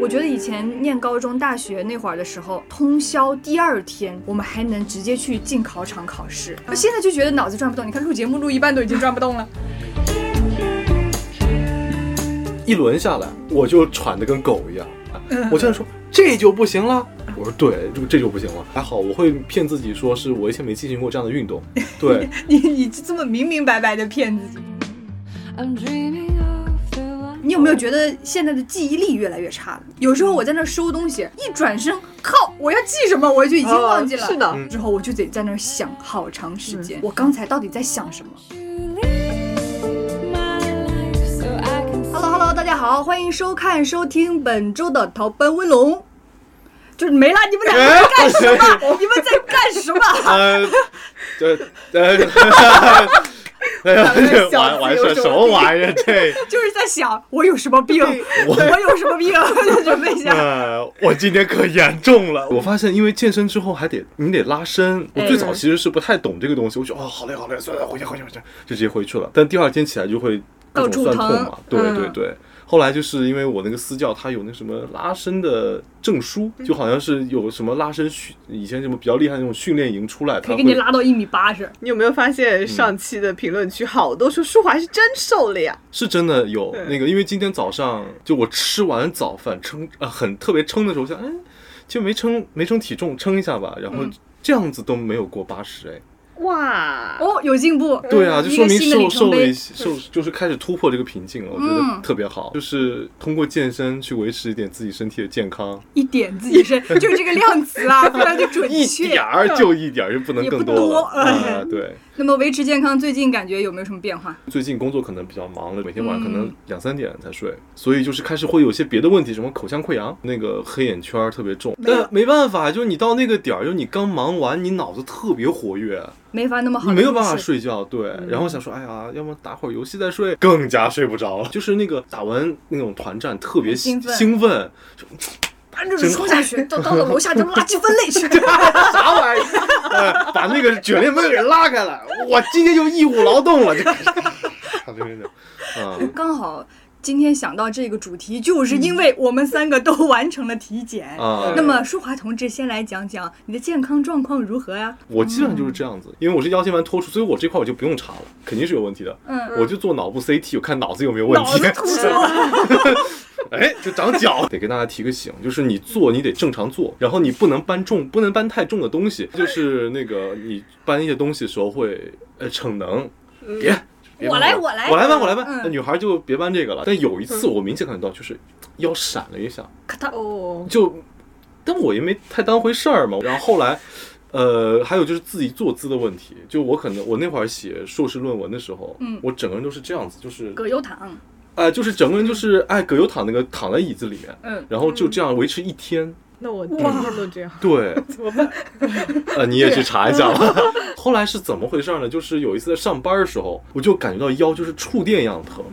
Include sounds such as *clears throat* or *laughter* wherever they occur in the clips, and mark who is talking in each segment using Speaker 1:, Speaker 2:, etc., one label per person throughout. Speaker 1: 我觉得以前念高中、大学那会儿的时候，通宵第二天我们还能直接去进考场考试，我现在就觉得脑子转不动。你看录节目录一半都已经转不动 *laughs* 了。
Speaker 2: 一轮下来，我就喘得跟狗一样。我现在说这就不行了，我说对，这这就不行了。还好我会骗自己说是我以前没进行过这样的运 *laughs* 动。对，
Speaker 1: 你你这么明明白白的骗自己。
Speaker 3: I'm dreaming of the one
Speaker 1: 你有没有觉得现在的记忆力越来越差了？有时候我在那儿收东西，一转身，靠，我要记什么，我就已经忘记了。
Speaker 4: 是，的，
Speaker 1: 之后我就得在那儿想好长时间，我刚才到底在想什么
Speaker 3: you live my life so I can see
Speaker 1: ？Hello Hello，大家好，欢迎收看收听本周的逃班威龙。就是没了，你们两个
Speaker 2: 哎
Speaker 1: 在干什么？你们在干什么？ *laughs*
Speaker 2: 呃，这呃，哎呀，这 *laughs* 玩玩什什么玩意儿？这，
Speaker 1: 就是在想我有什么病，我有什么病， *laughs* 就准备一下。
Speaker 2: 呃，我今天可严重了。我发现，因为健身之后还得你得拉伸。
Speaker 1: 嗯
Speaker 2: 我最早其实是不太懂这个东西，我觉得哦，好累好累，算了，回家回家回家，就直接回去了。但第二天起来就会各种酸痛
Speaker 1: 到处
Speaker 2: 嘛
Speaker 1: 疼，
Speaker 2: 对
Speaker 1: 嗯
Speaker 2: 对对。后来就是因为我那个私教他有那什么拉伸的证书，就好像是有什么拉伸训，以前什么比较厉害的那种训练营出来，他
Speaker 1: 可以
Speaker 2: 会
Speaker 1: 给你拉到一米八是？
Speaker 4: 你有没有发现上期的评论区好多说舒华是真瘦了呀？
Speaker 2: 是真的有
Speaker 4: 对
Speaker 2: 那个，因为今天早上就我吃完早饭称呃很特别撑的时候，我想哎就没称没称体重，称一下吧，然后这样子都没有过八十哎，
Speaker 4: 哇，
Speaker 1: 哦，有进步。
Speaker 2: 对啊，就
Speaker 1: 嗯一
Speaker 2: 说
Speaker 1: 个
Speaker 2: 明
Speaker 1: 新的里
Speaker 2: 瘦
Speaker 1: 程
Speaker 2: 瘦了一
Speaker 1: 碑。
Speaker 2: 些，瘦就是开始突破这个瓶颈了，我觉
Speaker 1: 嗯
Speaker 2: 得特别好，就是通过健身去维持一点自己身体的健康，
Speaker 1: 一点自己
Speaker 2: *laughs*
Speaker 1: 身，就是这个量词啊，非常的准
Speaker 2: 一
Speaker 1: 确。嗯
Speaker 2: 点儿就一点儿，就不能
Speaker 1: 也不
Speaker 2: 更了
Speaker 1: 多嗯
Speaker 2: 啊，对。
Speaker 1: 那么维持健康，最近感觉有没有什么变化？
Speaker 2: 最近工作可能比较忙了，每天晚上可能两三点才睡，所以就是开始会有些别的问题，什么口腔溃疡，那个黑眼圈儿特别重。但没办法，就是你到那个点儿，就是你刚忙完，你脑子特别活跃，
Speaker 1: 没法那么好，
Speaker 2: 你没有办法。睡觉。对，然后想说，哎呀，要么打会儿游戏再睡，更加睡不着了。就是那个打完那种团战特别
Speaker 1: 兴奋
Speaker 2: 兴奋，
Speaker 1: 按就是冲下去，到到了楼下扔垃圾分类去。
Speaker 2: 啥玩意儿？呃，把那个卷帘门给拉开了，我今天就义务劳动了，就开始真的，嗯。
Speaker 1: 刚好今天想到这个主题，就是因为我们三个都完成了体检。
Speaker 2: 啊，
Speaker 1: 那么舒华同志先来讲讲你的健康状况如何呀？
Speaker 2: 我基本
Speaker 1: 嗯
Speaker 2: 上就是这样子，因为我是腰间盘突出，所以我这块我就不用查了，肯定是有问题的。
Speaker 1: 嗯，
Speaker 2: 我就做脑部 CT，我看脑子有没有问题。哎，就长脚。 *laughs* 得给大家提个醒，就是你做你得正常做，然后你不能搬重，不能搬太重的东西。就是那个你搬一些东西的时候会呃逞能，别。别
Speaker 1: 嗯
Speaker 2: 搬
Speaker 1: 我来我来
Speaker 2: 我来搬，我来搬。
Speaker 1: 嗯
Speaker 2: 那女孩就别搬这个了。但有一次我明显感觉到，就是腰闪了一下，
Speaker 1: 咔嗒
Speaker 4: 哦，
Speaker 2: 就，但我也没太当回事儿嘛。然后后来，呃，还有就是自己坐姿的问题，就我可能我那会儿写硕士论文的时候，
Speaker 1: 嗯
Speaker 2: 我整个人都是这样子，就是
Speaker 1: 葛优躺，
Speaker 2: 哎、就是整个人就是哎葛优躺那个躺在椅子里面，
Speaker 1: 嗯，
Speaker 2: 然后就这样维持一天。
Speaker 4: 那我天天都这样，
Speaker 2: 对，
Speaker 4: 嗯 *laughs* 怎么办？嗯
Speaker 2: 呃，你也去查一下吧。 *laughs* 后来是怎么回事儿呢？就是有一次在上班的时候，我就感觉到腰就是触电一样疼，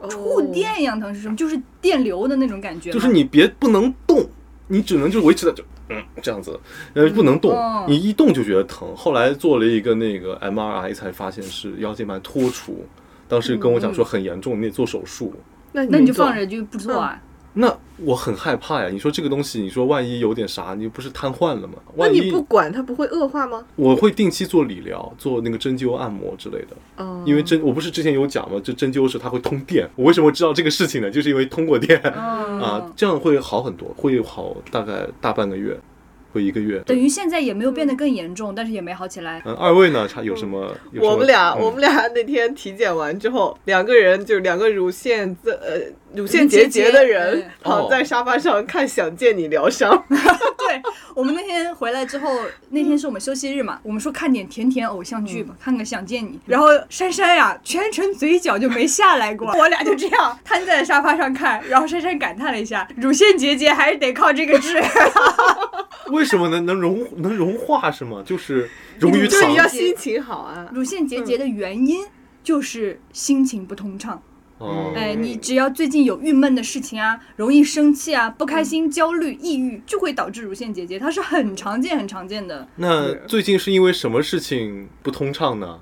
Speaker 4: 哦
Speaker 1: 触电一样疼是什么？就是电流的那种感觉吗。
Speaker 2: 就是你别不能动，你只能就维持在就嗯这样子，呃不能动，
Speaker 4: 嗯
Speaker 1: 哦
Speaker 2: 你一动就觉得疼。后来做了一个那个 MRI 才发现是腰间盘脱出，当时跟我讲
Speaker 4: 嗯
Speaker 2: 说很严重，你得做手术。
Speaker 4: 那
Speaker 1: 那你就
Speaker 4: 做
Speaker 1: 放着就不做啊。
Speaker 2: 那我很害怕呀！你说这个东西，你说万一有点啥，你不是瘫痪了吗？
Speaker 4: 那
Speaker 2: 万
Speaker 4: 你
Speaker 2: 一
Speaker 4: 不管它不会恶化吗？
Speaker 2: 我会定期做理疗，做那个针灸、按摩之类的。
Speaker 4: 哦，
Speaker 2: 因为针，我不是之前有讲吗？就针灸是它会通电。我为什么知道这个事情呢？就是因为通过电、
Speaker 1: 嗯
Speaker 2: 啊，这样会好很多，会好大概大半个月，会一个月。
Speaker 1: 等于现在也没有变得更严重，但是也没好起来。
Speaker 2: 嗯，二位呢？他有什么？有什么
Speaker 4: 我们俩，
Speaker 2: 嗯
Speaker 4: 我们俩那天体检完之后，两个人就是两个乳腺自呃乳腺
Speaker 1: 结
Speaker 4: 结
Speaker 1: 节
Speaker 4: 节的人
Speaker 1: 嗯，
Speaker 4: 躺在沙发上看《想见你疗伤》
Speaker 2: 哦
Speaker 1: 对我们那天回来之后， *laughs* 那天是我们休息日嘛，我们说看点甜甜偶像剧吧，看个《想见你》。然后珊珊呀、全程嘴角就没下来过， *laughs* 我俩就这样瘫在沙发上看。然后珊珊感叹了一下，乳腺结节还是得靠这个 *laughs* 治。
Speaker 2: 为什么能能融能融化是吗？就是溶于
Speaker 4: *laughs* 就是你要
Speaker 2: 糖
Speaker 4: 心情好啊。
Speaker 1: 乳腺结节的原因就是心情不通畅。
Speaker 2: 哦，
Speaker 4: 嗯
Speaker 1: 哎，你只要最近有郁闷的事情啊，容易生气啊，不开心、焦虑、抑郁，就会导致乳腺结节，它是很常见、很常见的。
Speaker 2: 那最近是因为什么事情不通畅呢？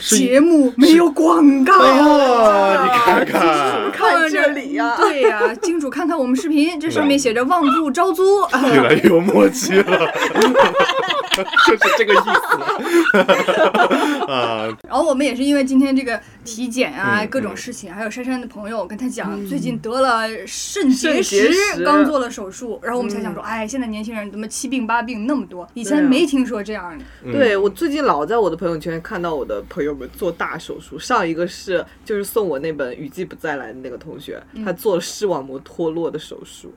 Speaker 2: 是
Speaker 4: 啊
Speaker 2: 哎
Speaker 1: 节目没有广告。
Speaker 2: 哦，你看看，
Speaker 1: 看
Speaker 4: 在这里呀、
Speaker 1: 对呀、金主看看我们视频，这上面写着“望不招租”，
Speaker 2: 越来越有默契
Speaker 4: *laughs*
Speaker 2: 了，就是这个意思 *laughs* 啊。
Speaker 1: 然后我们也是因为今天这个体检啊，
Speaker 2: 嗯
Speaker 1: 各种事情，还有珊珊的朋友跟她讲，最近得了肾结
Speaker 4: 嗯肾结石嗯
Speaker 1: 刚做了手术，然后我们才想说，哎，现在年轻人怎么七病八病那么多？以前
Speaker 4: 对啊
Speaker 1: 没听说这样的。
Speaker 2: 嗯
Speaker 4: 对我最近老在我的朋友圈看到我的朋友们做大手术，上一个是就是送我那本《雨季不再来》的那个同学，
Speaker 1: 嗯
Speaker 4: 他做了视网膜脱落的手术，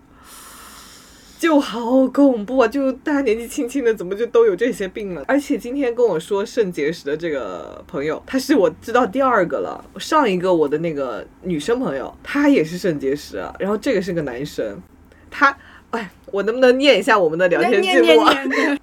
Speaker 4: 就好恐怖啊！就大家年纪轻轻的，怎么就都有这些病了？而且今天跟我说肾结石的这个朋友，他是我知道第二个了，上一个我的那个女生朋友，她也是肾结石啊，然后这个是个男生，他。哎，我能不能念一下我们的聊 *laughs* 天记
Speaker 1: 念
Speaker 4: 录
Speaker 1: 念
Speaker 4: 啊？
Speaker 1: 念念，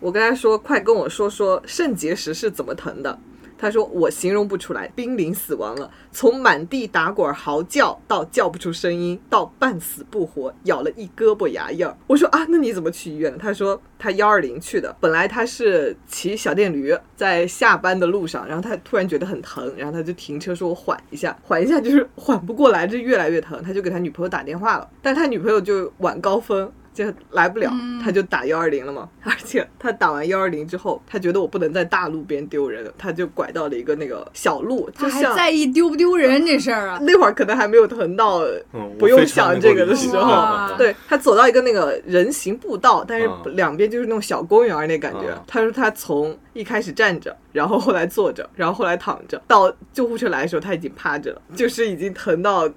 Speaker 4: 我跟他说：“快跟我说说肾结石是怎么疼的。”他说：“我形容不出来，濒临死亡了，从满地打滚嚎叫到叫不出声音，到半死不活，咬了一胳膊牙印儿。”我说：“啊，那你怎么去医院的？”他说：“他幺二零去的，本来他是骑小电驴在下班的路上，然后他突然觉得很疼，然后他就停车说：‘我缓一下，缓一下’，就是缓不过来，这越来越疼，他就给他女朋友打电话了，但他女朋友就晚高峰。”就来不了，他就打幺二零了嘛。 *laughs* 而且他打完幺二零之后，他觉得我不能在大路边丢人，他就拐到了一个那个小路， *laughs* 就
Speaker 1: 他还
Speaker 4: 像
Speaker 1: 在意丢不丢人这事儿啊？
Speaker 4: 那会儿可能还没有疼到
Speaker 2: 嗯
Speaker 4: 不用想这个的时
Speaker 1: 我非常能够理
Speaker 4: 候
Speaker 1: 解，嗯
Speaker 4: 对他走到一个那个人行步道，但是
Speaker 2: 啊
Speaker 1: 嗯
Speaker 4: 两边就是那种小公园儿那感觉
Speaker 2: 啊。
Speaker 4: 他说他从一开始站着，然后后来坐着，然后后来躺着，到救护车来的时候他已经趴着了，就是已经疼到。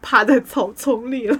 Speaker 4: 趴在草丛里了，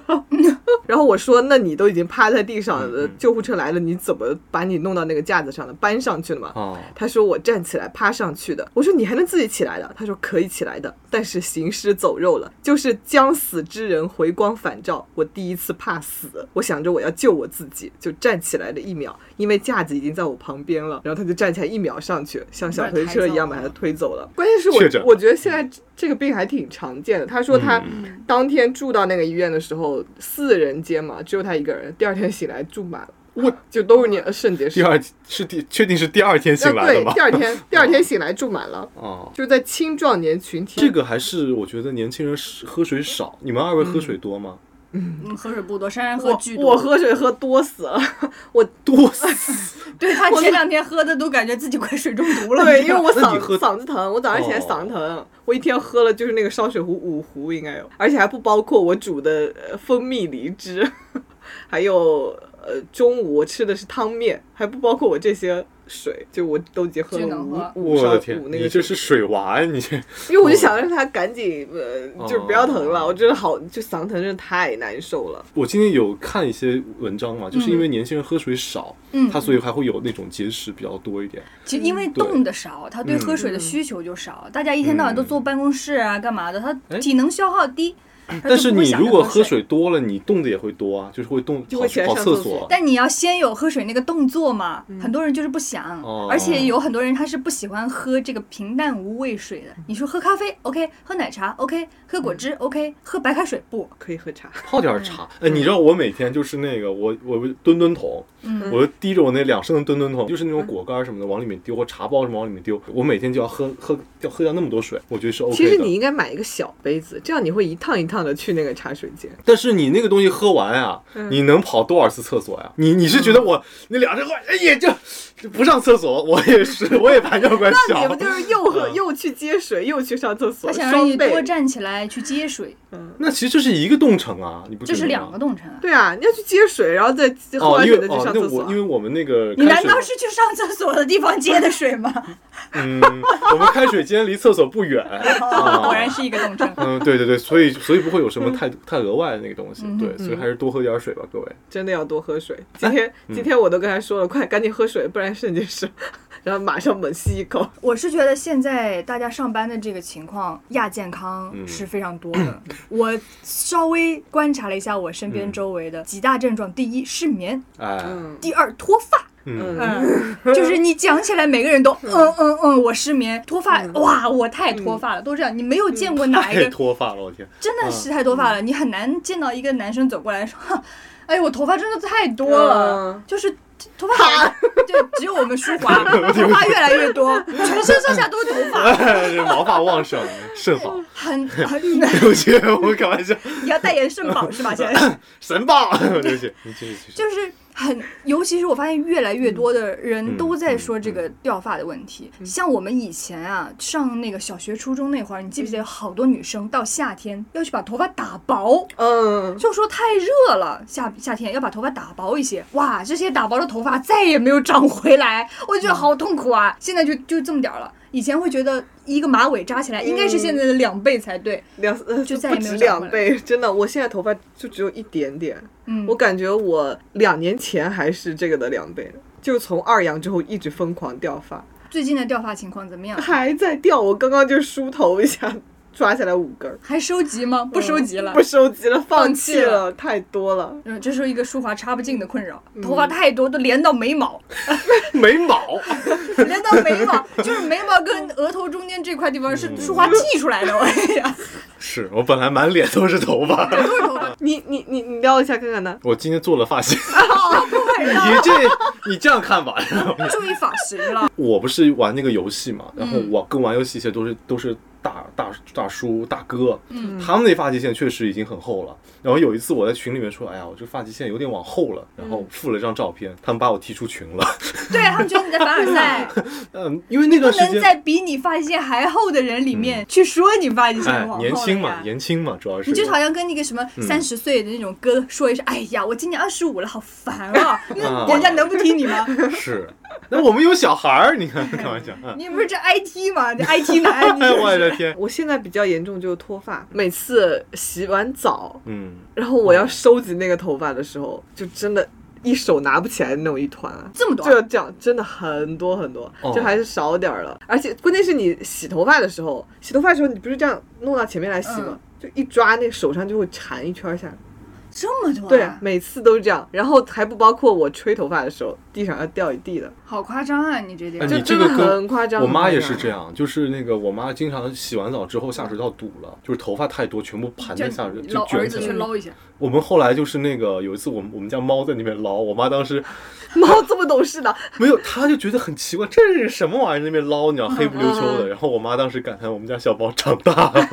Speaker 4: 然后我说：“那你都已经趴在地上
Speaker 2: 嗯
Speaker 4: 了
Speaker 2: 嗯，
Speaker 4: 救护车来了，你怎么把你弄到那个架子上的，搬上去了嘛？”
Speaker 2: 啊，
Speaker 4: 他说我站起来趴上去的。我说你还能自己起来的？他说可以起来的，但是行尸走肉了，就是将死之人回光返照。我第一次怕死，我想着我要救我自己，就站起来了一秒，因为架子已经在我旁边了，然后他就站起来一秒上去，像小推车一样把他推走了。关键是
Speaker 2: 确诊
Speaker 4: 我我觉得现在这这个病还挺常见的。他说他
Speaker 2: 嗯
Speaker 4: 当天住到那个医院的时候，四人间嘛，只有他一个人，第二天醒来住满了。我就都是你肾结石
Speaker 2: 第，二是第确定是第二天醒来的
Speaker 4: 对，
Speaker 2: 吗
Speaker 4: 第？
Speaker 2: *laughs*
Speaker 4: 二天第二天醒来住满了，
Speaker 2: 啊，
Speaker 4: 就在青壮年群体。
Speaker 2: 这个还是我觉得年轻人是喝水少，你们二位喝水多吗？
Speaker 1: 嗯，喝水不多，珊珊喝
Speaker 4: 我
Speaker 1: 巨多。
Speaker 4: 我喝水喝多死 *laughs* 了，
Speaker 2: 多死
Speaker 1: 对他前两天喝的都感觉自己快水中毒了。
Speaker 4: 对，因为我
Speaker 2: 那你
Speaker 4: 嗓
Speaker 2: 喝
Speaker 4: 嗓子疼，我早上起来
Speaker 2: 哦
Speaker 4: 嗓子疼，我一天喝了就是那个烧水壶五壶应该有，而且还不包括我煮的呃蜂蜜梨汁， *laughs* 还有呃中午我吃的是汤面，还不包括我这些水，就我都已经喝了
Speaker 1: 巨能
Speaker 4: 五
Speaker 1: 喝
Speaker 4: 五
Speaker 2: 我
Speaker 4: 烧
Speaker 2: 的
Speaker 4: 五
Speaker 2: 天，
Speaker 4: 那
Speaker 2: 你
Speaker 4: 个
Speaker 2: 这
Speaker 4: 水，
Speaker 2: 是水娃呀！啊你这
Speaker 4: 因为我就想让他赶紧呃就是不要疼了，
Speaker 2: 哦
Speaker 4: 我真的好就嗓子疼真的太难受了。
Speaker 2: 我今天有看一些文章嘛，就是因为年轻人喝水少，
Speaker 1: 嗯
Speaker 2: 他所以还会有那种结石比较多一点。
Speaker 1: 其实因
Speaker 2: 嗯
Speaker 1: 为动的少，他对喝水的需求就少。大家一天到
Speaker 2: 嗯
Speaker 1: 晚都坐办公室啊，干嘛的？他体能消耗低。他就
Speaker 2: 哎嗯但是
Speaker 1: 不会
Speaker 2: 你
Speaker 1: 想着
Speaker 2: 如果
Speaker 1: 喝
Speaker 2: 喝，水多了，你动的也会多啊，就是会动
Speaker 4: 就
Speaker 2: 跑
Speaker 4: 会起来
Speaker 2: 跑
Speaker 4: 上
Speaker 2: 厕
Speaker 4: 厕所
Speaker 2: 所。
Speaker 1: 但你要先有喝水那个动作嘛，很多人就是不想，
Speaker 2: 嗯哦
Speaker 1: 而且有很多人他是不喜欢喝这个平淡无味水的。你说喝咖啡 OK，喝奶茶 OK，喝
Speaker 2: 嗯
Speaker 1: 果汁 OK，喝白开水不？
Speaker 4: 可以喝茶，
Speaker 2: 泡点儿茶，哎，你知道我每天就是那个我我蹲蹲桶，
Speaker 1: 嗯
Speaker 2: 我就提着我那两升的蹲蹲桶，就是那种果干什么的往里面丢，或茶包什么往里面丢，我每天就要喝喝要喝掉那么多水，我觉得是 OK 的。
Speaker 4: 其实你应该买一个小杯子，这样你会一趟一趟的去那个茶水间。
Speaker 2: 但是你那个东西喝完啊，
Speaker 4: 嗯
Speaker 2: 你能跑多少次厕所呀？你你是觉得我那两人哎也就不上厕所， *laughs* 我也是我也把尿管
Speaker 4: 那你
Speaker 2: 小
Speaker 4: 不。就是又喝
Speaker 2: 嗯
Speaker 4: 又去接水，又去上厕所，
Speaker 1: 他想让你
Speaker 4: 双倍
Speaker 1: 多站起来去接水，
Speaker 2: 那其实这是一个动程啊，你不觉
Speaker 1: 这
Speaker 2: 得
Speaker 1: 是
Speaker 2: 吗
Speaker 1: 两个动程啊。
Speaker 4: 对啊，你要去接水，然后再喝
Speaker 2: 哦，
Speaker 4: 完
Speaker 2: 因
Speaker 4: 水再
Speaker 2: 为
Speaker 4: 去
Speaker 2: 哦
Speaker 4: 上，
Speaker 2: 那
Speaker 4: 厕
Speaker 2: 我
Speaker 4: 所。
Speaker 2: 因为我们那
Speaker 4: *laughs*
Speaker 2: 个
Speaker 1: 你
Speaker 2: 开
Speaker 1: 难
Speaker 2: 水
Speaker 1: 道是去上厕所的地方接的水
Speaker 2: *laughs*
Speaker 1: 吗？
Speaker 2: 嗯，我们开水间离厕所不
Speaker 4: *laughs*
Speaker 2: 远啊，
Speaker 1: 果然是一个动程。
Speaker 2: 嗯，对对对，所以所以不会有什么太太额外的那个东西，对，所以
Speaker 4: 嗯
Speaker 2: 还是多喝点水吧，各位。
Speaker 4: 真的要多喝水。
Speaker 2: 哎
Speaker 4: 今天、
Speaker 2: 嗯
Speaker 4: 今天我都跟他说了，快赶紧喝水，不然肾结石。 *laughs* 然后马上猛吸一口，
Speaker 1: 我是觉得现在大家上班的这个情况，亚健康
Speaker 2: 嗯
Speaker 1: 是非常多
Speaker 2: *clears throat*
Speaker 1: 的。我稍微观察了一下我身边
Speaker 2: 嗯
Speaker 1: 周围的几大症状：第一，失眠；
Speaker 2: 哎，
Speaker 4: 嗯
Speaker 1: 第二，脱发。
Speaker 2: 嗯，
Speaker 1: 嗯，就是你讲起来，每个人都嗯嗯嗯，我失眠，脱发，哇，我太脱发了，都这样。你没有见过哪一
Speaker 2: 太
Speaker 1: 个
Speaker 2: 脱发了，我
Speaker 4: *laughs*
Speaker 2: 天， *laughs*
Speaker 1: 真的是太脱发了，你很难见到一个男生走过来说，哼哎，我头发真的太多了
Speaker 4: 嗯，
Speaker 1: 就是头发好像对，只有我们舒
Speaker 2: *laughs*
Speaker 1: 华，头发越来越多，全身上下都是头发，
Speaker 2: 哎这毛发旺盛，肾好。 *laughs*
Speaker 1: 很 *laughs* 很，
Speaker 2: 对不起， *laughs* 我开玩笑，
Speaker 1: 你要代言肾宝是吧？现在。 *laughs*
Speaker 2: *coughs* 神棒！对不起，你继续继续。
Speaker 1: 就是很，尤其是我发现越来越多的人都在说这个掉发的问题。像我们以前啊，上那个小学、初中那会儿，你记不记得有好多女生到夏天要去把头发打薄？
Speaker 4: 嗯，
Speaker 1: 就说太热了，夏夏天要把头发打薄一些。哇，这些打薄的头发再也没有长回来，我觉得好痛苦啊！现在就就这么点儿了。以前会觉得一个马尾扎起来应该是现在的两倍才对，
Speaker 4: 两呃
Speaker 1: 就再
Speaker 4: 不
Speaker 1: 也没有
Speaker 4: 止
Speaker 1: 长回
Speaker 4: 两
Speaker 1: 来
Speaker 4: 倍，真的，我现在头发就只有一点点，
Speaker 1: 嗯
Speaker 4: 我感觉我两年前还是这个的两倍，就是从二阳之后一直疯狂掉发，
Speaker 1: 最近的掉发情况怎么样？
Speaker 4: 还在掉，我刚刚就梳头一下抓下来五根儿，
Speaker 1: 还收集
Speaker 2: 嗯
Speaker 1: 吗？不收集了，
Speaker 4: 不收集了，放
Speaker 1: 弃
Speaker 4: 弃
Speaker 1: 了
Speaker 4: 了，太多了，
Speaker 1: 嗯，这是一个舒华插不进的困扰，
Speaker 2: 嗯
Speaker 1: 头发太多都连到眉
Speaker 2: *laughs*
Speaker 1: 毛，
Speaker 2: 眉
Speaker 1: *laughs*
Speaker 2: 毛，
Speaker 1: 连到眉毛， *laughs* 就是眉毛跟额头中间这块地方是
Speaker 2: 嗯
Speaker 1: 舒华剃出来
Speaker 2: *laughs*
Speaker 1: 的，我 *laughs* 跟你讲，
Speaker 2: 是我本来满脸都是头发， *laughs*
Speaker 1: 都是头发。
Speaker 4: 你你你你撩一下看看呢，
Speaker 2: 我今天做了
Speaker 1: *laughs*
Speaker 2: 发型。
Speaker 1: 哦
Speaker 2: 你这，你这样看吧。 *laughs*
Speaker 1: 注意发型了，
Speaker 2: 我不是玩那个游戏
Speaker 1: 嗯
Speaker 2: 嘛，然后我跟玩游戏一些都是都是大大大叔大哥，
Speaker 1: 嗯
Speaker 2: 他们那发际线确实已经很厚了。然后有一次我在群里面说，哎呀，我这发际线有点往后了，
Speaker 1: 嗯
Speaker 2: 然后附了张照片，他们把我踢出群了。 *laughs*
Speaker 1: 对他们觉得你在凡尔赛，
Speaker 2: 嗯，因为 *laughs* 那
Speaker 1: 不
Speaker 2: 段时
Speaker 1: 能
Speaker 2: 间。嗯
Speaker 1: 在比你发际线还厚的人里面去说你发际线
Speaker 2: 哎
Speaker 1: 往，后
Speaker 2: 年轻
Speaker 1: 了
Speaker 2: 嘛，嗯
Speaker 1: 呀
Speaker 2: 年轻嘛，主要是
Speaker 1: 你就好像跟那个什么三十岁的那种哥说一声，哎呀，我今年二十五了，好烦
Speaker 2: *laughs*
Speaker 1: 啊！那
Speaker 2: 啊
Speaker 1: 人家能不提你吗？ *laughs*
Speaker 2: 是。那我们有小孩儿，你看，开玩笑。嗯
Speaker 1: 你不是这 IT 吗？这 IT 男，你
Speaker 2: *laughs* 哎，我的天，
Speaker 4: 我现在比较严重就是脱发，每次洗完澡，
Speaker 2: 嗯，
Speaker 4: 然后我要收集那个头发的时候，就真的一手拿不起来的那种一团啊。
Speaker 1: 这么多啊，
Speaker 4: 就这样，真的很多很多
Speaker 2: 哦，
Speaker 4: 就还是少点儿了。而且关键是你洗头发的时候，洗头发的时候你不是这样弄到前面来洗
Speaker 1: 嗯
Speaker 4: 吗？就一抓，那手上就会缠一圈儿下来。
Speaker 1: 这么多啊，
Speaker 4: 对，每次都是这样。然后还不包括我吹头发的时候，地上要掉一地的，
Speaker 1: 好夸张啊！你这点
Speaker 2: 哎，
Speaker 4: 就
Speaker 2: 你这
Speaker 4: 真
Speaker 2: 个
Speaker 4: 的
Speaker 2: 跟
Speaker 4: 很夸张。
Speaker 2: 我妈也
Speaker 4: 很夸
Speaker 2: 是
Speaker 4: 张
Speaker 2: 这。样，就是那个我妈经常洗完澡之后下水道堵了，就是头发太多，全部盘在下水
Speaker 1: 捞
Speaker 2: 就
Speaker 1: 儿
Speaker 2: 卷
Speaker 1: 子
Speaker 2: 起
Speaker 1: 去
Speaker 2: 来。
Speaker 1: 捞一下，
Speaker 2: 我们后来就是那个有一次，我们我们家猫在那边捞，我妈当时
Speaker 4: *laughs* 猫这么懂事
Speaker 2: *laughs*
Speaker 4: 的，
Speaker 2: 没有，她就觉得很奇怪，这是什么玩意儿？那边捞，你知道黑不溜秋的。
Speaker 4: 嗯
Speaker 2: 然后我妈当时感叹我们家小猫长大了，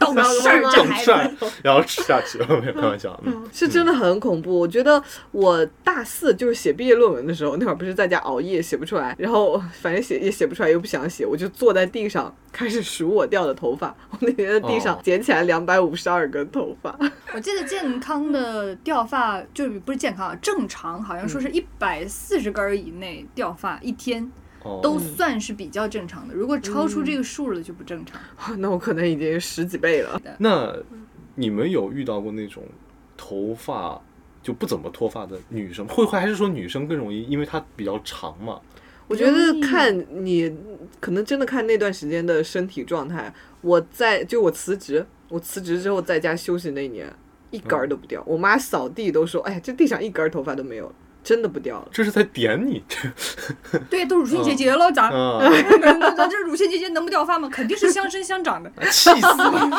Speaker 1: 懂事儿这
Speaker 2: 长
Speaker 1: 孩
Speaker 2: 帅
Speaker 1: 子。，
Speaker 2: 然后吃下去了，没有开玩笑，嗯，
Speaker 4: 是真的很恐怖。我觉得我大四就是写毕业论文的时候，那会儿不是在家熬夜写不出来，然后反正写也写不出来，又不想写，我就坐在地上开始数我掉的头发。 *laughs* 我那天在地上
Speaker 2: 哦
Speaker 4: 捡起来两百五十二根头发， *laughs*
Speaker 1: 我记得健康的掉发就是不是健康啊，正常好像说是一百四十根儿以内掉发一天
Speaker 2: 哦
Speaker 1: 都算是比较正常的，如果超出这个数了就不正常。
Speaker 4: 那我可能已经十几倍了。
Speaker 2: 那你们有遇到过那种头发就不怎么脱发的女生？会会还是说女生更容易，因为她比较长嘛？
Speaker 4: 我觉得看你，可能真的看那段时间的身体状态。我在就我辞职，我辞职之后在家休息那一年，一根儿都不掉。我妈扫地都说：“哎呀，这地上一根儿头发都没有了，真的不掉了。
Speaker 2: 这是在点你
Speaker 1: 对，都乳腺结节了，咋？
Speaker 2: 啊！
Speaker 1: 咱这乳腺结节能不掉发吗？肯定是相生相
Speaker 2: *laughs*
Speaker 1: 长的，
Speaker 2: 气死了！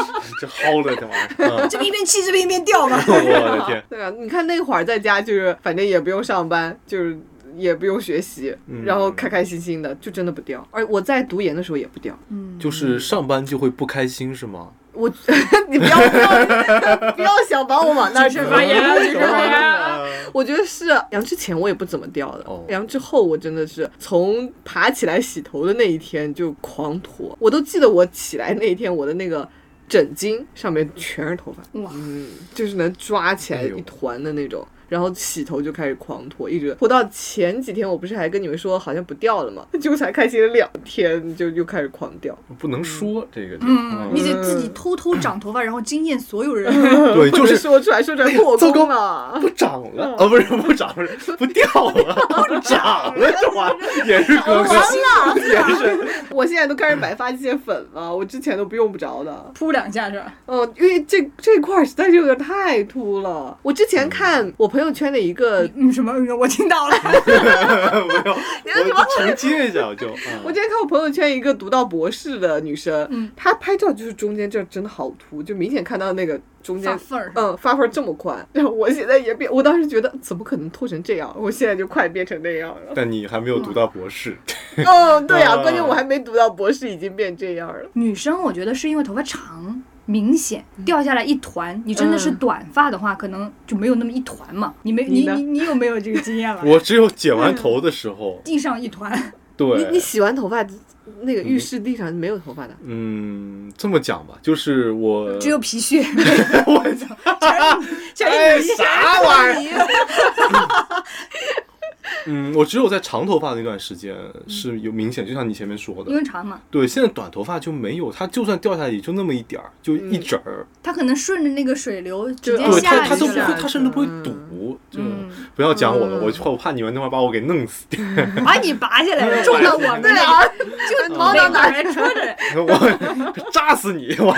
Speaker 2: 这薅了这玩意儿！ *laughs* 啊
Speaker 1: 这边一边气这边一边掉 *laughs* 嘛。
Speaker 2: 我的天”，
Speaker 4: 对啊，你看那会儿在家就是，反正也不用上班，就是也不用学习，
Speaker 2: 嗯
Speaker 4: 然后开开心心的，就真的不掉。而我在读研的时候也不掉。
Speaker 1: 嗯，
Speaker 2: 就是上班就会不开心是吗？
Speaker 4: 我， *laughs* 你不要不要不要想把我往那儿
Speaker 1: 谨慎发言
Speaker 4: 扯
Speaker 1: 谨慎发言
Speaker 2: 啊
Speaker 4: 我觉得是杨之前我也不怎么掉的，
Speaker 2: 哦
Speaker 4: 杨之后我真的是从爬起来洗头的那一天就狂脱，我都记得我起来那一天我的那个枕巾上面全是头发，
Speaker 1: 哇，
Speaker 4: 嗯，就是能抓起来
Speaker 2: 哎呦
Speaker 4: 一团的那种。然后洗头就开始狂脱，一直脱到前几天，我不是还跟你们说好像不掉了吗？ *laughs* 结果才开心了两天，就又开始狂掉。
Speaker 2: 不能说这个地
Speaker 1: 嗯，
Speaker 2: 方，啊
Speaker 1: 你得自己偷偷长头发，然后惊艳所有 *laughs* 人。
Speaker 2: 对，就
Speaker 4: 不能
Speaker 2: 是
Speaker 4: 说出来，说
Speaker 2: *laughs*
Speaker 4: 出来破
Speaker 2: 糟糕
Speaker 4: 功了。
Speaker 2: 不长了啊，不是不长了，不掉了，不长了，这玩意儿也是哥哥，也是
Speaker 4: *laughs* 我现在都开始买发际线粉了，我之前都不用不着的。
Speaker 1: 扑两下是吧？
Speaker 4: 嗯哦，因为这这块儿实在是有点太秃了。我之前看我朋朋友圈的一个，
Speaker 1: 嗯，什么？我听到了，
Speaker 2: 没有，我就承接一下，我就。嗯
Speaker 4: 我今天看我朋友圈一个读到博士的女生，
Speaker 1: 嗯
Speaker 4: 她拍照就是中间这儿真的好凸，就明显看到那个中间
Speaker 1: 发缝儿
Speaker 4: 嗯，发缝儿这么宽。 *laughs* 然后我现在也变，我当时觉得怎么可能凸成这样，我现在就快变成那样
Speaker 1: *laughs*
Speaker 4: 了。
Speaker 2: 但你还没有读到博士，
Speaker 4: 嗯，对呀、
Speaker 2: 啊
Speaker 4: 关键我还没读到博士，已经变这样了。
Speaker 1: 女生我觉得是因为头发长。明显掉下来一团，你真的是
Speaker 4: 嗯
Speaker 1: 短发的话，可能就没有那么一团嘛。你没
Speaker 4: 你
Speaker 1: 你
Speaker 4: 呢
Speaker 1: 你你有没有这个经验了？
Speaker 2: *laughs* 我只有剪完头的
Speaker 1: *laughs*
Speaker 2: 时候，
Speaker 1: 地上一团，
Speaker 4: 你
Speaker 2: 对
Speaker 4: 你，洗完头发，那
Speaker 1: 嗯
Speaker 4: 个浴室地上没有头发的。
Speaker 2: 嗯，这么讲吧，就是我
Speaker 1: 只有皮屑，
Speaker 2: 我
Speaker 1: 像
Speaker 2: 哎
Speaker 1: 一
Speaker 2: 啥
Speaker 1: 玩意 *laughs* 儿？
Speaker 2: 嗯，我只有在长头发那段时间是有明显，就像你前面说
Speaker 1: 因为
Speaker 2: 的，
Speaker 1: 长嘛，
Speaker 2: 对，现在短头发就没有，它就算掉下来也就那么一点儿，就一
Speaker 4: 嗯
Speaker 2: 卷儿，
Speaker 1: 它可能顺着那个水流直接
Speaker 4: 嗯
Speaker 2: 对，
Speaker 1: 下
Speaker 2: 它
Speaker 1: 来
Speaker 2: 它都
Speaker 1: 就
Speaker 2: 不
Speaker 1: 是
Speaker 2: 会，
Speaker 1: 了。
Speaker 2: 它甚至不会
Speaker 4: 嗯
Speaker 2: 堵，就
Speaker 1: 嗯
Speaker 2: 不要讲我了，
Speaker 4: 嗯
Speaker 2: 我怕我怕你们那会儿把我给弄死掉，
Speaker 1: *laughs* 把你拔下来，种到我们
Speaker 4: 对
Speaker 1: 那
Speaker 4: 啊
Speaker 1: 里，，就
Speaker 4: 猫到哪
Speaker 1: 来戳
Speaker 2: 嗯
Speaker 1: 着。
Speaker 2: 我 *laughs* 扎死你，我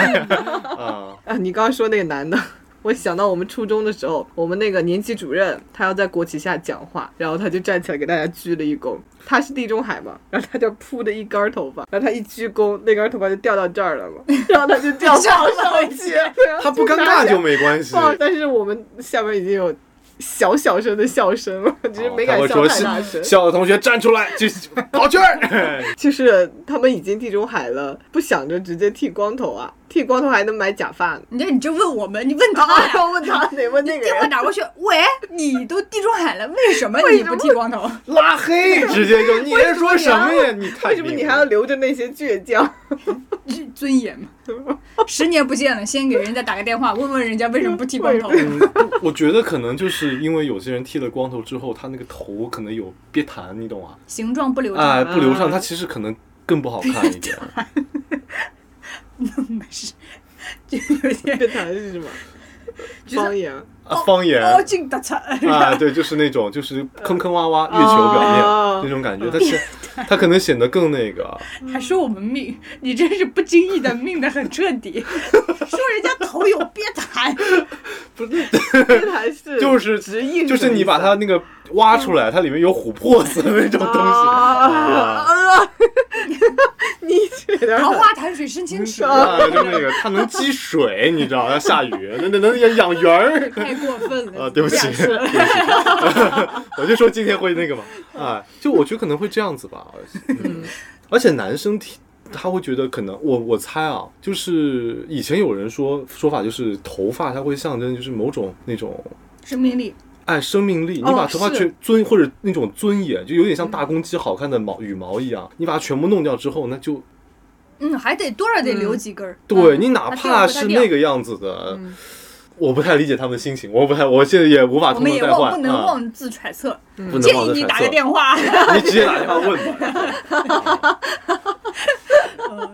Speaker 2: 啊，
Speaker 4: *laughs* 啊，你刚刚说那个男的， *laughs* 我想到我们初中的时候，我们那个年级主任他要在国旗下讲话，然后他就站起来给大家鞠了一躬。他是地中海嘛，然后他就铺的一根儿头发，然后他一鞠躬，那根儿头发就掉到这儿了 *laughs* 嘛，然后他就掉
Speaker 1: 掉
Speaker 4: 放
Speaker 1: 上
Speaker 4: 上
Speaker 1: 去
Speaker 4: 去，对啊
Speaker 2: 他不尴尬
Speaker 4: *laughs*
Speaker 2: 就没关
Speaker 1: *laughs*
Speaker 2: 系。
Speaker 4: 放，但是我们下面已经有。小小声的笑声了，只是
Speaker 2: 哦他
Speaker 4: 没敢
Speaker 2: 会
Speaker 4: 笑
Speaker 2: 说
Speaker 4: 太大
Speaker 2: 笑
Speaker 4: 声。
Speaker 2: 笑的同学站出来，就
Speaker 4: *laughs*
Speaker 2: 跑圈儿。
Speaker 4: 就是他们已经地中海了，不想着直接剃光头啊，剃光头还能买假发呢。
Speaker 1: 你这你就问我们，你问
Speaker 4: 啊
Speaker 1: 他，呀？
Speaker 4: 要问他得问那个
Speaker 1: 电话
Speaker 4: 人，
Speaker 1: 打过去，喂，你都地中海了，为什么你不剃光头？
Speaker 2: 拉黑，直接就你在说什么呀？你太
Speaker 4: 为什么你还要留着那些倔强？
Speaker 1: 这尊严嘛。十年不见了，先给人家打个电话，问问人家为什么不剃光头。
Speaker 2: 嗯，我我觉得可能就是因为有些人剃了光头之后，他那个头可能有别弹，你懂吗？
Speaker 1: 形状不流畅， *laughs*
Speaker 2: 哎，不流畅，
Speaker 4: 啊
Speaker 2: 他其实可能更不好看一
Speaker 4: *laughs*
Speaker 2: 点。
Speaker 1: 没事，就有点
Speaker 4: 这谈是什 *laughs* 么？方言
Speaker 2: 啊，方言
Speaker 4: 哦
Speaker 1: 凹进大惨。
Speaker 2: 啊，对，就是那种就是坑坑洼洼、月球表
Speaker 4: 嗯哦
Speaker 2: 面那种感觉，但是他可能显得更那个。
Speaker 1: 还说我们命，你真是不经意的命的很彻
Speaker 2: *laughs*
Speaker 1: 底。说人家头有别谈，
Speaker 4: 这谈
Speaker 2: *laughs*
Speaker 4: 是
Speaker 2: 就是
Speaker 4: 直译，
Speaker 2: 就是你把它那个挖出
Speaker 4: 嗯
Speaker 2: 来，它里面有琥珀色的那种东西。 *laughs*
Speaker 4: 啊，
Speaker 2: 啊，
Speaker 4: 你这点
Speaker 1: 桃花潭水深千尺，
Speaker 2: 啊就那个，它能积水，你知道？要下雨，那那能养鱼儿。
Speaker 1: 太过分了。
Speaker 2: 啊，对不起，对不起， *laughs* 我就说今天会那个嘛，啊，就我觉得可能会这样子吧，嗯，而且男生听他会觉得可能我我猜啊，就是以前有人说说法就是头发它会象征就是某种那种。
Speaker 1: 生命力，
Speaker 2: 爱生命力，你
Speaker 1: 哦
Speaker 2: 把头发
Speaker 1: 是
Speaker 2: 全尊、或者那种尊严，就有点像大公鸡好看的毛羽毛一样，你把它全部弄掉之后，那就
Speaker 1: 嗯，还得多少得留几根儿。
Speaker 2: 对、
Speaker 1: 嗯
Speaker 2: 你哪
Speaker 1: 它掉
Speaker 2: 怕
Speaker 1: 不太嗯
Speaker 2: 是
Speaker 1: 掉
Speaker 2: 那个样子的，我不太理解他们的心情，我不太，我现在也无法
Speaker 1: 我
Speaker 2: 通
Speaker 1: 们
Speaker 2: 过
Speaker 1: 也
Speaker 2: 代
Speaker 1: 忘
Speaker 2: 换
Speaker 1: 不能
Speaker 2: 啊
Speaker 1: 妄自揣测，
Speaker 2: 不能
Speaker 1: 建
Speaker 2: 忘
Speaker 1: 议
Speaker 2: 的
Speaker 1: 你
Speaker 2: 揣
Speaker 1: 打个
Speaker 2: 测
Speaker 1: 电话。 *laughs*
Speaker 2: 你直接打电话问吧。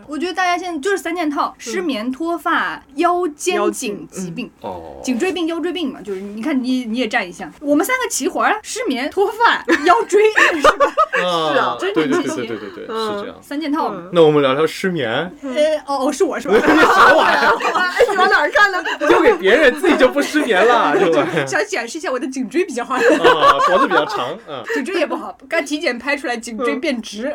Speaker 1: 我觉得大家现在就是三件套：
Speaker 2: 嗯
Speaker 1: 失眠、脱发、腰间
Speaker 4: 腰
Speaker 1: 颈
Speaker 4: 颈
Speaker 1: 疾
Speaker 4: 嗯
Speaker 1: 病。
Speaker 2: 哦，
Speaker 1: 颈椎病、腰椎病嘛，就是你看你你也占一项，我们三个齐活儿，啊失眠、脱发、腰椎，是
Speaker 4: *laughs*
Speaker 1: 吧？
Speaker 2: 是
Speaker 4: 啊
Speaker 2: 对对对对对对对，是这样。
Speaker 1: 三件套嘛。
Speaker 2: 那我们聊聊失眠，
Speaker 4: 嗯
Speaker 1: 呃，哦哦，是我
Speaker 4: *laughs*
Speaker 1: 是吧？
Speaker 2: 啥玩
Speaker 1: *laughs*
Speaker 2: 意儿？
Speaker 4: 哎，你往哪儿 *laughs* 看呢？
Speaker 2: 丢给别人，自己就不失眠了，
Speaker 1: *laughs*
Speaker 2: 对吧？
Speaker 1: 想解释一下我的颈椎比较好，
Speaker 2: 啊，脖子比较长，啊，
Speaker 1: 颈椎也不好，刚体检拍出来颈椎变直，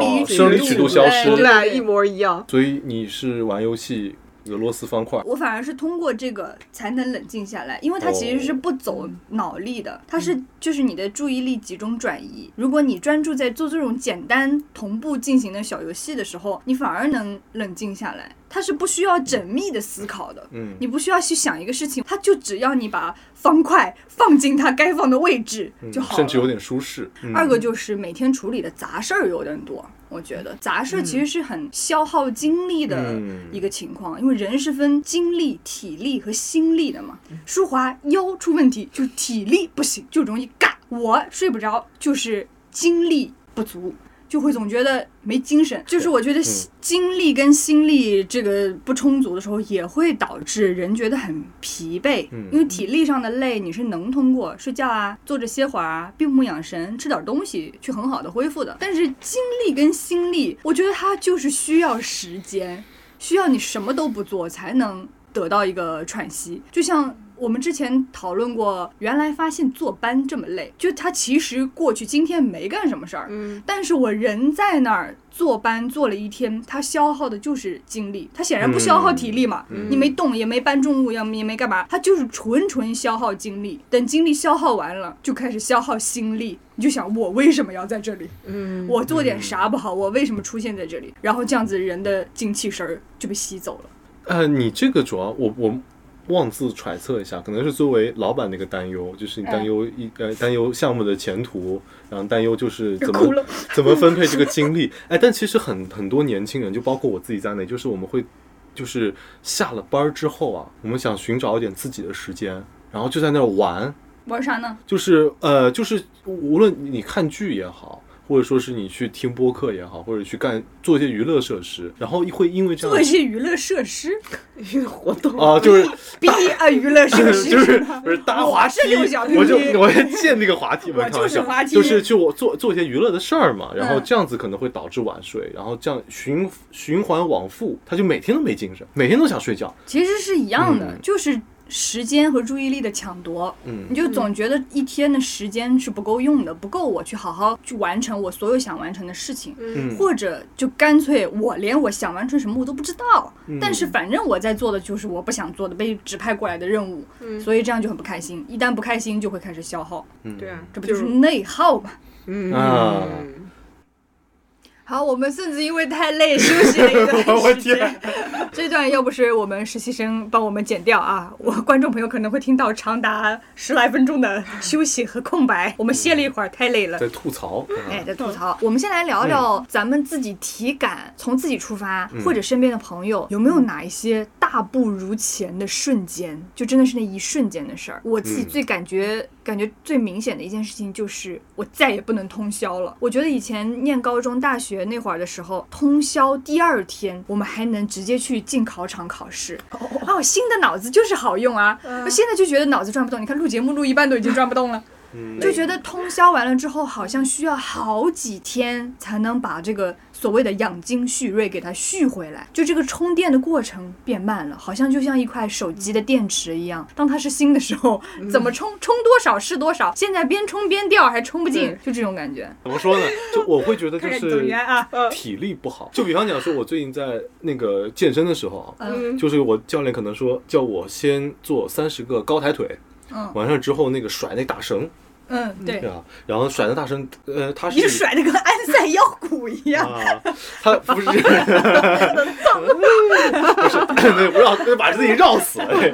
Speaker 1: 生理哎
Speaker 4: 颈
Speaker 2: 生理
Speaker 4: 椎
Speaker 2: 曲度消
Speaker 4: 我们
Speaker 2: 失。
Speaker 4: 俩一模一样。
Speaker 2: 所以你是玩游戏俄罗斯方块，
Speaker 1: 我反而是通过这个才能冷静下来，因为它其实是
Speaker 2: 哦
Speaker 1: 不走脑力的，它是
Speaker 2: 嗯
Speaker 1: 就是你的注意力集中转移。如果你专注在做这种简单同步进行的小游戏的时候，你反而能冷静下来。它是不需要缜密的思考的，
Speaker 2: 嗯
Speaker 1: 你不需要去想一个事情，它就只要你把方块放进它该放的位置
Speaker 2: 嗯
Speaker 1: 就好了。
Speaker 2: 甚至有点舒适。嗯
Speaker 1: 二个就是每天处理的杂事儿有点多，我觉得杂事儿其实是很消耗精力的
Speaker 2: 嗯
Speaker 1: 一个情况，因为人是分精力、体力和心力的嘛。
Speaker 2: 嗯
Speaker 1: 舒华腰出问题就体力不行，就容易尬；我睡不着就是精力不足。就会总觉得没精
Speaker 2: 嗯
Speaker 1: 神，就是我觉得心精力跟心力这个不充足的时候，也会导致人觉得很疲惫，
Speaker 2: 嗯
Speaker 1: 因为体力上的累你是能通过睡觉啊、坐着歇会儿啊、闭目养神、吃点东西去很好的恢复的。但是精力跟心力，我觉得它就是需要时间，需要你什么都不做才能得到一个喘息，就像。我们之前讨论过，原来发现坐班这么累，就他其实过去今天没干什么事儿，
Speaker 4: 嗯，
Speaker 1: 但是我人在那儿坐班坐了一天，他消耗的就是精力，他显然不消耗体力嘛，
Speaker 2: 嗯
Speaker 1: 你没动也没搬重物，也没也没干嘛，他就是纯纯消耗精力。等精力消耗完了，就开始消耗心力，你就想我为什么要在这里？
Speaker 4: 嗯，
Speaker 1: 我做点啥不好？我为什么出现在这里？然后这样子人的精气神儿就被吸走了。
Speaker 2: 呃，你这个主要我我妄自揣测一下，可能是作为老板的一个担忧，就是你担
Speaker 1: 嗯
Speaker 2: 忧一、呃担忧项目的前途，然后担忧就是怎
Speaker 1: 哭
Speaker 2: 么
Speaker 1: 了
Speaker 2: 怎么分配这个精力。哎，但其实很很多年轻人，就包括我自己在内，就是我们会就是下了班儿之后啊，我们想寻找一点自己的时间，然后就在那儿玩，
Speaker 1: 玩啥呢？
Speaker 2: 就是呃，就是无论你看剧也好，或者说是你去听播客也好，或者去干做一些娱乐设施，然后会因为这样
Speaker 1: 做一些娱乐设
Speaker 2: *laughs*
Speaker 1: 施，
Speaker 4: *laughs* 活动
Speaker 2: 啊、就是
Speaker 1: 逼啊娱乐设施
Speaker 2: *laughs* 就是
Speaker 1: 吧
Speaker 2: 不是搭滑梯
Speaker 1: 我是六小，
Speaker 2: 我
Speaker 1: 屏
Speaker 2: 就
Speaker 1: 蔽
Speaker 2: 我也建那个滑梯，
Speaker 1: 我
Speaker 2: 开玩
Speaker 1: 就是
Speaker 2: 笑，
Speaker 1: 滑梯
Speaker 2: 就是就我做做一些娱乐的事儿嘛，然后
Speaker 1: 嗯
Speaker 2: 这样子可能会导致晚睡，然后这样循循环往复，他就每天都没精神，每天都想睡觉，
Speaker 1: 其实是一样的，
Speaker 2: 嗯
Speaker 1: 就是时间和注意力的抢夺。
Speaker 2: 嗯
Speaker 1: 你就总觉得一天的时间是不够用的，不够我去好好去完成我所有想完成的事情，
Speaker 2: 嗯，
Speaker 1: 或者就干脆我连我想完成什么我都不知道。
Speaker 2: 嗯
Speaker 1: 但是反正我在做的就是我不想做的被指派过来的任务，
Speaker 4: 嗯
Speaker 1: 所以这样就很不开心。一旦不开心就会开始消耗，
Speaker 2: 嗯
Speaker 4: 对啊，
Speaker 1: 这不就是内耗吗？
Speaker 4: 嗯
Speaker 2: 啊
Speaker 1: *laughs* 好，我们甚至因为太累休息了一 *laughs*
Speaker 2: 我
Speaker 1: 段时
Speaker 2: 天
Speaker 1: 间。这段要不是我们实习生帮我们剪掉啊，我观众朋友可能会听到长达十来分钟的休息和空白。我们歇了一会儿，太累了。
Speaker 2: 在吐槽，啊
Speaker 1: 哎，在吐槽。我们先来聊聊咱们自己体感，从自己出发，或者身边的朋友，有没有哪一些大不如前的瞬间？就真的是那一瞬间的事儿。我自己
Speaker 2: 嗯
Speaker 1: 最感觉、感觉最明显的一件事情，就是我再也不能通宵了。我觉得以前念高中、大学那会儿的时候，通宵第二天，我们还能直接去进考场考试。哦，新的脑子就是好用啊！那现在就觉得脑子转不动。你看录节目录一半都已经转不动了。
Speaker 2: 嗯
Speaker 1: 就觉得通宵完了之后，好像需要好几天才能把这个所谓的养精蓄锐给它蓄回来，就这个充电的过程变慢了，好像就像一块手机的电池一样，当它是新的时候，嗯怎么充充多少是多少，现在边充边掉还充不进，就这种感觉。
Speaker 2: 怎么说呢？就我会觉得就
Speaker 1: 看看
Speaker 2: 是
Speaker 1: 总员啊，
Speaker 2: 体力不好，就比方讲说，我最近在那个健身的时候啊，
Speaker 1: 嗯
Speaker 2: 就是我教练可能说叫我先做三十个高抬腿，
Speaker 1: 嗯
Speaker 2: 完事之后那个甩那大绳，
Speaker 1: 嗯，
Speaker 2: 对
Speaker 1: 对，
Speaker 2: 啊，然后甩那大绳，呃，他是
Speaker 1: 你甩的跟安塞腰鼓一
Speaker 2: *laughs*
Speaker 1: 样，
Speaker 2: 啊，他不是，不是，对，不绕，把自己绕死了，对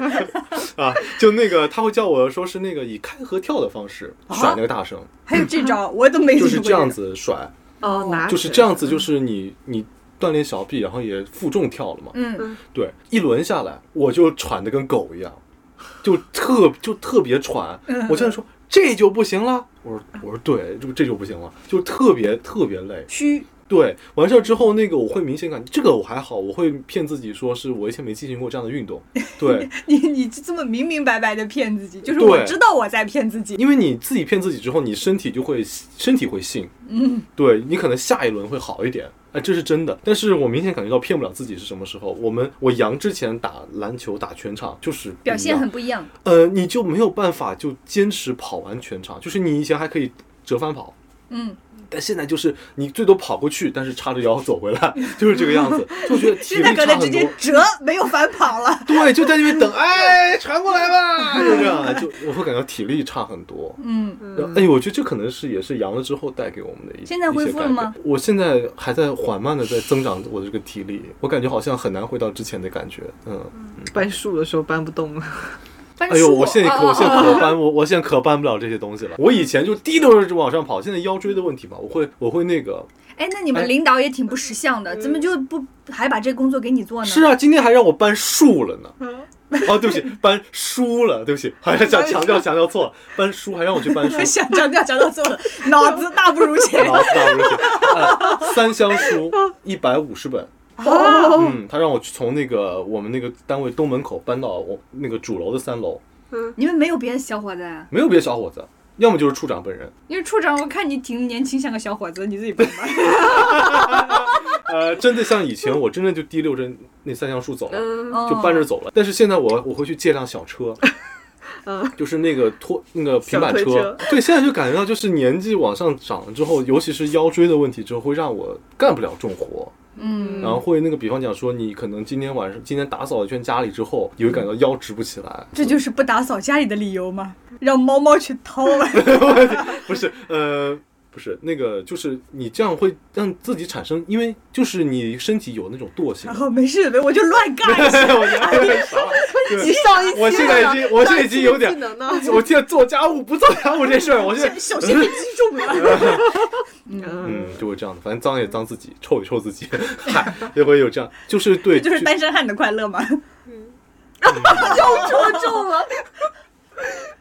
Speaker 2: 啊，就那个他会叫我说是那个以开合跳的方式甩那个大绳，
Speaker 1: 还有这招我都没
Speaker 2: 就是
Speaker 1: 听
Speaker 2: 这
Speaker 1: 过
Speaker 2: 样。子甩，
Speaker 4: 哦，拿
Speaker 2: 就是这样子，就是你你锻炼小臂，然后也负重跳了嘛，
Speaker 1: 嗯，
Speaker 2: 对，一轮下来我就喘得跟狗一样，就特就特别喘。我现在说这就不行了，我说我说对，就这就不行了，就特别特别累。
Speaker 1: 虚，
Speaker 2: 对，完事儿之后那个我会明显感，这个我还好，我会骗自己说是我以前没进行过这样
Speaker 1: *laughs*
Speaker 2: 的运动。对，
Speaker 1: 你你这么明明白白的骗自己，就是我
Speaker 2: 对
Speaker 1: 知道我在骗自己。
Speaker 2: 因为你自己骗自己之后，你身体就会身体会信，嗯，对你可能下一轮会好一点，哎，这是真的。但是我明显感觉到骗不了自己是什么时候。我们我杨之前打篮球打全场就是不一
Speaker 1: 表现
Speaker 2: 样
Speaker 1: 很不一样，
Speaker 2: 呃，你就没有办法就坚持跑完全场，就是你以前还可以折返跑，
Speaker 1: 嗯，
Speaker 2: 但现在就是你最多跑过去，但是叉着腰走回来， *laughs* 就是这个样子，就觉得体
Speaker 1: 现
Speaker 2: 力
Speaker 1: 在
Speaker 2: 差
Speaker 1: 可能直
Speaker 2: 很
Speaker 1: 接
Speaker 2: 多。
Speaker 1: 折，没有反跑了。
Speaker 2: *laughs* 对，就在那边等，
Speaker 1: *laughs*
Speaker 2: 哎，传过来吧，就这样，就我会感觉体力差很多。
Speaker 1: 嗯，
Speaker 2: 然后哎，我觉得这可能是也是阳了之后带给我们的一
Speaker 1: 现在恢复了吗？
Speaker 2: 一些改变我现在还在缓慢的在增长我的这个体力，我感觉好像很难回到之前的感觉，嗯。
Speaker 4: 搬树的时候搬不动了，
Speaker 1: 搬
Speaker 2: 哎呦，
Speaker 1: 树
Speaker 2: 我现在可我现在
Speaker 1: 啊
Speaker 2: 可
Speaker 1: *laughs*
Speaker 2: 搬我我现在可搬不了这些东西了。我以前就滴溜着往上跑，现在腰椎的问题嘛，我会我会那个。
Speaker 1: 哎，那你们领导也挺不识相的，怎么就不还把这工作给你做呢？。
Speaker 2: 是啊，今天还让我搬树了呢。哦，对不起，搬书了，对不起，好像想强调强调错了，搬书还让我去搬书
Speaker 1: *laughs* *laughs* 想强调强调错了，脑子大不如 *laughs* 前。
Speaker 2: 老死老不起，哎三箱书一百五十本。
Speaker 4: 哦
Speaker 2: 嗯，他让我从那个我们那个单位东门口搬到我那个主楼的三楼，
Speaker 1: 你们没有别的小伙子啊？
Speaker 2: 没有别的小伙子，要么就是处长本人。
Speaker 1: 因为处长，我看你挺年轻，像个小伙子，你自己搬吧。
Speaker 2: 呃，真的像以前，我真的就提溜着那三橡树走了。
Speaker 1: *laughs*
Speaker 4: 嗯，
Speaker 1: 哦
Speaker 2: 就搬着走了。但是现在我我会去借辆小车。
Speaker 4: *laughs* 嗯
Speaker 2: 就是那个拖那个平板
Speaker 4: 小推车
Speaker 2: 对，现在就感觉到就是年纪往上涨了之后，尤其是腰椎的问题之后，会让我干不了重活，
Speaker 1: 嗯
Speaker 2: 然后会那个，比方讲说，你可能今天晚上今天打扫一圈家里之后，你会感到腰直不起来， *laughs*
Speaker 1: 这就是不打扫家里的理由吗？让猫猫去掏了。
Speaker 2: 不是，呃，不是那个，就是你这样会让自己产生，因为就是你身体有那种惰性
Speaker 4: *laughs*
Speaker 1: 然，后没事，我就乱干一下。
Speaker 2: 我觉得有点啥，对
Speaker 4: 你上一期
Speaker 2: 我现在已经我现在已经有
Speaker 4: 技
Speaker 2: 点，
Speaker 4: 能呢，
Speaker 2: 我现在做家务不做家务这事儿，我现在
Speaker 1: 小心被击中
Speaker 4: *laughs*
Speaker 1: 了。
Speaker 2: 嗯，就会这样的，反正脏也脏自己，臭也臭自己， *laughs* 嗨，就会有这样，就是
Speaker 4: *laughs*
Speaker 2: 对，
Speaker 1: 就是单身汉的快乐嘛。
Speaker 4: 戳中了。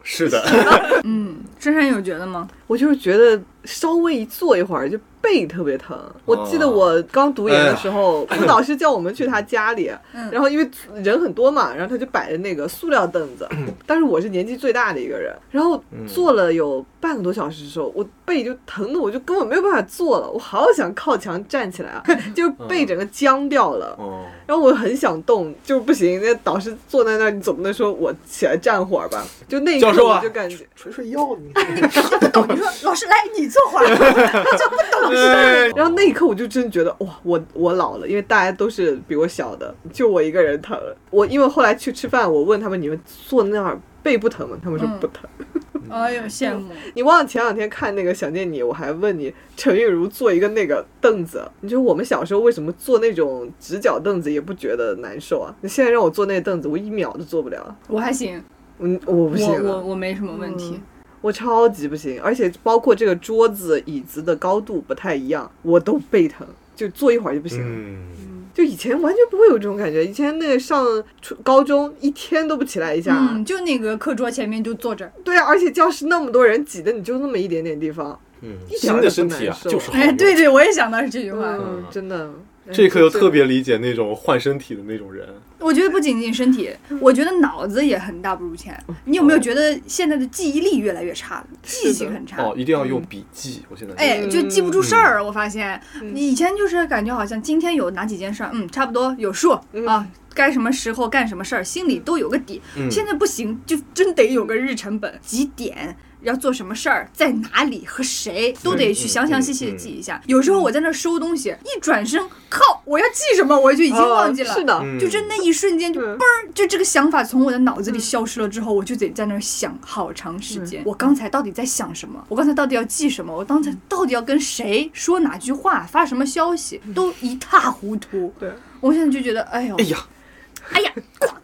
Speaker 2: 是的，
Speaker 1: *laughs* 嗯，珊珊有觉得吗？
Speaker 4: 我就是觉得稍微一坐一会儿就背特别疼。
Speaker 2: 哦
Speaker 4: 我记得我刚读研的时候，
Speaker 2: 哎
Speaker 4: *laughs* 吴老师叫我们去他家里，
Speaker 1: 嗯
Speaker 4: 然后因为人很多嘛，然后他就摆着那个塑料凳
Speaker 2: *clears throat*
Speaker 4: 子，但是我是年纪最大的一个人，然后坐了有半个多小时的时候，我背就疼的我就根本没有办法坐了，我好想靠墙站起来
Speaker 2: *laughs*
Speaker 4: 啊，就是背整个僵掉了。
Speaker 2: 哦，
Speaker 4: *laughs* 然后我很想动，就是不行。那导师坐在那儿，你总不能说我起来站会儿吧？就那一
Speaker 2: 教授
Speaker 4: 刻
Speaker 2: 啊
Speaker 4: 我就感觉，
Speaker 2: 捶捶腰，你
Speaker 1: 不懂，哦你说老师来，你坐会儿。 *laughs*
Speaker 2: 哎
Speaker 4: 然后那一刻我就真觉得哇，我我老了，因为大家都是比我小的，就我一个人疼。我因为后来去吃饭，我问他们你们坐那儿背不疼吗？他们说
Speaker 1: 嗯
Speaker 4: 不疼。
Speaker 1: 哎呦，羡慕。
Speaker 4: 你忘了前两天看那个《想见你》，我还问你陈韵如坐一个那个凳子，你说我们小时候为什么坐那种直角凳子也不觉得难受啊？你现在让我坐那凳子，我一秒都坐不了。
Speaker 1: 我还行，
Speaker 4: 嗯，我不行
Speaker 1: 我
Speaker 4: 了。
Speaker 1: 我我没什么问题。
Speaker 4: 我超级不行，而且包括这个桌子、椅子的高度不太一样，我都背疼，就坐一会儿就不行了。
Speaker 2: 嗯，
Speaker 4: 就以前完全不会有这种感觉，以前那个上初高中一天都不起来一下，
Speaker 1: 嗯，就那个课桌前面就坐着。
Speaker 4: 对啊，而且教室那么多人挤的，你就那么一点点地方，
Speaker 2: 嗯，
Speaker 4: 一点
Speaker 2: 新
Speaker 4: 儿
Speaker 2: 的
Speaker 4: 都
Speaker 2: 身
Speaker 4: 不
Speaker 2: 体啊
Speaker 4: 难，受
Speaker 2: 就是好用
Speaker 1: 哎，对，对，我也想到是这句话。
Speaker 4: 嗯，真的。
Speaker 2: 这一刻又特
Speaker 4: 别
Speaker 2: 别理解那种换身体的那种人，
Speaker 1: 我觉得不仅仅身体，我觉得脑子也很大不如前。你有没有
Speaker 4: 哦
Speaker 1: 觉得现在的记忆力越来越差了，记性很差
Speaker 2: 哦，？一定要用笔记，我现在
Speaker 1: 哎，
Speaker 4: 嗯
Speaker 1: 就记不住事儿。我发现以前就是感觉好像今天有哪几件事儿，嗯，差不多有数
Speaker 4: 嗯
Speaker 1: 啊，该什么时候干什么事儿，心里都有个底。
Speaker 2: 嗯
Speaker 1: 现在不行，就真得有个日程本，几点。要做什么事儿，在哪里和谁都得去
Speaker 2: 嗯
Speaker 1: 详详细
Speaker 2: 嗯
Speaker 1: 细的
Speaker 2: 嗯
Speaker 1: 记一下。有时候我在那儿收东西，一转身，靠，我要记什么，我就已经忘记了。
Speaker 4: 嗯哦是的，
Speaker 2: 嗯
Speaker 1: 就真那一瞬间就
Speaker 4: 嗯
Speaker 1: 嘣儿，就这个想法从我的脑子里消失了之后，我就得在那儿想好长时间。我刚才到底在想什么？我刚才到底要记什么？我刚才到底要跟谁说哪句话？发什么消息？都一塌糊涂。
Speaker 4: 对，
Speaker 1: 我现在就觉得，哎呦
Speaker 2: 哎，呀，
Speaker 1: 哎呀，
Speaker 4: 光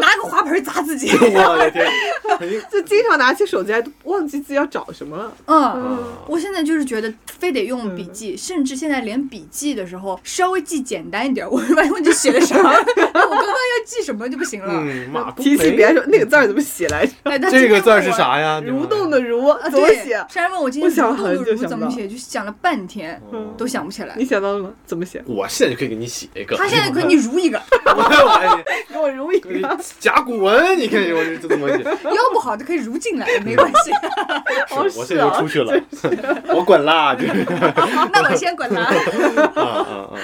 Speaker 1: 拿个花盆砸自己。
Speaker 2: 哎我的天，哎肯
Speaker 4: *laughs*
Speaker 2: 定
Speaker 4: 就经常拿起手机来，都忘记自己要找什么了。
Speaker 1: 嗯。
Speaker 2: 啊
Speaker 1: 我现在就是觉得非得用笔记，甚至现在连笔记的时候稍微记简单一点，我一般问这写的啥，我刚刚要记什么就不行了。
Speaker 2: 嗯，马不
Speaker 4: 提起
Speaker 2: 没
Speaker 4: 别人说那个字儿怎么写来着？
Speaker 1: 哎但
Speaker 2: 这
Speaker 1: 今
Speaker 2: 个
Speaker 1: 天
Speaker 2: 字儿是
Speaker 1: 我
Speaker 2: 啥呀？这玩意儿
Speaker 4: 蠕动的蠕
Speaker 1: 啊，
Speaker 4: 怎么
Speaker 1: 对，
Speaker 4: 写？
Speaker 1: 珊珊问我今
Speaker 4: 我
Speaker 1: 天蠕
Speaker 4: 想
Speaker 1: 动
Speaker 4: 很
Speaker 1: 的
Speaker 4: 久
Speaker 1: 蠕
Speaker 4: 想
Speaker 1: 怎
Speaker 4: 不
Speaker 1: 么
Speaker 4: 到
Speaker 1: 写，就想了半天
Speaker 2: 嗯
Speaker 1: 都想不起来
Speaker 4: 你。想到了吗？怎么写？
Speaker 2: 我现在就可以给你写一个，
Speaker 1: 他现在给你如一个，
Speaker 2: 我
Speaker 4: 给我揉一
Speaker 2: 给你
Speaker 4: 个。
Speaker 2: 甲骨文，你看我这这怎么写？
Speaker 1: 要不好就可以如进来，没关系。 *laughs*
Speaker 2: 是
Speaker 4: 哦
Speaker 2: 我
Speaker 4: 是
Speaker 2: 现在就
Speaker 4: 啊
Speaker 2: 出去了，我滚啦！就是
Speaker 1: 那我先滚了。
Speaker 2: 啊啊啊！
Speaker 4: *laughs*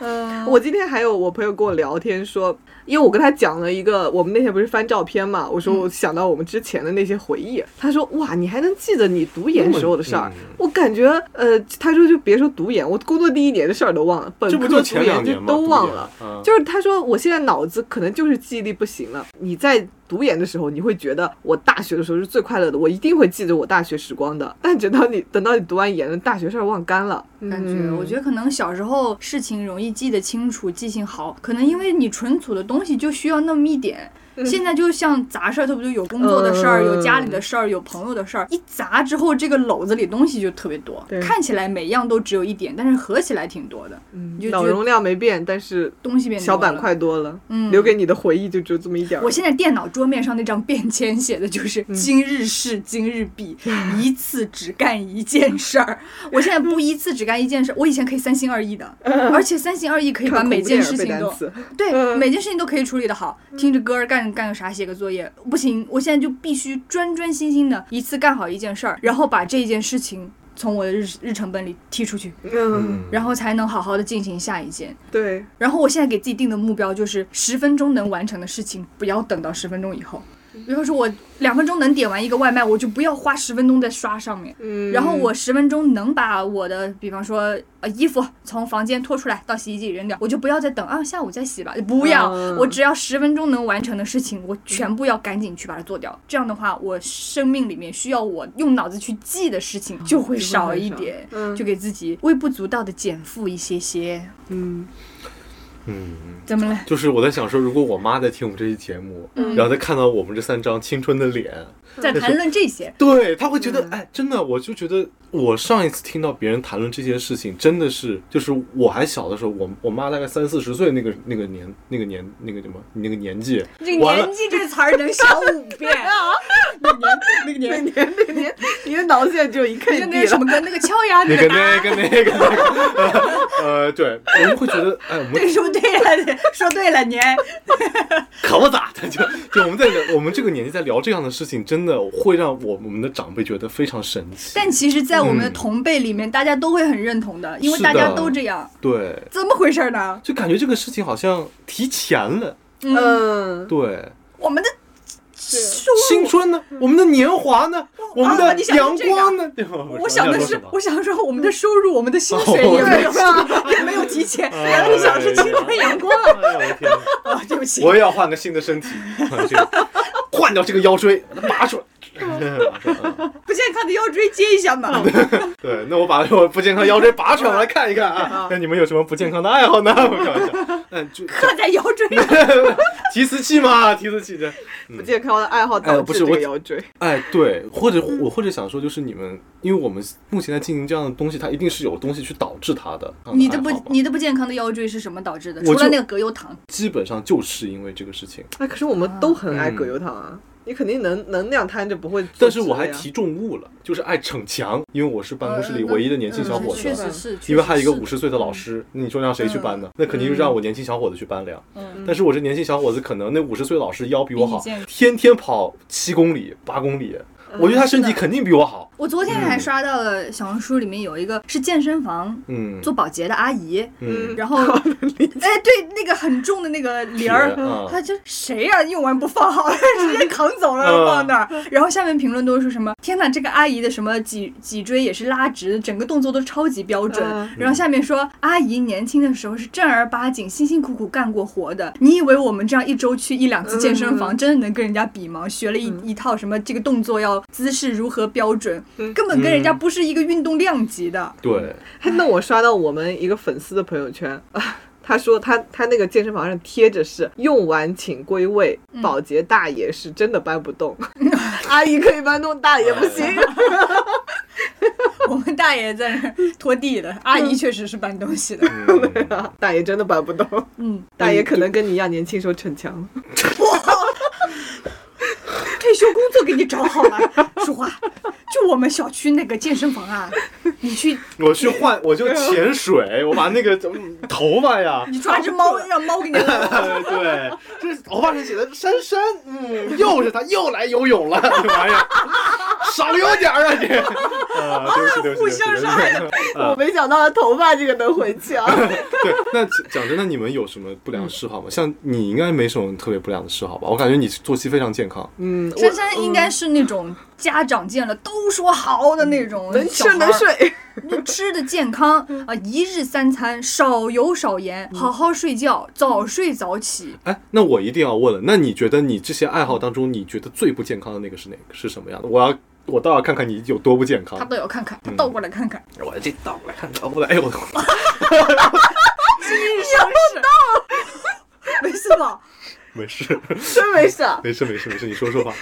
Speaker 1: 嗯，
Speaker 4: 我今天还有我朋友跟我聊天说，因为我跟他讲了一个，我们那天不是翻照片嘛，我
Speaker 2: 嗯
Speaker 4: 说我想到我们之前的那些回忆，他说哇，你还能记得你读研时候的事儿
Speaker 2: 嗯嗯？
Speaker 4: 我感觉呃，他说就别说读研，我工作第一年的事儿都忘了，本
Speaker 2: 这不
Speaker 4: 科
Speaker 2: 就
Speaker 4: 读
Speaker 2: 前两
Speaker 4: 研
Speaker 2: 年
Speaker 4: 就
Speaker 2: 吗？
Speaker 4: 都
Speaker 2: 读
Speaker 4: 忘
Speaker 2: 研
Speaker 4: 了。，
Speaker 2: 嗯
Speaker 4: 就是他说，我现在脑子可能就是记忆力不行了。你在读研的时候，你会觉得我大学的时候是最快乐的，我一定会记着我大学时光的。但等到你等到你读完研了，大学事儿忘干了，
Speaker 1: 感觉，
Speaker 4: 嗯
Speaker 1: 我觉得可能小时候事情容易记得清楚，记性好，可能因为你存储的东西就需要那么一点。现在就像杂事儿，特别就有工作的事儿，
Speaker 4: 嗯
Speaker 1: 有家里的事儿，有朋友的事儿，一砸之后，这个篓子里东西就特别多
Speaker 4: 对，
Speaker 1: 看起来每样都只有一点，但是合起来挺多的，你就
Speaker 4: 嗯脑
Speaker 1: 觉得
Speaker 4: 容量没变，但是
Speaker 1: 东西变多
Speaker 4: 小板
Speaker 1: 了
Speaker 4: 块多了，
Speaker 1: 嗯
Speaker 4: 留给你的回忆就只有这么一点儿。
Speaker 1: 我现在电脑桌面上那张便签写的就是“
Speaker 4: 嗯
Speaker 1: 今日事今日毕，
Speaker 4: 啊
Speaker 1: 一次只干一件事儿”。我现在不一次只干一件事，我以前可以三心二意的，而且三心二意可以
Speaker 4: 嗯看
Speaker 1: 把
Speaker 4: 恐
Speaker 1: 每
Speaker 4: 怖
Speaker 1: 件
Speaker 4: 电影
Speaker 1: 事
Speaker 4: 背
Speaker 1: 情
Speaker 4: 单
Speaker 1: 都
Speaker 4: 词
Speaker 1: 对
Speaker 4: 嗯
Speaker 1: 每件事情都可以处理的好。听着歌儿干干个啥，写个作业不行，我现在就必须专专心心的一次干好一件事儿，然后把这件事情从我的日日程本里踢出去，
Speaker 4: *laughs* 嗯，
Speaker 2: 嗯，
Speaker 1: 然后才能好好的进行下一件。
Speaker 4: 对，
Speaker 1: 然后我现在给自己定的目标就是十分钟能完成的事情，不要等到十分钟以后。比如说我两分钟能点完一个外卖，我就不要花十分钟在刷上面。
Speaker 4: 嗯，
Speaker 1: 然后我十分钟能把我的，比方说呃衣服从房间拖出来到洗衣机里扔掉，我就不要再等啊，下午再洗吧，不要，
Speaker 4: 嗯
Speaker 1: 我只要十分钟能完成的事情，我全部要赶紧去把它做掉。这样的话，我生命里面需要我用脑子去记的事情就会少一点，
Speaker 4: 嗯
Speaker 1: 就给自己微不足道的减负一些些。
Speaker 4: 嗯，
Speaker 2: 嗯，
Speaker 1: 怎么了？
Speaker 2: 就是我在想说，如果我妈在听我们这期节目，
Speaker 1: 嗯
Speaker 2: 然后她看到我们这三张青春的脸，
Speaker 1: 在谈论这些，
Speaker 2: 对，她会觉得
Speaker 4: 嗯，
Speaker 2: 哎，真的，我就觉得我上一次听到别人谈论这些事情，真的是，就是我还小的时候，我我妈大概三四十岁那个那个年那个年那个什么那个年纪，
Speaker 1: 这
Speaker 2: 完了
Speaker 1: 年纪这个词儿能想
Speaker 2: *laughs*
Speaker 1: 五遍，
Speaker 4: 那个年那年那年，你的脑子现在只有一
Speaker 1: 就
Speaker 4: K
Speaker 1: 那
Speaker 4: B
Speaker 1: 个什
Speaker 4: 了
Speaker 1: 么。跟那个敲牙
Speaker 2: 那
Speaker 1: 那
Speaker 2: 个
Speaker 1: 个
Speaker 2: 哎那个那个那个，呃，对，我们会觉得，哎，我们 *laughs*
Speaker 1: 对， *laughs* 说对了，说对了，您
Speaker 2: 可不咋的，就就我们在聊我们这个年纪在聊这样的事情，真的会让我我们的长辈觉得非常神奇。
Speaker 1: 但其实，在我们的
Speaker 2: 嗯
Speaker 1: 同辈里面，大家都会很认同的，因为
Speaker 2: 是
Speaker 1: 大家
Speaker 2: 的
Speaker 1: 都这样，
Speaker 2: 对，
Speaker 1: 怎么回事呢？
Speaker 2: 就感觉这个事情好像提前了。呃
Speaker 1: 嗯，
Speaker 4: 嗯，
Speaker 2: 对，
Speaker 1: 我们的
Speaker 4: 是
Speaker 1: 说，
Speaker 2: 青春呢，我们的年华呢，我们
Speaker 1: 啊
Speaker 2: 的
Speaker 1: 你想
Speaker 2: 阳
Speaker 1: 的是这个啊
Speaker 2: 光呢，对吧？
Speaker 1: 我想的
Speaker 2: 说
Speaker 1: 是
Speaker 2: 什，么
Speaker 1: 我想说我们的收入，我们的薪水也
Speaker 2: 哦
Speaker 1: 没
Speaker 4: 对
Speaker 1: 有
Speaker 4: 吧？ *laughs*
Speaker 1: 也没有提前，
Speaker 2: 哎
Speaker 1: 原来你想的是青春阳
Speaker 2: *laughs*
Speaker 1: 光
Speaker 2: 哎呦我的天哪
Speaker 1: 啊！对不起，
Speaker 2: 我也要换个新的身体，这 *laughs* 个换掉这个腰椎，把它拔出来。 *laughs* 拔出来嗯
Speaker 1: 不健康的腰椎接一下
Speaker 2: *laughs*
Speaker 1: 嘛。
Speaker 2: 对，那我把我不健康腰椎拔出来，我来看一看啊。那你们有什么不健康的爱好呢？我开玩
Speaker 1: *laughs*
Speaker 2: 笑，嗯，就
Speaker 1: 刻在腰椎上，
Speaker 2: *laughs* 提词器嘛，提词器这。
Speaker 4: 不健康的爱好
Speaker 2: 哎
Speaker 4: 导
Speaker 2: 呦不
Speaker 4: 致
Speaker 2: 是
Speaker 4: 这
Speaker 2: 我
Speaker 4: 个腰椎。
Speaker 2: 哎，对，或者我或者想说，就是你们，因为我们目前在进行这样的东西，它一定是有东西去导致它的。
Speaker 1: 你的不
Speaker 2: 爱好嘛
Speaker 1: 你的不健康的腰椎是什么导致的？
Speaker 2: 我
Speaker 1: 除了
Speaker 2: 就
Speaker 1: 那个葛优躺，
Speaker 2: 基本上就是因为这个事情。
Speaker 4: 哎，可是我们都很爱
Speaker 2: 嗯
Speaker 4: 葛优躺啊，你肯定能能那样摊着不会。
Speaker 2: 但是我还，
Speaker 4: 啊
Speaker 2: 提重物了，就是爱逞强，因为我是办公室里唯一的年轻小伙
Speaker 1: 呃嗯确
Speaker 2: 子。
Speaker 1: 实是，
Speaker 2: 因为还有一个
Speaker 1: 确
Speaker 2: 五
Speaker 1: 实是
Speaker 2: 十岁的老师，那你说让谁去搬呢？那肯定是让我年轻小伙子去搬了呀。
Speaker 1: 嗯
Speaker 2: 但是我这年轻小伙子，可能那五十岁老师腰比我好
Speaker 1: 比你健，嗯
Speaker 2: 天天跑七公里、八公里，我觉得他身体肯定比我好。
Speaker 1: 我昨天还刷到了小红书里面有一个是健身房
Speaker 2: 嗯
Speaker 1: 做保洁的阿姨，
Speaker 2: 嗯， *laughs*
Speaker 1: 然后哎对那个很重的那个铃儿
Speaker 2: 铁嗯，
Speaker 1: 她就谁呀、用完不放 *laughs* 好，直接扛走了
Speaker 2: 嗯
Speaker 1: 放那儿，然后下面评论都是什么天哪，这个阿姨的什么脊脊椎也是拉直，整个动作都超级标准
Speaker 4: 嗯，
Speaker 1: 然后下面说阿姨年轻的时候是正儿八经辛辛苦苦干过活的，你以为我们这样一周去一两次健身房真的能跟人家比吗？学了一一套什么这个动作要姿势如何标准，根本跟人家
Speaker 2: 嗯
Speaker 1: 不是一个运动量级的。
Speaker 2: 对，
Speaker 4: 哎那我刷到我们一个粉丝的朋友圈啊，他说他他那个健身房上贴着是用完请归位，
Speaker 1: 嗯
Speaker 4: 保洁大爷是真的搬不
Speaker 1: *laughs*
Speaker 4: 动，阿姨可以搬动，大爷不行。
Speaker 1: *laughs* 我们大爷在那儿拖地的，阿姨确实是搬东西的。
Speaker 2: 嗯
Speaker 4: *laughs* 大爷真的搬不动，
Speaker 1: 嗯，
Speaker 4: 大爷可能跟你一样年轻时候逞强。
Speaker 1: 退休工作给你找好了， *laughs* 淑华，就我们小区那个健身房 *laughs* 啊，你去，
Speaker 2: 我去换，我就潜水，我把那个嗯头发呀
Speaker 1: 你抓只猫，让猫给你 *laughs* 拉。
Speaker 2: 对，这头发上写的珊珊，嗯，又是他又来游泳了，这玩意儿，少游点儿啊你，啊，对不起对不起，
Speaker 1: 互相伤害
Speaker 2: 对不起
Speaker 4: 我没想到他头发这个能回啊
Speaker 2: *laughs*
Speaker 4: 墙。
Speaker 2: 对，那讲讲真的，你们有什么不良嗜好吗？像你应该没什么特别不良的嗜好吧？我感觉你作息非常健康，
Speaker 4: 嗯，我
Speaker 1: 珊珊应该是那种家长见了都说好的那种，
Speaker 4: 能
Speaker 1: 小孩
Speaker 4: 吃
Speaker 1: 儿
Speaker 4: 嗯能，睡。 *laughs*
Speaker 1: 就吃的健康啊，一日三餐少油少盐，好好睡觉，早睡早
Speaker 4: 嗯
Speaker 1: 起。
Speaker 2: 哎，那我一定要问了，那你觉得你这些爱好当中，你觉得最不健康的那个是哪个？是什么样的？我要。我倒要看看你有多不健康。
Speaker 1: 他倒要看看，
Speaker 4: 嗯
Speaker 1: 他倒过来看看，
Speaker 2: 我这倒过来看，倒过来，哎呦我的妈！
Speaker 1: 想不到，没事吧？
Speaker 2: 没事，
Speaker 4: 真没事啊，
Speaker 2: 没事，没事，没事，你说说吧。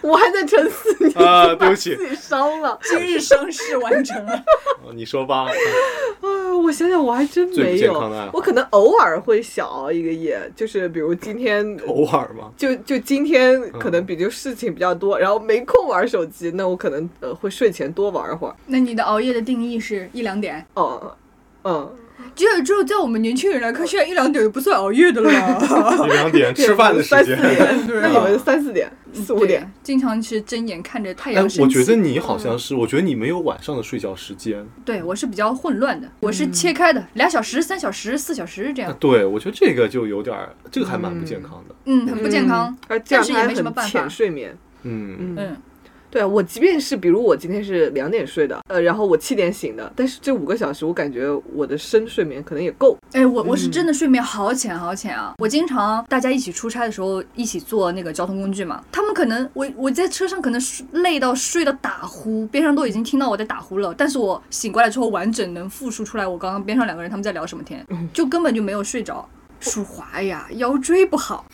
Speaker 4: 我还在沉思你
Speaker 2: 啊对不
Speaker 4: *laughs*
Speaker 2: 起
Speaker 4: 自己伤了。
Speaker 1: 今日伤势完成 *laughs* 了。
Speaker 2: 啊你说吧。
Speaker 4: 啊，我想想，我还真
Speaker 2: 最不
Speaker 4: 没
Speaker 2: 健康的啊爱好，
Speaker 4: 有我可能偶尔会小熬一个夜，就是比如今天。
Speaker 2: 偶尔嘛，
Speaker 4: 就就今天
Speaker 2: 嗯
Speaker 4: 可能比就事情比较多，然后没空玩手机，那我可能呃会睡前多玩会儿。
Speaker 1: 那你的熬夜的定义是一两点？
Speaker 4: 哦，嗯，
Speaker 1: 这只有在我们年轻人来看，现在一两点就不算熬夜的了。
Speaker 2: 一两点吃饭的时
Speaker 4: 三四
Speaker 2: 间。哎
Speaker 4: *laughs* 点，那你们三四点、 *laughs* 四五
Speaker 1: 对
Speaker 4: 点，，
Speaker 1: 经常是睁眼看着太
Speaker 2: 哎
Speaker 1: 阳升，起。
Speaker 2: 我觉得你好
Speaker 1: 嗯
Speaker 2: 像是，我觉得你没有晚上的睡觉时间。
Speaker 1: 对我是比较混乱的，我
Speaker 4: 嗯
Speaker 1: 是切开的，俩小时、三小时、四小时这
Speaker 2: 啊
Speaker 1: 样，，
Speaker 2: 对，我觉得这个就有点儿，这个还蛮不健康的。
Speaker 1: 嗯，很不健康
Speaker 4: 嗯，而这
Speaker 1: 但
Speaker 4: 样
Speaker 1: 是
Speaker 4: 他
Speaker 1: 也
Speaker 4: 还
Speaker 1: 没什么
Speaker 4: 很
Speaker 1: 办法
Speaker 4: 浅，睡眠。
Speaker 2: 嗯，
Speaker 4: 嗯，
Speaker 1: 嗯，
Speaker 4: 对我即便是比如我今天是两点睡的，呃，然后我七点醒的，但是这五个小时我感觉我的深睡眠可能也够。
Speaker 1: 哎，我我是真的睡眠好浅好浅啊！我经常大家一起出差的时候一起坐那个交通工具嘛，他们可能我我在车上可能睡累到睡到打呼，边上都已经听到我在打呼了，但是我醒过来之后完整能复述出来我刚刚边上两个人他们在聊什么天， *laughs* 就根本就没有睡着。舒华呀，腰椎不好，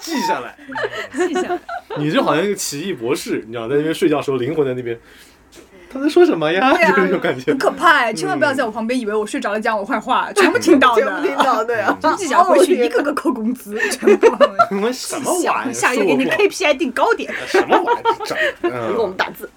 Speaker 2: 记下来。
Speaker 1: 记下来。
Speaker 2: 你就好像一个奇异博士，你知道，在那边睡觉的时候，灵魂在那边，他在说什么呀？
Speaker 1: 对啊
Speaker 2: 就是这种感
Speaker 1: *laughs*
Speaker 2: 觉
Speaker 1: 很。可怕哎！千万不要在我旁边以为我睡着了讲我坏话，全部听到的，
Speaker 4: *laughs* 全部听到，
Speaker 1: *laughs*
Speaker 4: 对啊，
Speaker 1: 自己想回去一个个扣工资，全部。
Speaker 2: 我们 *laughs* 什么玩意儿？
Speaker 1: 下月给你
Speaker 2: 说
Speaker 1: KPI 定高点。
Speaker 2: 我 *laughs* 什么玩意儿？整
Speaker 4: 你给我们
Speaker 2: 嗯
Speaker 4: 打字。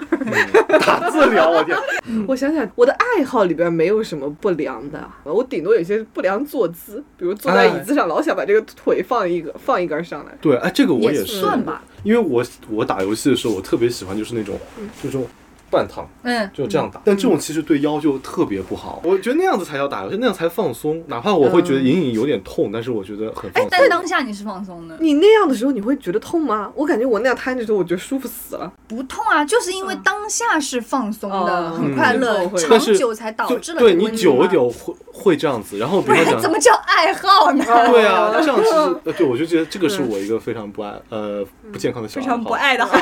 Speaker 2: 打字聊，
Speaker 1: *laughs*
Speaker 2: 我天！
Speaker 4: *laughs* 我想想，我的爱好里边没有什么不良的，我顶多有些不良坐姿，比如坐在
Speaker 1: 啊
Speaker 4: 椅子上，老想把这个腿放一个放一根上来。
Speaker 2: 对，哎，这个我
Speaker 1: 也
Speaker 2: 是
Speaker 1: 算吧，
Speaker 2: 因为我我打游戏的时候，我特别喜欢就是那种，就这种半躺，
Speaker 1: 嗯，
Speaker 2: 就这样打。但这种其实对腰就特别不好，我觉得那样子才叫打游戏，那样才放松。哪怕我会觉得隐隐有点痛，但是我觉得很
Speaker 1: 嗯
Speaker 2: 放松
Speaker 1: 哎但。当下你是放松的，
Speaker 4: 你那样的时候，你会觉得痛吗？我感觉我那样瘫着的时候，我觉得舒服死了。
Speaker 1: 不痛啊，就是因为当下是放松的，
Speaker 4: 哦
Speaker 1: 很快乐
Speaker 4: 嗯，会
Speaker 1: 长
Speaker 2: 但是
Speaker 1: 久才导
Speaker 2: 就
Speaker 1: 致了
Speaker 2: 对
Speaker 1: 这个
Speaker 2: 你
Speaker 1: 问题
Speaker 2: 久
Speaker 1: 嘛
Speaker 2: 一点会会这样子，然后比
Speaker 1: 不
Speaker 2: 如说
Speaker 1: 然怎
Speaker 2: 讲 *laughs*
Speaker 1: 么。叫爱好呢？
Speaker 2: 对啊，这样其实呃，对我就觉得这个是我一个非常不爱呃不健康的
Speaker 1: *laughs* 嗯
Speaker 2: 小
Speaker 1: 非
Speaker 2: 爱
Speaker 1: 常不
Speaker 2: 好，
Speaker 1: 爱的好，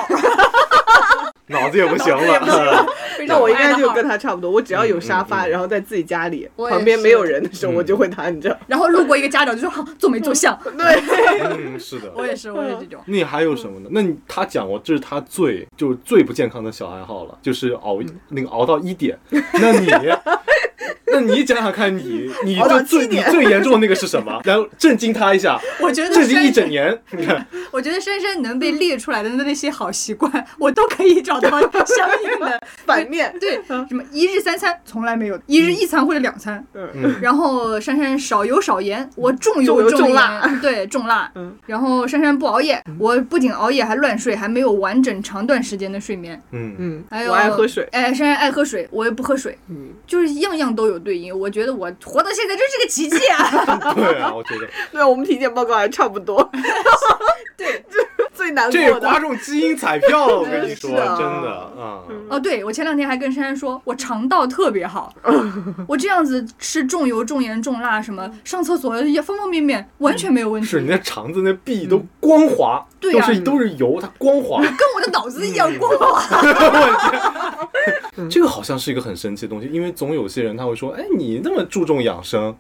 Speaker 2: 脑子也不行了。
Speaker 1: *laughs* 非
Speaker 4: 那
Speaker 1: 常
Speaker 4: 我
Speaker 1: 不
Speaker 4: 应
Speaker 1: 爱
Speaker 4: 该
Speaker 1: 的
Speaker 4: 就
Speaker 1: 好
Speaker 4: 跟他差不多，我只要有沙
Speaker 2: 嗯
Speaker 4: 发，
Speaker 2: 嗯嗯
Speaker 4: 然后在自己家里
Speaker 1: 我也
Speaker 4: 旁边没有
Speaker 1: 是
Speaker 4: 人的时候，
Speaker 2: 嗯
Speaker 4: 我就会
Speaker 1: *laughs*
Speaker 4: 瘫着。
Speaker 1: 然后路过一个家长就说 *laughs* 哈坐没坐相，
Speaker 2: *laughs* 嗯，是的。
Speaker 1: 我也是，我也是这种。
Speaker 2: 那还有什么呢？那你他讲我这是他最就是最不健康的小爱好了，就是熬、那个熬到一点。那你， *laughs* 那你想想看你，你
Speaker 4: 熬到
Speaker 2: 的最
Speaker 4: 7
Speaker 2: 你
Speaker 4: 点
Speaker 2: 最严重的那个是什么？然后震惊他一下，
Speaker 1: *laughs* 我觉得
Speaker 2: 震惊一
Speaker 1: 深
Speaker 2: 整年。你看，
Speaker 1: 我觉得深深能被列出来的那些好习惯， *laughs* 我都可以找到相应 *laughs* 的
Speaker 4: 反面
Speaker 1: 对，什么一日三餐从来没有，一日一餐或者两餐。
Speaker 2: 嗯
Speaker 4: *laughs*
Speaker 1: 然后珊珊少油少盐，我重
Speaker 4: 嗯重油
Speaker 1: 重
Speaker 4: 重
Speaker 1: 盐
Speaker 4: 辣，
Speaker 1: 对重辣
Speaker 4: 嗯。
Speaker 1: 然后珊珊不熬夜，我不仅熬夜还乱睡，还没有完整长段时间的睡眠。
Speaker 2: 嗯，
Speaker 4: 嗯，
Speaker 1: 还有
Speaker 4: 我爱喝水。
Speaker 1: 哎，珊珊爱喝水，我也不喝水，
Speaker 4: 嗯，
Speaker 1: 就是样样都有对应。我觉得我活到现在真是个奇迹
Speaker 4: *laughs*
Speaker 1: 啊！
Speaker 2: 对啊，我觉得
Speaker 4: 对，我们体检报告还差不多。
Speaker 1: *laughs*
Speaker 4: *laughs*
Speaker 1: 对，
Speaker 4: 最难
Speaker 2: 这
Speaker 4: 过
Speaker 2: 也刮
Speaker 4: 的。
Speaker 2: 中基因彩票了，我跟你说，
Speaker 4: 是的
Speaker 2: 真的啊。嗯
Speaker 1: 哦，对，我前两天还跟珊珊说，我肠道特别
Speaker 4: *laughs*
Speaker 1: 好，我这样子吃重油、重盐、重辣什么，
Speaker 4: 嗯
Speaker 1: 上厕所也方方面面完全没有问题，
Speaker 2: 是你那肠子那壁都光滑，
Speaker 1: 对
Speaker 2: 都
Speaker 1: 呀
Speaker 2: 是都是油，它光滑。
Speaker 1: 跟我的脑子一
Speaker 4: 嗯
Speaker 1: 样光滑。
Speaker 2: 这个好像是一个很神奇的东西，因为总有些人他会说，哎，你那么注重养生，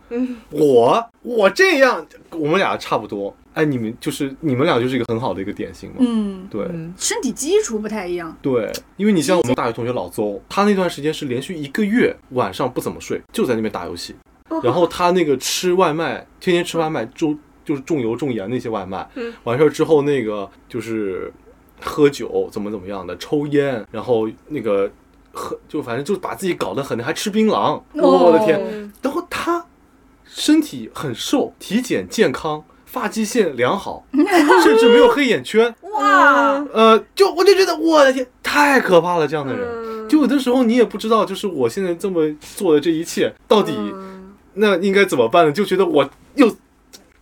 Speaker 2: 我我这样，我们俩差不多，哎，你们就是你们俩就是一个很好的一个典型嘛，
Speaker 1: 嗯，
Speaker 2: 对。
Speaker 4: 嗯
Speaker 1: 身体基础不太一样。
Speaker 2: 对，因为你像我们大学同学老邹，他那段时间是连续一个月晚上不怎么睡，就在那边打游戏，然后他那个吃外卖，天天吃外卖，重就是重油重盐那些外卖，
Speaker 4: 嗯
Speaker 2: 完事儿之后那个就是喝酒怎么怎么样的，抽烟，然后那个喝就反正就把自己搞得很，还吃槟榔，我的天！
Speaker 4: 嗯
Speaker 2: 然后他身体很瘦，体检健康，发际线良好，甚至没有黑眼圈，
Speaker 1: 哇，
Speaker 2: 呃，就我就觉得我的天，太可怕了，这样的人。
Speaker 4: 嗯
Speaker 2: 就有的时候你也不知道，就是我现在这么做的这一切到底
Speaker 4: 嗯
Speaker 2: 那应该怎么办呢？就觉得我又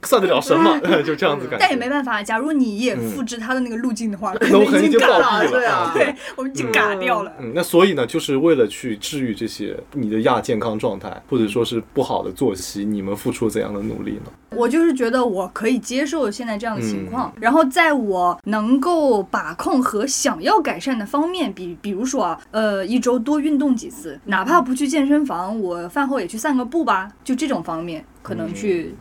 Speaker 2: 算得了什么？ *laughs* 就这样子感觉。
Speaker 1: 但也没办法，假如你也
Speaker 2: 嗯
Speaker 1: 复制他的那个路径的
Speaker 2: *laughs*
Speaker 1: 话，
Speaker 2: 那我肯定
Speaker 1: 已
Speaker 2: 就
Speaker 1: 经
Speaker 2: 暴
Speaker 1: 嘎
Speaker 2: 毙
Speaker 4: 对
Speaker 2: 了。
Speaker 4: 啊
Speaker 1: 对， *laughs* 我们就嘎掉了。
Speaker 2: 嗯，那所以呢，就是为了去治愈这些你的亚健康状态，或者说是不好的作息，你们付出了怎样的努力呢？
Speaker 1: 我就是觉得我可以接受现在这样的情况，
Speaker 2: 嗯
Speaker 1: 然后在我能够把控和想要改善的方面，比比如说啊，呃，一周多运动几次，哪怕不去健身房，我饭后也去散个步吧，就这种方面可
Speaker 2: 嗯
Speaker 1: 能去。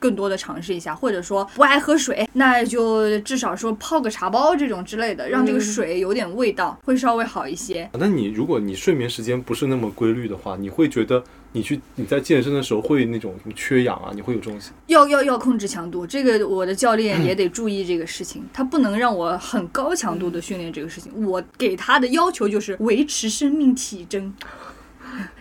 Speaker 1: 更多的尝试一下，或者说不爱喝水，那就至少说泡个茶包这种之类的，让这个
Speaker 4: 嗯
Speaker 1: 水有点味道，会稍微好一些。
Speaker 2: 那你如果你睡眠时间不是那么规律的话，你会觉得你去你在健身的时候会那种什么缺氧啊？你会有这种
Speaker 1: 要要要控制强度，这个我的教练
Speaker 2: *clears throat*
Speaker 1: 也得注意这个事情，他不能让我很高
Speaker 2: 嗯
Speaker 1: 强度的训练这个事情。我给他的要求就是维持生命体征，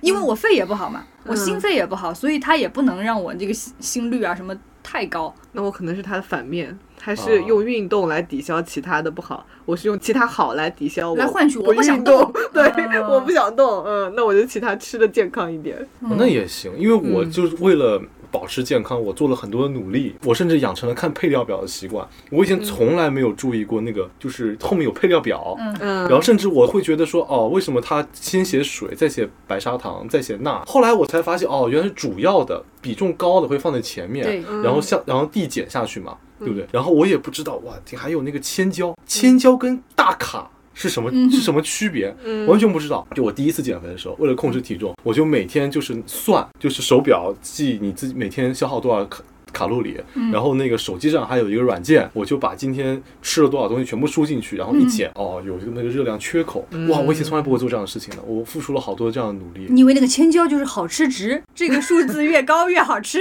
Speaker 1: 因
Speaker 2: 嗯
Speaker 1: 为我肺也不好嘛，我心肺也不好，所以它也不能让我这个心心率啊什么太高。
Speaker 4: 那我可能是他的反面，他
Speaker 2: 哦
Speaker 4: 是用运动来抵消其他的不好，我是用其他好来抵消我
Speaker 1: 来换取我
Speaker 4: 不
Speaker 1: 不想
Speaker 4: 运动
Speaker 1: 动，
Speaker 4: 对，
Speaker 1: 嗯
Speaker 4: *laughs* 我不想动，嗯，那我就其他吃的健康一点，
Speaker 2: 哦那也行，因为我就是为了保持健康，我做了很多的努力，我甚至养成了看配料表的习惯。我以前从来没有注意过那个，就是后面有配料表，
Speaker 1: 嗯
Speaker 4: 嗯
Speaker 2: 然后甚至我会觉得说，哦，为什么他先写水，再写白砂糖，再写钠？后来我才发现，哦，原来是主要的比重高的会放在前面
Speaker 1: 对，
Speaker 2: 然后下然后递减下去嘛，对不对？然后我也不知道，哇，还有那个千焦，千焦跟大卡。是什么是什么区别？完全不知道。就我第一次减肥的时候，为了控制体重，我就每天就是算，就是手表记你自己每天消耗多少卡卡路里，然后那个手机上还有一个软件，我就把今天吃了多少东西全部输进去，然后一减，哦，有一个那个热量缺口。哇，我以前从来不会做这样的事情的，我付出了好多这样的努力。
Speaker 1: 你以为那个千焦就是好吃值？这个数字越高越好
Speaker 2: *laughs*
Speaker 1: 吃？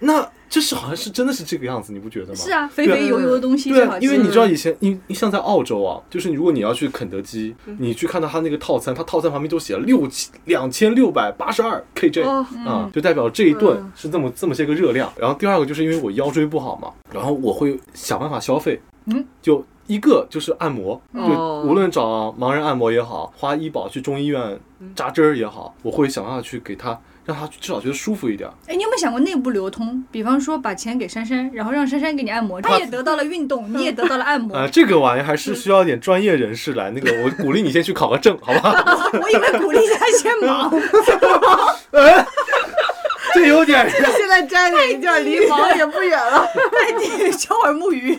Speaker 2: 那这是好像是真的是这个样子，你不觉得吗？
Speaker 1: 是啊，肥
Speaker 2: 对啊
Speaker 1: 肥油油的东西
Speaker 2: 对
Speaker 1: 最
Speaker 2: 啊
Speaker 1: 好，吃。
Speaker 2: 因为你知
Speaker 4: 嗯
Speaker 2: 道以前你你像在澳洲啊，就是如果你要去肯德基，
Speaker 4: 嗯
Speaker 2: 你去看到他那个套餐，他套餐旁边都写了六千两千六百八十二 kj
Speaker 4: 哦
Speaker 2: 啊，就代表这一顿
Speaker 4: 嗯
Speaker 2: 是这么这么些个热量。然后第二个就是因为我腰椎不好嘛，然后我会想办法消费，
Speaker 1: 嗯，
Speaker 2: 就。一个就是按摩，就
Speaker 4: 哦
Speaker 2: 无论找盲人按摩也好，花医保去中医院
Speaker 4: 嗯
Speaker 2: 扎针儿也好，我会想办法去给他，让他至少觉得舒服一点儿。
Speaker 1: 哎，你有没有想过内部流通？比方说把钱给珊珊，然后让珊珊给你按
Speaker 2: *laughs*
Speaker 1: 摩，她也得到了运动，你也得到了按摩。
Speaker 2: 啊，这个玩意还
Speaker 4: 嗯
Speaker 2: 是需要一点专业人士来。那个，我鼓励你先去考个证，好吧？
Speaker 1: 我以为鼓励她先忙， *laughs*
Speaker 2: *laughs* 这有点
Speaker 4: 现在摘了一件离忙也不远了，
Speaker 1: 哎你教会木
Speaker 2: *laughs*
Speaker 1: 鱼。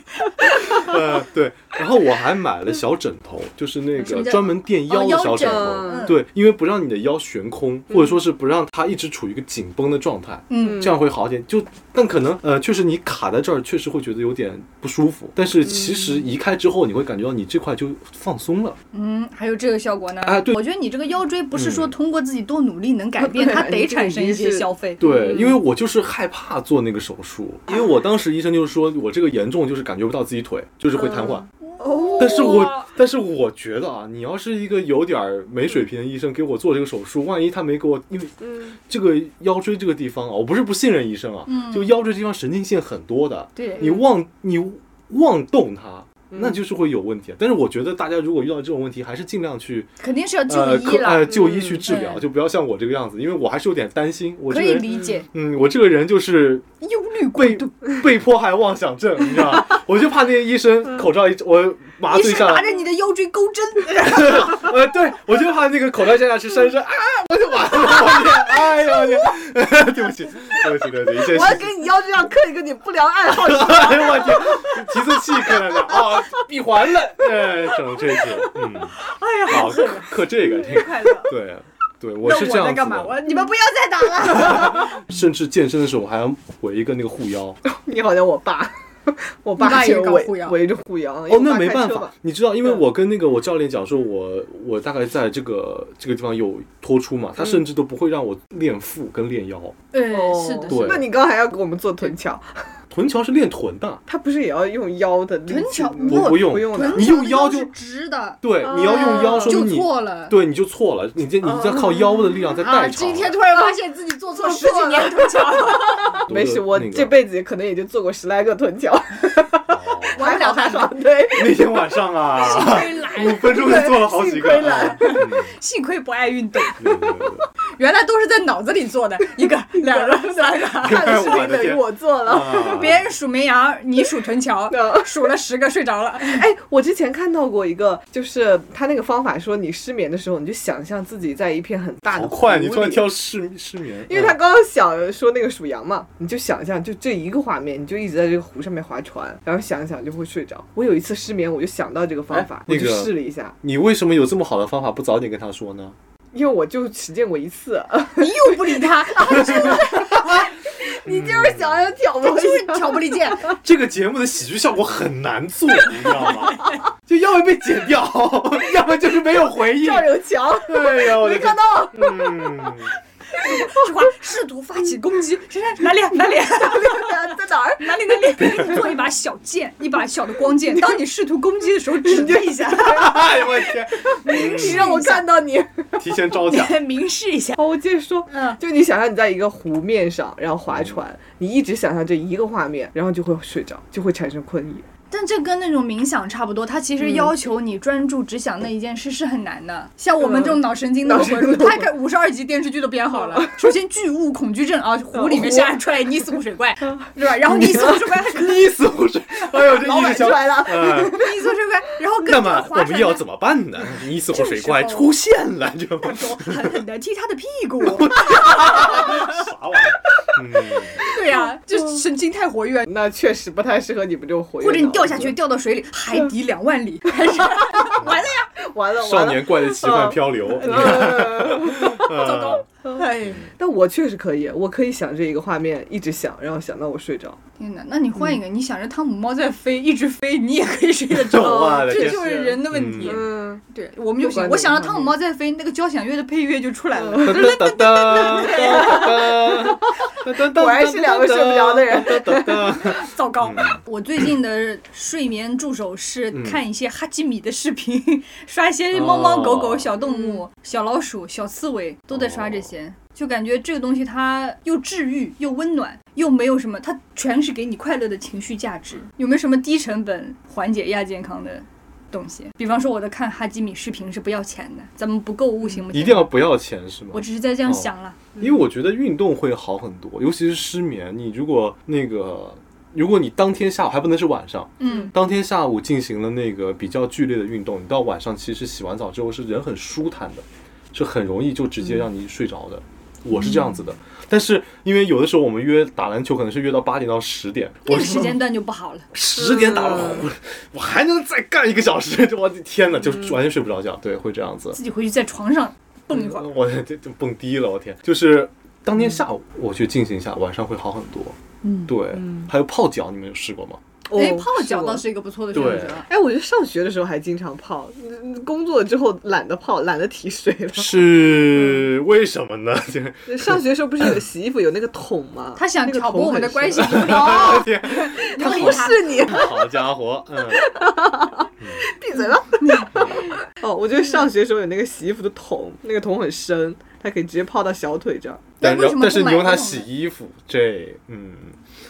Speaker 2: 呃，对。然后我还买了小枕头，就是那
Speaker 1: 什
Speaker 2: 个
Speaker 1: 么叫
Speaker 2: 专门垫腰
Speaker 1: 哦
Speaker 2: 的
Speaker 1: 腰
Speaker 2: 小枕头。
Speaker 1: 枕
Speaker 4: 嗯
Speaker 2: 对，因为不让你的腰悬空，或者说是不让它一直处于一个紧绷的状态，
Speaker 1: 嗯，
Speaker 2: 这样会好一点。就但可能呃，确实你卡在这儿，确实会觉得有点不舒服。但是其实移开之后，你会感觉到你这块就放松了。
Speaker 1: 嗯，还有这个效果呢。
Speaker 2: 哎对
Speaker 1: 我觉得你这个腰椎不是说
Speaker 2: 嗯
Speaker 1: 通过自己多努力能改变，
Speaker 4: 对
Speaker 1: 它
Speaker 4: 你
Speaker 1: 得
Speaker 4: 这
Speaker 1: 产
Speaker 4: 已
Speaker 1: 生
Speaker 4: 经
Speaker 1: 一些
Speaker 4: 是
Speaker 1: 消费。
Speaker 2: 对，因为
Speaker 1: 嗯
Speaker 2: 我就是害怕做那个手术，因为我当时医生就是说我这个严重就是感觉不到自己腿， *laughs* 就是会瘫痪。
Speaker 4: 哦，
Speaker 2: 但是我但是我觉得啊，你要是一个有点儿没水平的医生给我做这个手术，万一他没给我，因为
Speaker 4: 嗯
Speaker 2: 这个腰椎这个地方啊，我不是不信任医生啊，
Speaker 1: 嗯
Speaker 2: 就腰椎这地方神经线很多的，
Speaker 1: 对
Speaker 2: 你忘你忘动它。
Speaker 4: 嗯
Speaker 2: 那就是会有问题，啊但是我觉得大家如果遇到这种问题，还是尽量去
Speaker 1: 肯定是要就
Speaker 2: 呃
Speaker 1: 医
Speaker 2: 可
Speaker 1: 了，
Speaker 2: 呃就医去治疗，
Speaker 1: 嗯
Speaker 2: 就不要像我这个样子，因为我还是有点担心。我
Speaker 1: 可
Speaker 2: 这
Speaker 1: 以
Speaker 2: 个人，
Speaker 1: 理解。
Speaker 2: 嗯，我这个人就是
Speaker 1: 忧虑过
Speaker 2: 被
Speaker 1: 度，
Speaker 2: *laughs* 被迫害妄想症，你知道吗？我就怕那些医生口罩一我麻
Speaker 1: 嗯医
Speaker 2: 醉
Speaker 1: 生
Speaker 2: 下来
Speaker 1: 拿，着你的腰椎钩针， *laughs*
Speaker 2: *laughs* 呃，对，我就怕那个口罩下下去珊珊啊，我就完了，我天， *laughs* 哎呦我天，对不起，对不起，对不起，一些
Speaker 4: 我要给你腰椎上刻一个你不良爱好者，
Speaker 2: 哎呦我天，提示器刻在那啊，闭环了，哎，整这些，嗯，
Speaker 1: 哎呀，
Speaker 2: 好，刻刻这个，这个，
Speaker 1: 快
Speaker 2: *laughs*
Speaker 1: 乐。
Speaker 2: 对。啊对，我
Speaker 1: 那
Speaker 2: 是这样
Speaker 1: 在
Speaker 2: 子
Speaker 1: 干嘛？
Speaker 2: 的，
Speaker 1: 我你们不要再打了。
Speaker 2: 甚至健身的时候我还要围一个那个护腰。
Speaker 4: 你好像我爸，我
Speaker 1: 你爸
Speaker 4: 爸
Speaker 1: 也
Speaker 4: 就是
Speaker 1: 搞
Speaker 4: 围
Speaker 1: 护腰
Speaker 4: 围着护腰，
Speaker 2: 哦，
Speaker 4: 因为我
Speaker 2: 那
Speaker 4: 爸
Speaker 2: 没
Speaker 4: 开
Speaker 2: 办
Speaker 4: 车
Speaker 2: 法
Speaker 4: 嘛，，啊
Speaker 2: 你知道，因为我跟那个我教练讲说我，我大概在这个这个地方有脱出嘛，
Speaker 4: 嗯
Speaker 2: 他甚至都不会让我练腹跟练腰，
Speaker 1: 呃，
Speaker 4: 哦
Speaker 1: 是的，是
Speaker 2: 对
Speaker 1: 的。
Speaker 4: 那你刚刚还要给我们做臀桥，
Speaker 2: 臀桥是练臀的，
Speaker 4: 他不是也要用腰的力气
Speaker 1: 臀桥
Speaker 4: 吗
Speaker 2: 不不用
Speaker 4: 嗯不用的
Speaker 1: 臀
Speaker 2: 你用
Speaker 1: 条
Speaker 2: 腰
Speaker 1: 的
Speaker 2: 就是
Speaker 1: 直的，啊
Speaker 2: 对，你要用
Speaker 4: 哦
Speaker 2: 腰，说
Speaker 1: 就
Speaker 2: 明你
Speaker 1: 错了。
Speaker 2: 对你就错了，你这你在靠腰的力量在
Speaker 4: 嗯
Speaker 1: 啊！
Speaker 2: 代
Speaker 1: 今
Speaker 2: 偿。
Speaker 1: 天突然发现自己做错事
Speaker 2: *laughs*
Speaker 1: 情了， *laughs*
Speaker 2: 多
Speaker 4: 没事，
Speaker 2: 的
Speaker 4: 我
Speaker 2: 那个
Speaker 4: 这辈子可能也就做过十来个臀桥，
Speaker 2: 哦
Speaker 1: 玩两
Speaker 4: 还
Speaker 1: 盘
Speaker 4: 爽对。
Speaker 2: 那天晚上
Speaker 4: *laughs*
Speaker 1: *laughs*
Speaker 2: 啊，
Speaker 1: 亏
Speaker 2: 五
Speaker 1: 懒，
Speaker 2: 分钟就做了好几个。
Speaker 4: 幸亏来
Speaker 2: 嗯嗯
Speaker 1: 幸亏不爱运动。
Speaker 2: 对对对对
Speaker 1: 原来都是在脑子里做 *laughs* 的，一个、两个、三
Speaker 2: *laughs*
Speaker 1: 个。
Speaker 4: 看了视
Speaker 2: 我
Speaker 4: 频
Speaker 2: 的
Speaker 4: 等于
Speaker 2: 天
Speaker 4: 我做了。
Speaker 2: 啊
Speaker 1: 别人数绵羊，你数臀桥，数了十个睡着了。
Speaker 4: 哎，我之前看到过一个，就是他那个方法说，你失眠的时候，你就想象自己在一片很大的
Speaker 2: 好快，你
Speaker 4: 湖
Speaker 2: 突然
Speaker 4: 里
Speaker 2: 跳失失眠，嗯
Speaker 4: 因为他刚刚想说那个数羊嘛，你就想象就这一个画面，你就一直在这个湖上面划船，然后想想就会睡着。我有一次失眠，我就想到这个方法
Speaker 2: 哎，那
Speaker 4: 我就
Speaker 2: 个
Speaker 4: 试了一下，
Speaker 2: 你为什么有这么好的方法不早点跟他说呢？
Speaker 4: 因为我就实践过一次。
Speaker 1: 你又不理 *laughs* 他，
Speaker 4: 啊你就是想要挑拨
Speaker 1: 就是挑拨离间。
Speaker 2: 这个节目的喜剧效果很难做， *laughs* 你知道吗？就要么被剪掉， *laughs* 要么就是没有回应。
Speaker 4: 赵有强，
Speaker 2: 哎呀，我的
Speaker 4: 没
Speaker 2: 天
Speaker 4: 看到，
Speaker 2: 嗯，
Speaker 1: 这话试图发起攻击，珊珊哪里啊 *laughs* 哪里啊 *laughs*
Speaker 4: 在哪儿？
Speaker 1: 哪里哪里，做一把小剑，一把小的光剑，当你试图攻击的时候，指地一 *laughs* 下，
Speaker 2: 哎呦我天，
Speaker 4: 你让我看到你。
Speaker 2: 提前招架。
Speaker 1: *laughs* 明示一下。
Speaker 4: 好，我接着说，
Speaker 1: 嗯
Speaker 4: 就你想象你在一个湖面上，然后划船，你一直想象这一个画面，然后就会睡着，就会产生困意。
Speaker 1: 但这跟那种冥想差不多，它
Speaker 4: 嗯
Speaker 1: 其实要求你专注只想那一件事是很难的。像我们这种脑神经的
Speaker 4: 嗯脑
Speaker 1: 回
Speaker 4: 神
Speaker 1: 路，
Speaker 4: 经
Speaker 1: 他看五十二集电视剧都编
Speaker 4: *laughs*
Speaker 1: 好了。首先巨物恐惧症啊，湖
Speaker 4: 嗯
Speaker 1: 里面下出来溺死湖水怪， *laughs* 对吧？然后溺死湖水怪，
Speaker 4: *laughs*
Speaker 2: 溺死我是，哎呦，这
Speaker 4: 老
Speaker 2: 一
Speaker 4: 板
Speaker 2: 直
Speaker 4: 出
Speaker 2: 想，
Speaker 4: 来了，
Speaker 2: 哎
Speaker 1: 溺死湖水怪，然后跟
Speaker 2: 那
Speaker 1: 那个
Speaker 2: 么我
Speaker 1: 划
Speaker 2: 们
Speaker 1: 船
Speaker 2: 要
Speaker 1: 的
Speaker 2: 怎么办呢？溺死湖水怪
Speaker 1: 这时候
Speaker 2: 出现了，就
Speaker 1: 手狠狠的踢他的屁
Speaker 2: *laughs*
Speaker 1: 股。 *laughs*
Speaker 2: 啥玩意儿？
Speaker 4: *laughs*
Speaker 2: 嗯，
Speaker 1: 对呀、就神经太活跃，
Speaker 4: *laughs* 那确实不太适合你们这种活跃。
Speaker 1: 或者你掉下
Speaker 4: 嗯
Speaker 1: 去，掉到水里，海底两万里，还是 *laughs* 完了呀！
Speaker 4: 完了，完了
Speaker 2: 少年。怪的奇幻漂流，嗯
Speaker 4: 呃 *laughs*
Speaker 2: 糟糕，
Speaker 4: 嗯
Speaker 1: 哎，
Speaker 4: 但我确实可以，我可以想这一个画面，一直想，然后想到我睡着。
Speaker 1: 天哪，那你换一个，
Speaker 4: 嗯
Speaker 1: 你想着汤姆猫在飞，一直飞，你也可以睡得着。
Speaker 2: *laughs* 我的
Speaker 1: 这
Speaker 2: 天
Speaker 1: 就，是人的问题，
Speaker 4: 嗯，
Speaker 1: 对我们就
Speaker 4: 不
Speaker 1: 行。
Speaker 4: 管
Speaker 1: 我想
Speaker 4: 哪
Speaker 1: 着
Speaker 4: 个
Speaker 1: 汤
Speaker 4: 方
Speaker 1: 姆
Speaker 4: 面
Speaker 1: 猫在飞，那个交响乐的配乐就出来了。
Speaker 2: 哒哒哒哒哒哒，
Speaker 4: *laughs* 果然是两个睡不着的人
Speaker 2: 哒哒哒哒。
Speaker 1: 糟糕！
Speaker 2: 嗯
Speaker 1: 我最近的睡眠助手是看一些哈基米的视频， *laughs* 刷一些猫猫狗狗、
Speaker 2: 哦
Speaker 1: 小动物、小老鼠、小刺猬，都在刷这
Speaker 2: 哦
Speaker 1: 些。就感觉这个东西它又治愈又温暖，又没有什么，它全是给你快乐的情绪价值。有没有什么低成本缓解亚健康的东西？比方说我的看哈基米视频是不要钱的，咱们不购物行不行？
Speaker 2: 嗯一定要哦不要钱是吗
Speaker 1: 我？只是在这样想了。
Speaker 2: 因为我觉得运动会好很多，尤其是失眠。你如果那个，如果你当天下午还不能是晚上，
Speaker 1: 嗯，
Speaker 2: 当天下午进行了那个比较剧烈的运动，你到晚上其实洗完澡之后是人很舒坦的，是很容易就直接让你睡着的。我是这样子的，但是因为有的时候我们约打篮球，可能是约到八点到十点，
Speaker 1: 那
Speaker 2: 我
Speaker 1: 个时间段就不好了。
Speaker 2: 十点打完，我我还能再干一个小时，就我的天呐，就是完全睡不着觉，对，会这样子。
Speaker 1: 自己回去在床上蹦一会儿。
Speaker 2: 我这这蹦迪了，我天！就是当天下午我去进行一下，晚上会好很多。
Speaker 1: 嗯，
Speaker 2: 对，还有泡脚，你们有试过吗？
Speaker 1: 哎，
Speaker 4: 哦
Speaker 1: 泡脚倒。
Speaker 4: 我
Speaker 1: 是一个不错的选择
Speaker 2: 对。
Speaker 4: 哎，我觉得上学的时候还经常泡，嗯工作之后懒得泡，懒得提水了。
Speaker 2: 是
Speaker 1: 嗯
Speaker 2: 为什么呢？ *laughs* 就是
Speaker 4: 上学的时候不是
Speaker 1: *laughs*
Speaker 4: 有洗衣服有那个桶吗？
Speaker 1: *laughs* 他想
Speaker 4: 那个
Speaker 1: 挑拨
Speaker 4: 桶
Speaker 1: 我们的
Speaker 4: 很
Speaker 1: 关系
Speaker 4: 深，
Speaker 1: *laughs* 啊
Speaker 2: 我天，
Speaker 1: 他
Speaker 4: 不是你，
Speaker 2: 好家伙，嗯，
Speaker 4: 闭嘴了。哦，我觉得上学的时候有那个洗衣服的桶，那个桶很深，它可以直接泡到小腿这儿。
Speaker 2: 但
Speaker 1: 为什么不
Speaker 2: 但是你
Speaker 1: 买
Speaker 2: 用
Speaker 1: 那
Speaker 2: 它
Speaker 1: 种
Speaker 2: 洗
Speaker 1: 呢
Speaker 2: 衣服，这
Speaker 1: *laughs*
Speaker 2: 嗯，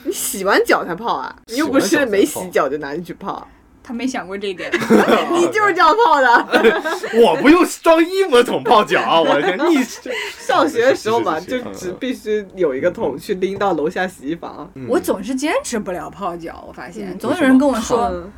Speaker 4: 你洗完脚才泡啊？你又不
Speaker 2: 洗完脚
Speaker 4: 是
Speaker 2: 才
Speaker 4: 没
Speaker 2: 泡
Speaker 4: 洗脚就拿进去泡，
Speaker 1: 他没想过这一 *laughs* 点。
Speaker 4: 你就是这样泡的。
Speaker 2: 我不用装衣服的桶泡脚，啊我的天，
Speaker 1: *laughs*
Speaker 2: 你这
Speaker 4: *laughs* 上学的时候嘛，
Speaker 2: 是
Speaker 4: 就是
Speaker 2: 是是
Speaker 4: 只
Speaker 2: 嗯
Speaker 4: 必须有一个桶去拎到楼下洗衣房。
Speaker 2: 嗯
Speaker 1: *laughs* 我总是坚持不了泡脚，我发现
Speaker 4: 嗯
Speaker 1: 总有人跟我说，
Speaker 4: 嗯，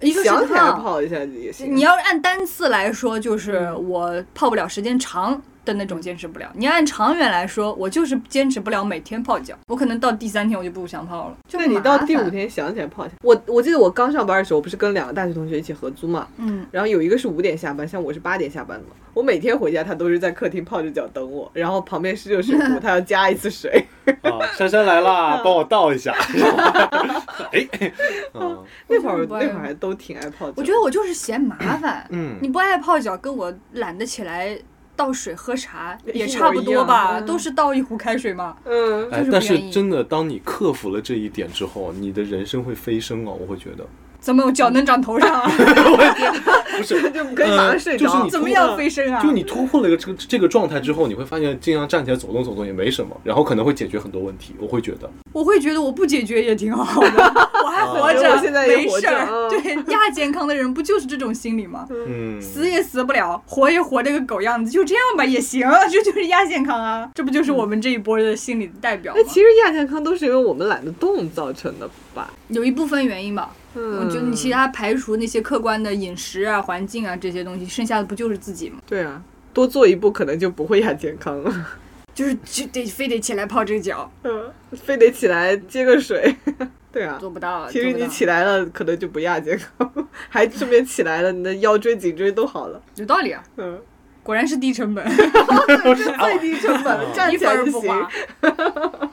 Speaker 1: 一个
Speaker 4: 想
Speaker 1: 是
Speaker 4: 起来
Speaker 1: 烫，
Speaker 4: 泡一下也行。
Speaker 1: 你要按单次来说，就是我泡不了时间长。的那种坚持不了，你要按长远来说，我就是坚持不了每天泡脚，我可能到第三天我就不想泡了。就
Speaker 4: 那你到
Speaker 1: 麻
Speaker 4: 第
Speaker 1: 烦
Speaker 4: 五，天想起来泡一下。我我记得我刚上班的时候，不是跟两个大学同学一起合租嘛，
Speaker 1: 嗯，
Speaker 4: 然后有一个是五点下班，像我是八点下班的嘛。我每天回家，他都是在客厅泡着脚等我，然后旁边是热
Speaker 1: *laughs*
Speaker 4: 水壶，他要加一次水。
Speaker 2: 啊，珊珊来
Speaker 1: 嗯
Speaker 2: 啦，帮我倒一
Speaker 1: *laughs*
Speaker 2: 下。 *laughs* 哎，嗯
Speaker 4: 那会
Speaker 1: 我
Speaker 4: 儿那
Speaker 1: 就是不爱
Speaker 4: 会儿还都挺爱泡脚。
Speaker 1: 我觉得我就是嫌麻
Speaker 4: *laughs*
Speaker 1: 烦，你
Speaker 2: 嗯，
Speaker 1: 不爱泡脚，跟我懒得起来倒水喝茶也
Speaker 4: 一
Speaker 1: 差不
Speaker 4: 模一
Speaker 1: 多
Speaker 4: 样
Speaker 1: 吧，
Speaker 4: 嗯
Speaker 1: 都是倒一壶开水嘛。
Speaker 4: 嗯，
Speaker 2: 哎
Speaker 1: 就是，不
Speaker 2: 但是
Speaker 1: 愿意
Speaker 2: 真的，当你克服了这一点之后，你的人生会飞升哦，我
Speaker 1: *laughs*
Speaker 2: 会觉得。
Speaker 1: 怎么我脚能长头上啊？
Speaker 4: *laughs*
Speaker 2: 不是，
Speaker 4: 就可以马上睡着。
Speaker 2: 呃就是你
Speaker 1: 怎么样飞升啊？
Speaker 2: 就你突破了一个这个这个状态之后，你会发现尽量站起来走动走动也没什么，然后可能会解决很多问题。我会觉得，
Speaker 1: 我会觉得我不解决也挺好
Speaker 4: *laughs*
Speaker 1: 的，我还活
Speaker 4: 啊
Speaker 1: 着，
Speaker 4: 我现在也
Speaker 1: 没
Speaker 4: 活
Speaker 1: 事
Speaker 4: 着
Speaker 1: 儿。
Speaker 4: 嗯
Speaker 1: 对，亚健康的人不就是这种心理吗？
Speaker 2: 嗯，
Speaker 1: 死也死不了，活也活这个狗样子，就这样吧也行， *laughs* 这就是亚健康啊！这不就是我们这一波的心理代表吗
Speaker 4: 那？其实亚健康都是因为我们懒得动造成的吧？
Speaker 1: 有一部分原因吧，
Speaker 4: 嗯，
Speaker 1: 我觉得你其他排除那些客观的饮食啊、环境啊这些东西，剩下的不就是自己吗？
Speaker 4: 对啊，多做一步可能就不会亚健康了。 *laughs*
Speaker 1: 就是就得非得起来泡这个脚，
Speaker 4: 嗯，非得起来接个水。 *laughs* 对啊，
Speaker 1: 做不到。
Speaker 4: 其实
Speaker 1: 做不
Speaker 4: 你
Speaker 1: 到
Speaker 4: 起来了可能就不亚健康， *laughs* 还顺便起来了，你的腰椎、颈椎都好了。
Speaker 1: 有道理啊，
Speaker 4: 嗯，
Speaker 1: 果然是 *laughs* 低成本，
Speaker 4: *laughs* 最低成本了，站
Speaker 1: 一
Speaker 4: 起
Speaker 1: 分
Speaker 4: 来
Speaker 1: 儿
Speaker 4: 就
Speaker 1: 不
Speaker 4: 行。
Speaker 1: 花。 *laughs*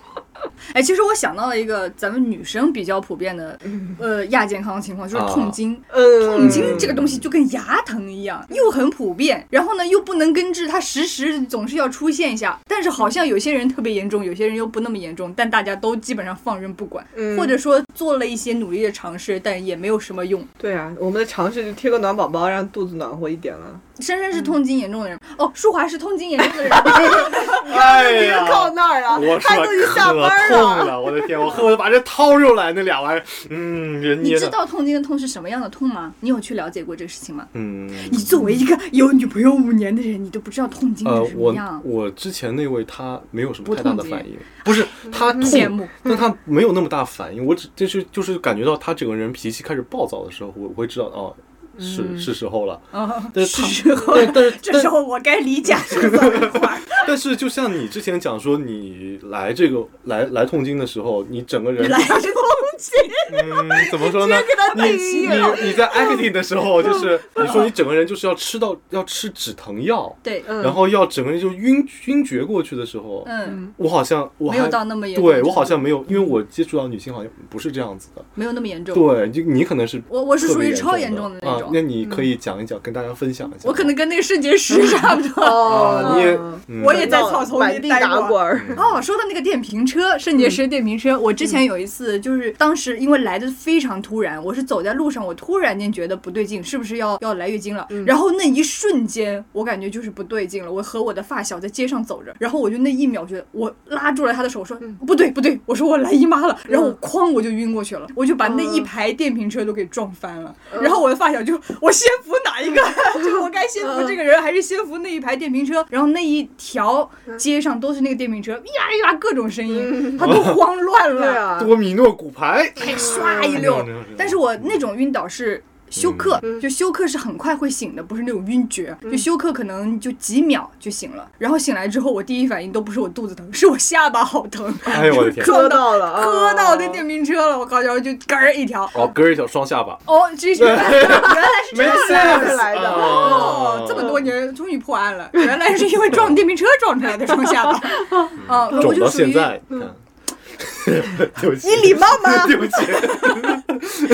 Speaker 1: 哎，其实我想到了一个咱们女生比较普遍的呃亚健康情况，就是痛经。
Speaker 4: 呃
Speaker 1: 痛经这个东西就跟牙疼一样，又很普遍，然后呢又不能根治，它时时总是要出现一下。但是好像有些人特别严重，有些人又不那么严重，但大家都基本上放任不管，
Speaker 4: 嗯
Speaker 1: 或者说做了一些努力的尝试，但也没有什么用。
Speaker 4: 对啊，我们的尝试就贴个暖宝宝，让肚子暖和一点了。
Speaker 1: 珊珊是痛经严重的人，哦，舒华是痛经严
Speaker 2: *laughs*
Speaker 1: 重的人，
Speaker 2: 哎
Speaker 4: 别
Speaker 2: 呀，
Speaker 4: 靠那儿啊
Speaker 2: 我，
Speaker 4: 他
Speaker 2: 说
Speaker 4: 都已经下
Speaker 2: 可
Speaker 4: 班
Speaker 2: 痛。了，我的天，我恨不得把这掏出来那俩玩意儿，嗯，人
Speaker 1: 你
Speaker 2: 捏
Speaker 1: 知
Speaker 2: 的，
Speaker 1: 道痛经的痛是什么样的痛吗？你有去了解过这个事情吗？
Speaker 2: 嗯。
Speaker 1: 你作为一个有女朋友五年的人，你都不知道痛经
Speaker 2: 呃
Speaker 1: 是，什
Speaker 2: 我
Speaker 1: 么样，
Speaker 2: 我之前那位他没有什
Speaker 1: 不
Speaker 2: 么太大
Speaker 1: 痛
Speaker 2: 的
Speaker 1: 经
Speaker 2: 反应，不是他
Speaker 1: 嗯羡
Speaker 2: 痛
Speaker 1: 慕，
Speaker 2: 但他没有那么大反应。我只就是就是感觉到他整个人脾气开始暴躁的时候，我我会知道哦，是、是时
Speaker 1: *laughs*
Speaker 2: 候了。
Speaker 1: 啊，
Speaker 2: 但是他
Speaker 1: 时候
Speaker 2: 但但是
Speaker 1: 嗯这时候我该离家出走一会儿，
Speaker 2: 但是就像你之前讲说，你来这个来来痛经的时候，你整个人
Speaker 1: 来是痛经。
Speaker 2: 嗯，怎么说
Speaker 1: *laughs*
Speaker 2: 呢？你你你在 acting 的时候，就是你说你整个人就是要吃到要吃止疼药，
Speaker 1: 对，呃
Speaker 4: 嗯
Speaker 2: 然后要整个人就晕晕厥过去的时候，
Speaker 1: 嗯，
Speaker 2: 我好像我
Speaker 1: 没有
Speaker 2: 还
Speaker 1: 到那么严重，
Speaker 2: 对我好像没有，因为我接触到女性好像不是这样子的。
Speaker 1: 没有那么严重。
Speaker 2: 对，就你可能是
Speaker 1: 我我是属于
Speaker 2: 特
Speaker 1: 超
Speaker 2: 别
Speaker 1: 严
Speaker 2: 严
Speaker 1: 重的
Speaker 2: 的
Speaker 1: 那
Speaker 2: 啊
Speaker 1: 种，嗯
Speaker 2: 那你可以讲一讲，跟大家分享一下。
Speaker 1: 我可能跟那个肾结石差不多。
Speaker 4: 哦
Speaker 2: 啊，你也嗯
Speaker 1: 我也在草丛里
Speaker 4: 满地
Speaker 1: 待
Speaker 4: 打
Speaker 1: 过
Speaker 4: 滚儿。
Speaker 1: 哦，说到那个电瓶车，肾结石电瓶车，我之前有一次就是当时因为来的非常突然，我是走在路上，我突然间觉得不对劲，是不是要要来月经了？然后那一瞬间，我感觉就是不对劲了。我和我的发小在街上走着，然后我就那一秒觉得我拉住了他的手，我说不对不对，我说我来姨妈
Speaker 4: 嗯
Speaker 1: 了，然后我哐我就晕过去了，我就把那一排电瓶车都给撞翻了。
Speaker 4: 嗯
Speaker 1: 然后我的发小就我先扶哪
Speaker 4: *laughs*
Speaker 1: 一个？就是我该先扶这个人，还是先扶那一排电瓶
Speaker 4: 嗯
Speaker 1: 车？然后那一条街上都是那个电瓶车，呀呀各种声音，他都慌乱
Speaker 4: 嗯对
Speaker 1: 了，
Speaker 4: 啊，
Speaker 2: 多米诺
Speaker 1: *laughs*
Speaker 2: 骨牌，
Speaker 1: 哎唰一溜。但是我那种晕倒是。休克
Speaker 4: 嗯
Speaker 1: 就休克是很快会醒的，不是那种晕厥。就休克可能就几秒就醒了，然后醒来之后，我第一反应都不是我肚子疼，是我下巴好疼，
Speaker 2: 哎呦
Speaker 1: *laughs*
Speaker 2: 我的天，
Speaker 4: 磕到了，啊
Speaker 1: 磕到那电瓶车了，我靠，然后就杆儿一条。
Speaker 2: 哦，割一条双下巴，
Speaker 1: 哦，这是原来是这
Speaker 2: 没
Speaker 1: 样
Speaker 2: 事啊
Speaker 1: 的。
Speaker 4: 来
Speaker 1: *laughs*
Speaker 4: 的
Speaker 1: 哦，这么多年终于破案了， *laughs* 原来是因为撞电瓶车撞出来的双下巴。啊，我
Speaker 2: 肿
Speaker 1: 就
Speaker 2: 到
Speaker 1: 属于嗯
Speaker 2: 现在，
Speaker 1: *laughs*
Speaker 2: 你看对不起，
Speaker 1: 你礼貌吗
Speaker 2: *laughs* 对不起，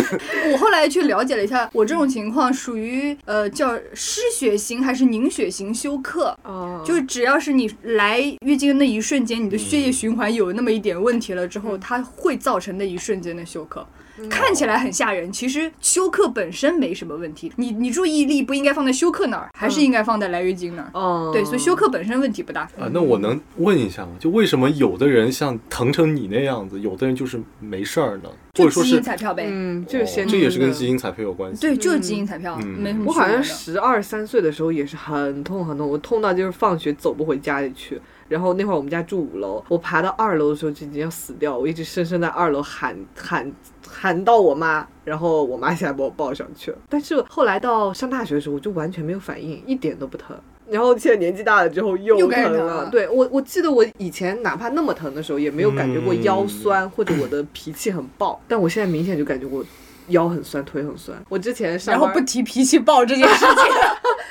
Speaker 1: 我后来去了解了一下，我这种情况属于呃叫失血型还是凝血型休克。
Speaker 4: 哦，
Speaker 1: 就是只要是你来月经的那一瞬间，你的血液
Speaker 2: 嗯
Speaker 1: 循环有那么一点问题了之
Speaker 4: 嗯
Speaker 1: 后，它会造成那一瞬间的休克。看起来很吓人，其实休克本身没什么问题。你你注意力不应该放在休克那儿，还是应该放在来月经那儿。
Speaker 4: 嗯哦，
Speaker 1: 对，所以休克本身问题不大。
Speaker 2: 啊，那我能问一下吗？就为什么有的人像疼成你那样子，有的人就是没事儿呢？
Speaker 1: 就
Speaker 2: 或者说
Speaker 1: 基
Speaker 2: 是
Speaker 1: 因彩票呗。
Speaker 4: 嗯，
Speaker 2: 哦
Speaker 4: 这是先
Speaker 2: 这也是跟
Speaker 4: 天
Speaker 2: 基因彩票有关系。
Speaker 1: 对，就是基因彩票，
Speaker 2: 嗯
Speaker 1: 没什么
Speaker 4: 我
Speaker 1: 区
Speaker 4: 好
Speaker 1: 别
Speaker 4: 像
Speaker 1: 的
Speaker 4: 十二三岁的时候也是很痛很痛，我痛到就是放学走不回家里去。然后那会儿我们家住五楼，我爬到二楼的时候就已经要死掉，我一直深深在二楼喊喊喊到我妈，然后我妈下来把我抱上去了。但是后来到上大学的时候，我就完全没有反应，一点都不疼。然后现在年纪大了之后又
Speaker 1: 又
Speaker 4: 疼
Speaker 1: 开始
Speaker 4: 了，
Speaker 1: 疼了
Speaker 4: 对我我记得我以前哪怕那么疼的时候，也没有感觉过腰酸、或者我的脾气很暴，但我现在明显就感觉我腰很酸、腿很酸。我之前上
Speaker 1: 然
Speaker 4: 班
Speaker 1: 后不提脾气暴这件
Speaker 4: *laughs*
Speaker 1: 事情，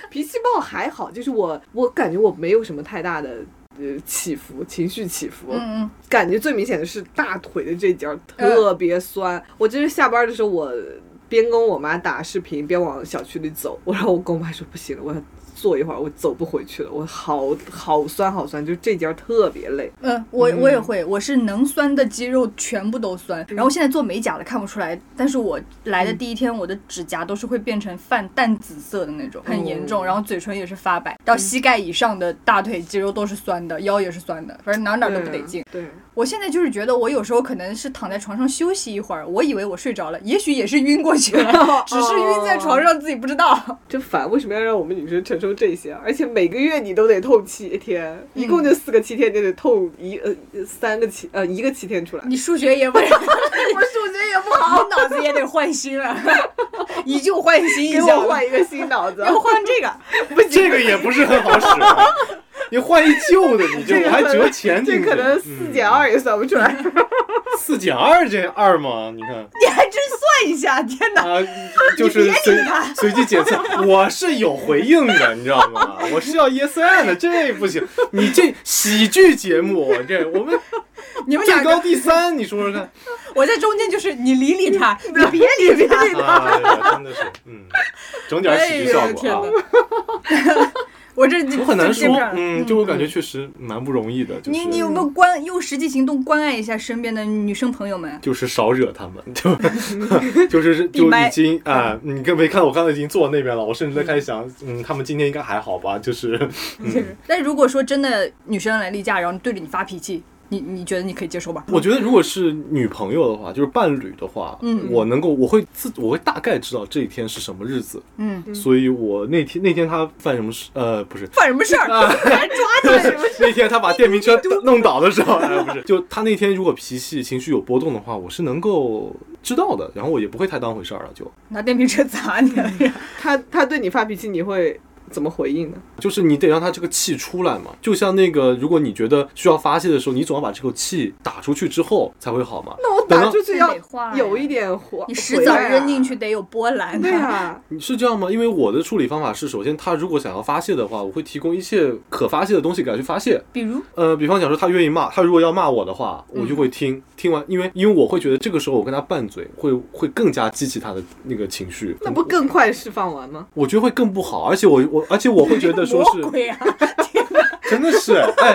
Speaker 4: 脾气暴还好，就是我我感觉我没有什么太大的。呃，起伏，情绪起伏，
Speaker 1: 嗯嗯，
Speaker 4: 感觉最明显的是大腿的这节儿特别酸。
Speaker 1: 嗯
Speaker 4: 我真是下班的时候，我边跟我妈打视频，边往小区里走。我然后我跟我妈说不行了，我要坐一会儿，我走不回去了，我好好酸好酸，就这节儿特别累。
Speaker 1: 嗯，嗯我我也会，我是能酸的肌肉全部都酸。然后现在做美甲了，看不出来，但是我来的第一天，我的指甲都是会变成泛淡紫色的那种，很严重。
Speaker 4: 哦
Speaker 1: 然后嘴唇也是发白，到膝盖以上的大腿肌肉都是酸的，腰也是酸的，反正哪哪都不得劲。
Speaker 4: 嗯对，
Speaker 1: 我现在就是觉得，我有时候可能是躺在床上休息一会儿，我以为我睡着了，也许也是晕过去 *laughs* 了，只是晕在床上自己不知道。
Speaker 4: 真烦！为什么要让我们女生承受这些？啊而且每个月你都得痛七天，
Speaker 1: 嗯
Speaker 4: 一共就四个七天，就得痛一呃三个七呃一个七天出来。
Speaker 1: 你数学也不是， *laughs* 我数学也不 *laughs* 好，脑子也得换新 *laughs* 了，以旧换新一
Speaker 4: 给
Speaker 1: 下
Speaker 4: 我
Speaker 1: 吧，
Speaker 4: 换一个新脑 *laughs* 子，
Speaker 1: *laughs* 要换这个。
Speaker 2: 这个也不是很好使啊， *laughs* 你换一旧的，你这还折钱进
Speaker 4: 这
Speaker 2: 去，
Speaker 4: 可
Speaker 2: 嗯
Speaker 4: 能四减二也算不出来。 *laughs*
Speaker 2: *laughs* 四减二这二吗？你看，
Speaker 1: 你还真算一下，天哪！
Speaker 2: 啊，就是
Speaker 1: 别理
Speaker 2: 随
Speaker 1: 他
Speaker 2: *laughs* 随机检测，我是有回应的，你知道吗？我是要 yes and 的，这不行。你这喜剧节目，这我们
Speaker 1: 你们
Speaker 2: 最
Speaker 1: 两
Speaker 2: 高
Speaker 1: 个，
Speaker 2: 第三，你说
Speaker 1: *laughs*
Speaker 2: 说看。
Speaker 1: 我在中间就是你理理他，嗯你别理他。
Speaker 2: 哎呀，真的是，嗯，整点
Speaker 1: 哎
Speaker 2: 喜剧效
Speaker 1: 呦
Speaker 2: 果
Speaker 1: 天
Speaker 2: 啊。
Speaker 1: 哪！ *laughs* 我这
Speaker 2: 我很难说
Speaker 1: 这这，
Speaker 2: 嗯，就我感觉确实蛮不容易的，就是
Speaker 1: 你你有没有关用实际行动关爱一下身边的女生朋友们？
Speaker 2: 就是少惹他们，
Speaker 1: *laughs*
Speaker 2: 就就是就
Speaker 1: 麦
Speaker 2: 已经
Speaker 1: 嗯
Speaker 2: 啊，你看没看我刚才已经坐那边了，我甚至在开始想，嗯，他们今天应该还好吧？就是
Speaker 1: 嗯、但如果说真的女生来例假，然后对着你发脾气，你你觉得你可以接受吧？
Speaker 2: 我觉得如果是女朋友的话，就是伴侣的话，
Speaker 1: 嗯
Speaker 2: 我能够我会自我会大概知道这一天是什么日子，
Speaker 1: 嗯，
Speaker 2: 所以我那天那天他犯什么事，呃，
Speaker 1: *laughs*
Speaker 2: 不是。
Speaker 1: 犯什么事儿？
Speaker 2: *laughs*
Speaker 1: 还抓啊起来什么？
Speaker 2: 那天他把电瓶车弄倒的时候， *laughs* 哎，不是，就他那天如果脾气情绪有波动的话，我是能够知道的，然后我也不会太当回事儿了，就
Speaker 1: *laughs* 拿电瓶车砸你！
Speaker 4: 他他对你发脾气，你会怎么回应呢？
Speaker 2: 就是你得让他这个气出来嘛，就像那个，如果你觉得需要发泄的时候，你总要把这口气打出去之后才会好嘛。
Speaker 4: 那我
Speaker 2: 等
Speaker 4: 打
Speaker 2: 到
Speaker 4: 出去
Speaker 1: 这
Speaker 4: 要
Speaker 1: 得画呀
Speaker 4: 有一点
Speaker 1: *laughs*
Speaker 4: 火，
Speaker 1: 你迟早扔进
Speaker 4: 去。
Speaker 1: 去得有波澜的。
Speaker 4: 对
Speaker 1: *laughs*
Speaker 4: 啊，
Speaker 2: 你嗯是这样吗？因为我的处理方法是，首先他如果想要发泄的话，我会提供一切可发泄的东西给他去发泄。
Speaker 1: 比如，
Speaker 2: 呃，比方讲说他愿意骂，他如果要骂我的话，我就会听、听完，因为因为我会觉得这个时候我跟他拌嘴会会更加激起他的那个情绪，
Speaker 4: 那不更快释放完吗？
Speaker 2: 我觉得会更不好，而且我我而且我会觉得说
Speaker 1: *laughs* 魔
Speaker 2: 是
Speaker 1: 鬼啊！
Speaker 2: 真的是哎，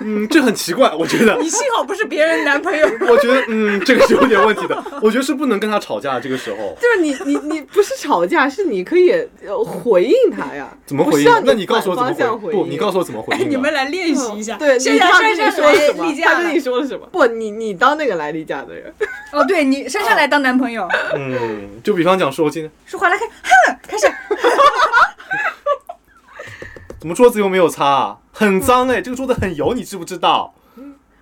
Speaker 2: 嗯，这很奇怪，我觉得
Speaker 1: 你幸好不是别人男朋友。
Speaker 2: 我觉得，嗯，这个是有点问题的。我觉得是不能跟他吵架。这个时候
Speaker 4: 就是你你你不是吵架，是你可以呃回应他呀。
Speaker 2: 怎么
Speaker 4: 不
Speaker 2: 回
Speaker 4: 是
Speaker 2: 应
Speaker 4: 让？
Speaker 2: 那你告诉我怎
Speaker 4: 反方
Speaker 2: 么
Speaker 4: 向
Speaker 2: 回？
Speaker 4: 回
Speaker 2: 不，
Speaker 4: 应？
Speaker 2: 你告诉我怎么回
Speaker 1: 哎，
Speaker 2: 应？啊
Speaker 1: 你们。来练习一下。
Speaker 4: 对，
Speaker 1: 现在
Speaker 4: 你
Speaker 1: 珊珊
Speaker 4: 他跟你说了
Speaker 1: 来
Speaker 4: 什么
Speaker 1: 哎例假
Speaker 4: 他跟你
Speaker 1: 了。
Speaker 4: 说了什么？不，你你当那个来例假的人， *laughs*
Speaker 1: 哦，对你珊珊来当男朋友，
Speaker 2: 嗯，就比方讲说，我今天
Speaker 1: 说话来开，哼，开始。
Speaker 4: 哎
Speaker 2: 怎么桌子又没有擦啊，很脏
Speaker 1: 嗯
Speaker 2: 哎，这个桌子很油，你知不知道？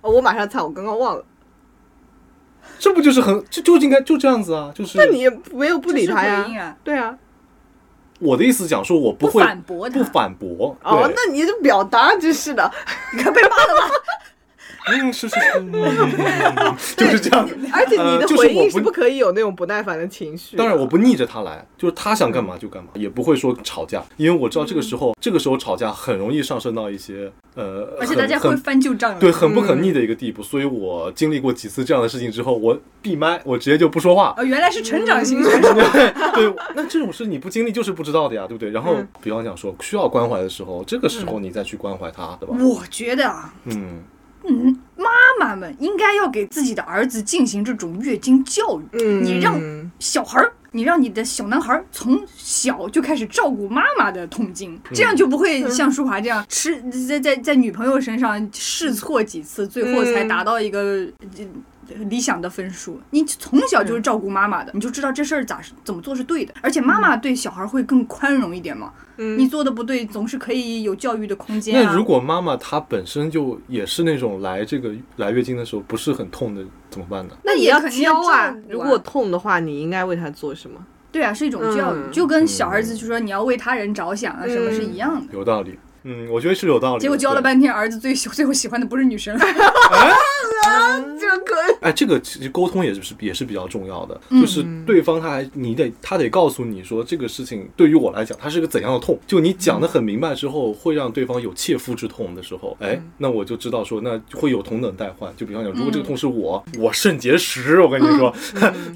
Speaker 4: 哦，我马上擦，我刚刚忘了。
Speaker 2: 这不就是很就就应该就这样子啊？就是
Speaker 4: 那你也没有不理他
Speaker 1: 这是回应
Speaker 4: 呀
Speaker 1: 啊？
Speaker 4: 对啊。
Speaker 2: 我的意思讲说，我不会
Speaker 1: 不反驳他
Speaker 2: 不反驳。
Speaker 4: 哦
Speaker 2: 对，
Speaker 4: 那你这表达真是
Speaker 2: *laughs*
Speaker 4: 的，
Speaker 2: 嗯，是是
Speaker 1: *laughs*
Speaker 2: 是，嗯 *laughs* 就是这样子。
Speaker 4: 而且你
Speaker 2: 呃
Speaker 4: 的
Speaker 2: 就是
Speaker 4: 回应
Speaker 2: 我
Speaker 4: 是
Speaker 2: 不
Speaker 4: 不可以有那种不耐烦的情绪的。
Speaker 2: 当然，我不逆着他来，就是他想
Speaker 1: 嗯
Speaker 2: 干嘛就干嘛，也不会说吵架，因为我知道这个时候，这个时候吵架很容易上升到一些呃，
Speaker 1: 而且
Speaker 2: 很
Speaker 1: 大家会嗯
Speaker 2: 很
Speaker 1: 翻旧账。
Speaker 2: 对，很不可逆的一个地步。所以我经历过几次这样的事情之后，我闭麦，我直接就不说话。
Speaker 1: 哦，原来是成长型选手。
Speaker 2: *laughs* 对，那这种事你不经历就是不知道的呀，对不对？然后
Speaker 4: 嗯，
Speaker 2: 比方讲说需要关怀的时候，这个时
Speaker 1: 嗯
Speaker 2: 候你再去关怀他，对吧？
Speaker 1: 我觉得啊，
Speaker 2: 嗯，
Speaker 1: 嗯，妈妈们应该要给自己的儿子进行这种月经教育。
Speaker 4: 嗯，
Speaker 1: 你让小孩儿，你让你的小男孩儿从小就开始照顾妈妈的痛经，这样就不会
Speaker 4: 嗯
Speaker 1: 像舒华这样吃在在在女朋友身上试错几次，最后才达到一个。呃理想的分数，你从小就是照顾妈妈的，你就知道这事儿咋是怎么做是对的，而且妈妈对小孩儿会更宽容一点嘛。
Speaker 4: 嗯
Speaker 1: 你做的不对，总是可以有教育的空间、啊。
Speaker 2: 那如果妈妈她本身就也是那种来这个来月经的时候不是很痛的，怎么办呢？
Speaker 1: 那
Speaker 4: 你
Speaker 1: 也
Speaker 4: 要
Speaker 1: 肯定
Speaker 4: 教啊
Speaker 1: 照。顾
Speaker 4: 如果痛的话，你应该为他做什么？
Speaker 1: 对啊，是一种教育，
Speaker 4: 嗯
Speaker 1: 就跟小孩子就说你要为他人着想啊，什么是一样的。
Speaker 2: 有道理。嗯，我觉得是有道理的。
Speaker 1: 结果教了
Speaker 2: 对
Speaker 1: 半天，儿子最喜最后喜欢的不是女生，啊
Speaker 4: 这个可
Speaker 2: 哎，这个其实沟通也是也是比较重要的，就是
Speaker 4: 嗯
Speaker 2: 对方他还你得他得告诉你说这个事情对于我来讲它是个怎样的痛，就你讲的
Speaker 4: 嗯
Speaker 2: 很明白之后，会让对方有切肤之痛的时候，哎，
Speaker 4: 嗯
Speaker 2: 那我就知道说那会有同等代换，就比方讲，如果这个痛是我，我肾结石，我跟你说，
Speaker 4: 嗯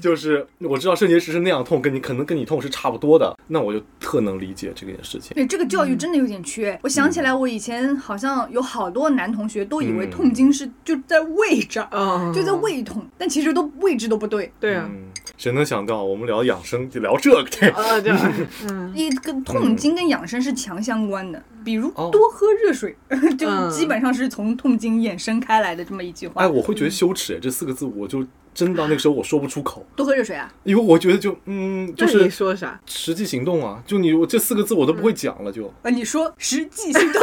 Speaker 2: *laughs* 就是我知道肾结石是那样痛，跟你可能跟你痛是差不多的，那我就特能理解这件事情。
Speaker 1: 对这个教育真的有点缺。我想起来，我以前好像有好多男同学都以为痛经是就在胃胀，
Speaker 4: 啊
Speaker 1: 就在胃痛，但其实都位置都不对。
Speaker 4: 对啊，
Speaker 2: 嗯，谁能想到我们聊养生就聊这个？对
Speaker 4: 啊这样，嗯
Speaker 1: 一跟痛经跟养生是强相关的，比如
Speaker 2: 哦
Speaker 1: 多喝热水， *laughs* 就
Speaker 4: 嗯
Speaker 1: 基本上是从痛经衍生开来的这么一句
Speaker 2: 哎，
Speaker 1: 话。
Speaker 2: 我会觉得羞耻，这四个字我就真到那个时候我说不出口。
Speaker 1: 多喝热水啊！
Speaker 2: 因为我觉得就嗯，就
Speaker 4: 那你
Speaker 2: 是
Speaker 4: 说
Speaker 2: *laughs*
Speaker 4: 啥？
Speaker 2: 实际行动啊，就你我这四个字我都不会讲了，就
Speaker 1: 呃，你说实际行动，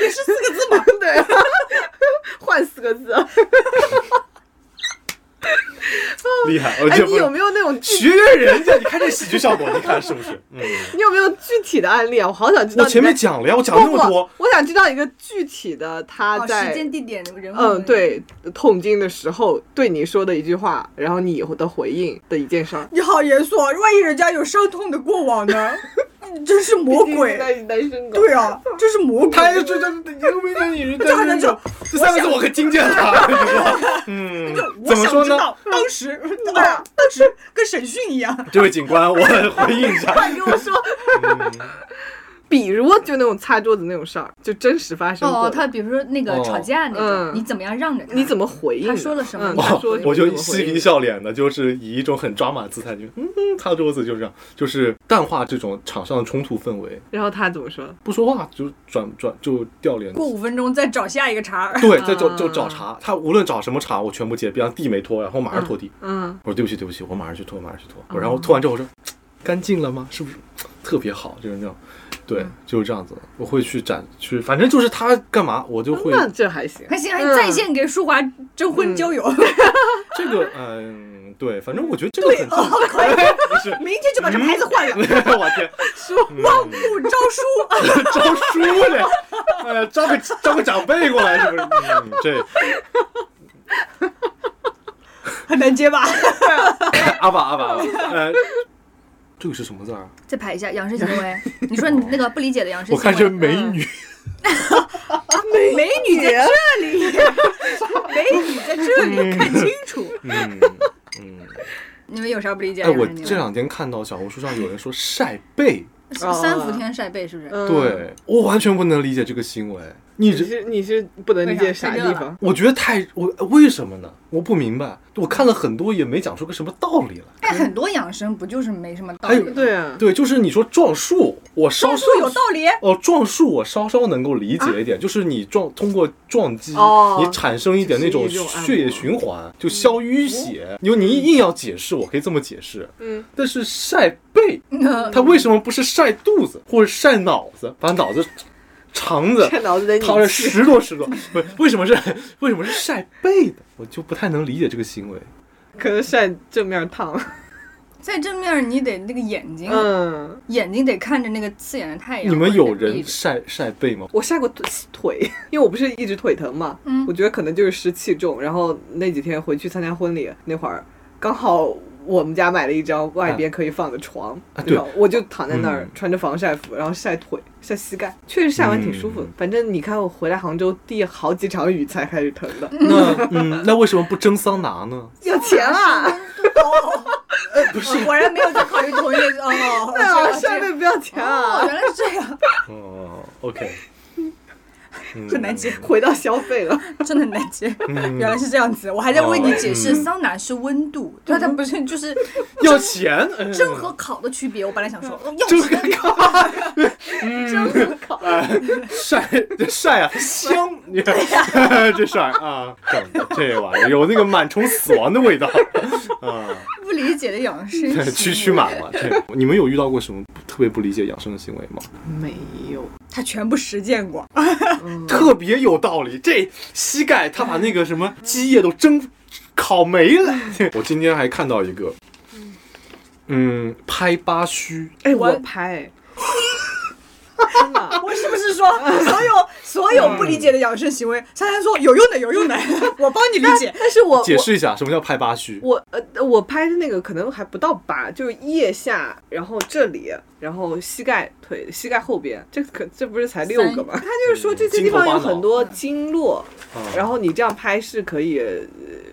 Speaker 1: 也是四个字吗？
Speaker 4: 对 *laughs* 啊啊，换四个字。
Speaker 2: 厉害！我
Speaker 4: 哎，
Speaker 2: 这
Speaker 4: 你有没有那种具，
Speaker 2: *laughs* 学学人家？你看这喜剧效果，你看是不是？嗯，
Speaker 4: 你有没有具体的案例啊？我好想知
Speaker 2: 我
Speaker 4: 道你在。
Speaker 2: 前面讲了呀，我讲了那
Speaker 4: 不
Speaker 2: 么
Speaker 4: 不
Speaker 2: 多，
Speaker 4: 我想知道一个具体的他
Speaker 1: 哦，
Speaker 4: 啊在、
Speaker 1: 时间、地点、人物。
Speaker 4: 嗯，。对，痛经的时候对你说的一句话，然后你以后的回应的一件事儿。
Speaker 1: 你好严肃，啊！万一人家有伤痛的过往 *laughs* 呢？你真是魔鬼。
Speaker 4: 男男生狗， *laughs*
Speaker 1: 对啊，这是魔鬼。
Speaker 2: 他这这这牛逼的女人，
Speaker 1: 这还能
Speaker 2: 这
Speaker 1: 叫
Speaker 2: 这三个字我可听见 *laughs* 了。嗯，
Speaker 1: 我
Speaker 2: 怎么
Speaker 1: 想
Speaker 2: 说
Speaker 1: 知 *laughs*
Speaker 2: 呢？
Speaker 1: 道当时，啊当时跟审讯一样。
Speaker 2: 这位警官，我回应一下。嗯
Speaker 4: 快跟我说。比如就那种擦桌子那种事儿，就真实发生过
Speaker 1: 哦，
Speaker 4: 的。
Speaker 1: 他比如说那个
Speaker 2: 哦
Speaker 1: 吵架那种，
Speaker 4: 嗯
Speaker 1: 你怎么样让着他？
Speaker 4: 你怎么回应的？
Speaker 1: 他说了什么
Speaker 4: 嗯
Speaker 1: 你
Speaker 4: 他说
Speaker 2: 哦
Speaker 4: 了什么
Speaker 2: 我就
Speaker 4: 你怎么
Speaker 2: 嬉
Speaker 4: 回应
Speaker 2: 皮笑脸的，就是以一种很抓马的姿态，就嗯嗯擦桌子，就这样，就是淡化这种场上的冲突氛围，
Speaker 4: 然后他怎么说？
Speaker 2: 不说话就转转就掉脸。
Speaker 1: 过五分钟再找下一个茬儿？
Speaker 2: 对，再就就
Speaker 4: 啊
Speaker 2: 找茬，他无论找什么茬，我全部接，比方地没拖，然后马上拖地，
Speaker 4: 嗯，
Speaker 2: 我说对不起对不起，我马上去拖，马上去拖，
Speaker 1: 哦
Speaker 2: 我然后拖完之后我说嘖干净了吗？是不是嘖特别好？就是那种，对，
Speaker 1: 嗯
Speaker 2: 就是这样子，我会去展去，反正就是他干嘛我就会
Speaker 4: 那这还行。
Speaker 1: 还行，还
Speaker 4: 嗯
Speaker 1: 在线给淑华征婚交友，
Speaker 2: 这
Speaker 1: *laughs*
Speaker 2: 个嗯对，反正我觉得这个很正常，不是。
Speaker 1: 哦
Speaker 2: 嗯
Speaker 1: 明天就把这牌子换了。
Speaker 2: *laughs* 我
Speaker 1: *laughs*
Speaker 2: 天，嗯
Speaker 1: 望不 *laughs* 招书，
Speaker 2: *laughs*
Speaker 1: *laughs*
Speaker 2: 招叔嘞，哎呀，招个招个长辈过来是不是？嗯，这
Speaker 1: 很难接吧？
Speaker 2: 阿爸阿爸，阿爸呃，这个是什么字儿啊？
Speaker 1: 再排一下养生行为，你说你那个不理解的养生
Speaker 2: 我看
Speaker 1: 行
Speaker 2: 是
Speaker 1: 为，
Speaker 2: 美女，
Speaker 1: 美女在这里，美女在这里，看清楚。
Speaker 2: 嗯嗯，
Speaker 1: 你们有啥不理解
Speaker 2: 哎，
Speaker 1: 的养
Speaker 2: 我
Speaker 1: 生行为？
Speaker 2: 这两天看到小红书上有人说晒背，
Speaker 1: 是三伏天晒背是不是？
Speaker 4: 嗯，
Speaker 2: 对我完全不能理解这个行为，你
Speaker 4: 你
Speaker 2: 这。
Speaker 4: 是你是不能理解啥地
Speaker 1: 为啥
Speaker 4: 方？
Speaker 2: 我觉得太我为什么呢？我不明白，我看了很多也没讲出个什么道理来。
Speaker 1: 哎，很多养生不就是没什么道
Speaker 2: 还
Speaker 1: 理
Speaker 2: 有
Speaker 1: 吗？
Speaker 4: 对啊，
Speaker 2: 对，就是你说撞树，我稍
Speaker 1: 招
Speaker 2: 稍
Speaker 1: 数有道理，
Speaker 2: 哦，撞树我稍稍能够理解一点，就是你撞通过撞击，
Speaker 4: 啊哦
Speaker 2: 你产生一点那种
Speaker 4: 就是一种按摩
Speaker 2: 血液循环，就消淤血。因为你硬要解释，我可以这么解释，
Speaker 4: 嗯，
Speaker 2: 但是晒背，
Speaker 1: 嗯
Speaker 2: 它为什么不是晒肚子或者晒脑子，把脑子肠子
Speaker 4: *laughs* 看脑子的你
Speaker 2: 掏着
Speaker 4: 去
Speaker 2: 拾掇拾掇？ *laughs* 不是，为什么是为什么是晒背的？我就不太能理解这个行为。
Speaker 4: 可能晒正面烫。
Speaker 1: *laughs* 在正面你得那个眼睛，
Speaker 4: 嗯，
Speaker 1: 眼睛得看着那个刺眼的
Speaker 4: 哎
Speaker 1: 太阳。
Speaker 2: 你们有
Speaker 1: 或者得
Speaker 2: 人
Speaker 1: 闭着
Speaker 2: 晒晒背吗？
Speaker 4: 我晒过腿，腿 *laughs* 因为我不是一直腿疼嘛，
Speaker 1: 嗯
Speaker 4: 我觉得可能就是湿气重，然后那几天回去参加婚礼那会儿，刚好我们家买了一张外边可以放的床，
Speaker 2: 啊
Speaker 4: 然后我就躺在那儿
Speaker 2: 嗯
Speaker 4: 穿着防晒服，然后晒腿、晒膝盖，确实晒完挺舒服的。
Speaker 2: 嗯
Speaker 4: 反正你看我回来杭州第好几场雨才开始疼的，
Speaker 2: 那嗯，那为什么不蒸桑拿
Speaker 4: *laughs*
Speaker 2: 呢？
Speaker 4: 要钱啊！
Speaker 1: 不是， *laughs* 果然没有在考虑同一个哦。
Speaker 4: 对啊，
Speaker 1: 这
Speaker 4: 晒
Speaker 1: 个
Speaker 4: 背不要钱
Speaker 1: 哦，
Speaker 4: 啊！
Speaker 1: 原来是这样，
Speaker 2: 哦，OK，嗯
Speaker 1: 很难接，
Speaker 4: 回到消费了，
Speaker 1: 真的很难接。*laughs*
Speaker 2: 嗯
Speaker 1: 原来是这样子，我还在为你解释
Speaker 2: 哦嗯
Speaker 1: 桑拿是温度，对，它不是就是
Speaker 2: 要钱，嗯
Speaker 1: 蒸和烤的区别。我本来想说，哦要
Speaker 2: 蒸
Speaker 1: 钱
Speaker 2: 跟烤，
Speaker 1: 嗯
Speaker 4: 真很
Speaker 2: 嗯
Speaker 4: 烤。
Speaker 2: 哎晒晒啊，香，你看 *laughs* 这事儿啊，整这玩意儿有那个螨虫死亡的味道啊，
Speaker 1: 不理解的养
Speaker 2: *laughs*
Speaker 1: 生行为，
Speaker 2: 驱驱螨嘛。这你们有遇到过什么特别不理解养生的行为吗？
Speaker 4: 没有，
Speaker 1: 他全部实践过。嗯
Speaker 2: 特别有道理，这膝盖他把那个什么积液都蒸烤没了。我今天还看到一个，嗯，拍八虚，
Speaker 4: 哎，
Speaker 1: 我
Speaker 4: 我拍，真的。
Speaker 1: 我是不是 *laughs* 说所有所有不理解的养生行为，珊珊说有用的有 *laughs* 用的，我帮你理解。
Speaker 4: 但是我
Speaker 2: 解释一下什么叫拍八虚。
Speaker 4: 我我呃我拍的那个可能还不到八，就是腋下，然后这里，然后膝盖、腿、膝盖后边，这可这不是才六个吗？他就是说这些地方有很多经络，然后你这样拍是可以、呃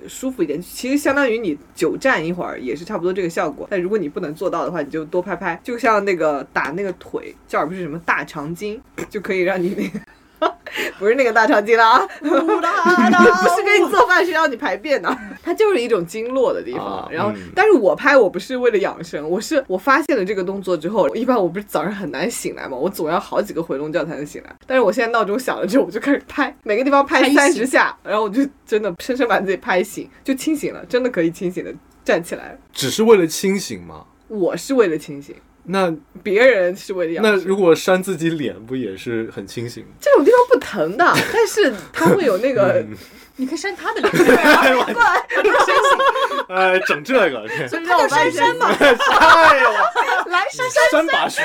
Speaker 4: 舒服一点，其实相当于你久站一会儿也是差不多这个效果。但如果你不能做到的话，你就多拍拍，就像那个打那个腿，这儿不是什么大肠经， *coughs* 就可以让你那个。 *laughs* 不是那个大肠经了啊， *laughs*
Speaker 1: *laughs*
Speaker 4: 不是给你做饭，是让你排便啊的。哦 *laughs* 它就是一种经络的地方
Speaker 2: 啊。
Speaker 4: 然后
Speaker 2: 嗯，
Speaker 4: 但是我拍我不是为了养生，我是我发现了这个动作之后， *laughs* 一般我不是早上很难醒来嘛，我总要好几个回笼觉才能醒来。但是我现在闹钟响了之后，我就开始拍，每个地方
Speaker 1: 拍
Speaker 4: 拍
Speaker 1: 醒
Speaker 4: 三十下，然后我就真的深深把自己拍醒，就清醒了，真的可以清醒的站起来了。
Speaker 2: 只是为了清醒吗？
Speaker 4: 我是为了清醒，
Speaker 2: 那
Speaker 4: 别人是为了
Speaker 2: 那
Speaker 4: 要吃
Speaker 2: 如果扇自己脸，不也是很清醒？
Speaker 4: 这种地方不疼 *laughs* 的，但是它会有那 *laughs* 个，
Speaker 1: 你可以扇他的脸，过来，
Speaker 2: *laughs* 哎，整这个，
Speaker 4: 就让
Speaker 1: 他
Speaker 4: 我
Speaker 1: 叫珊珊嘛，
Speaker 2: *laughs* 哎呦，
Speaker 1: *laughs* 来扇扇。
Speaker 2: 扇把手。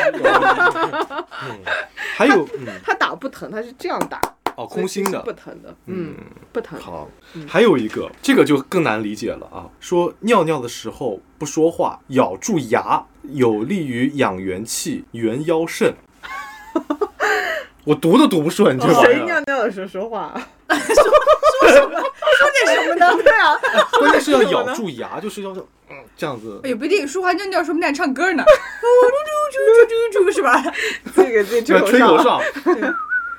Speaker 2: 嗯还有，嗯，
Speaker 4: 它打不疼，它是这样打，
Speaker 2: 哦，空心
Speaker 4: 所以
Speaker 2: 的
Speaker 4: 其实不，嗯疼的，嗯，不疼。
Speaker 2: 好，还有一个，这个就更难理解了啊。说尿尿的时候不说话，咬住牙，有利于养元气、元腰
Speaker 4: *laughs*
Speaker 2: 肾。我读都读不顺
Speaker 1: 哦
Speaker 2: 这玩
Speaker 4: 谁
Speaker 2: 意
Speaker 4: 尿
Speaker 2: 儿，
Speaker 4: 尿的时候说话？
Speaker 1: 那什么呢？
Speaker 4: 对啊，
Speaker 2: 关键是要咬住牙，就是要嗯这样子。
Speaker 1: 也不一定，说话尿尿说不定还唱 *laughs* 歌呢，呜嘟嘟嘟嘟嘟是 *laughs* 吧？
Speaker 4: 这个这
Speaker 2: 这
Speaker 4: 这
Speaker 2: 吹
Speaker 4: 口
Speaker 2: 口哨，
Speaker 4: 哨，
Speaker 2: *laughs*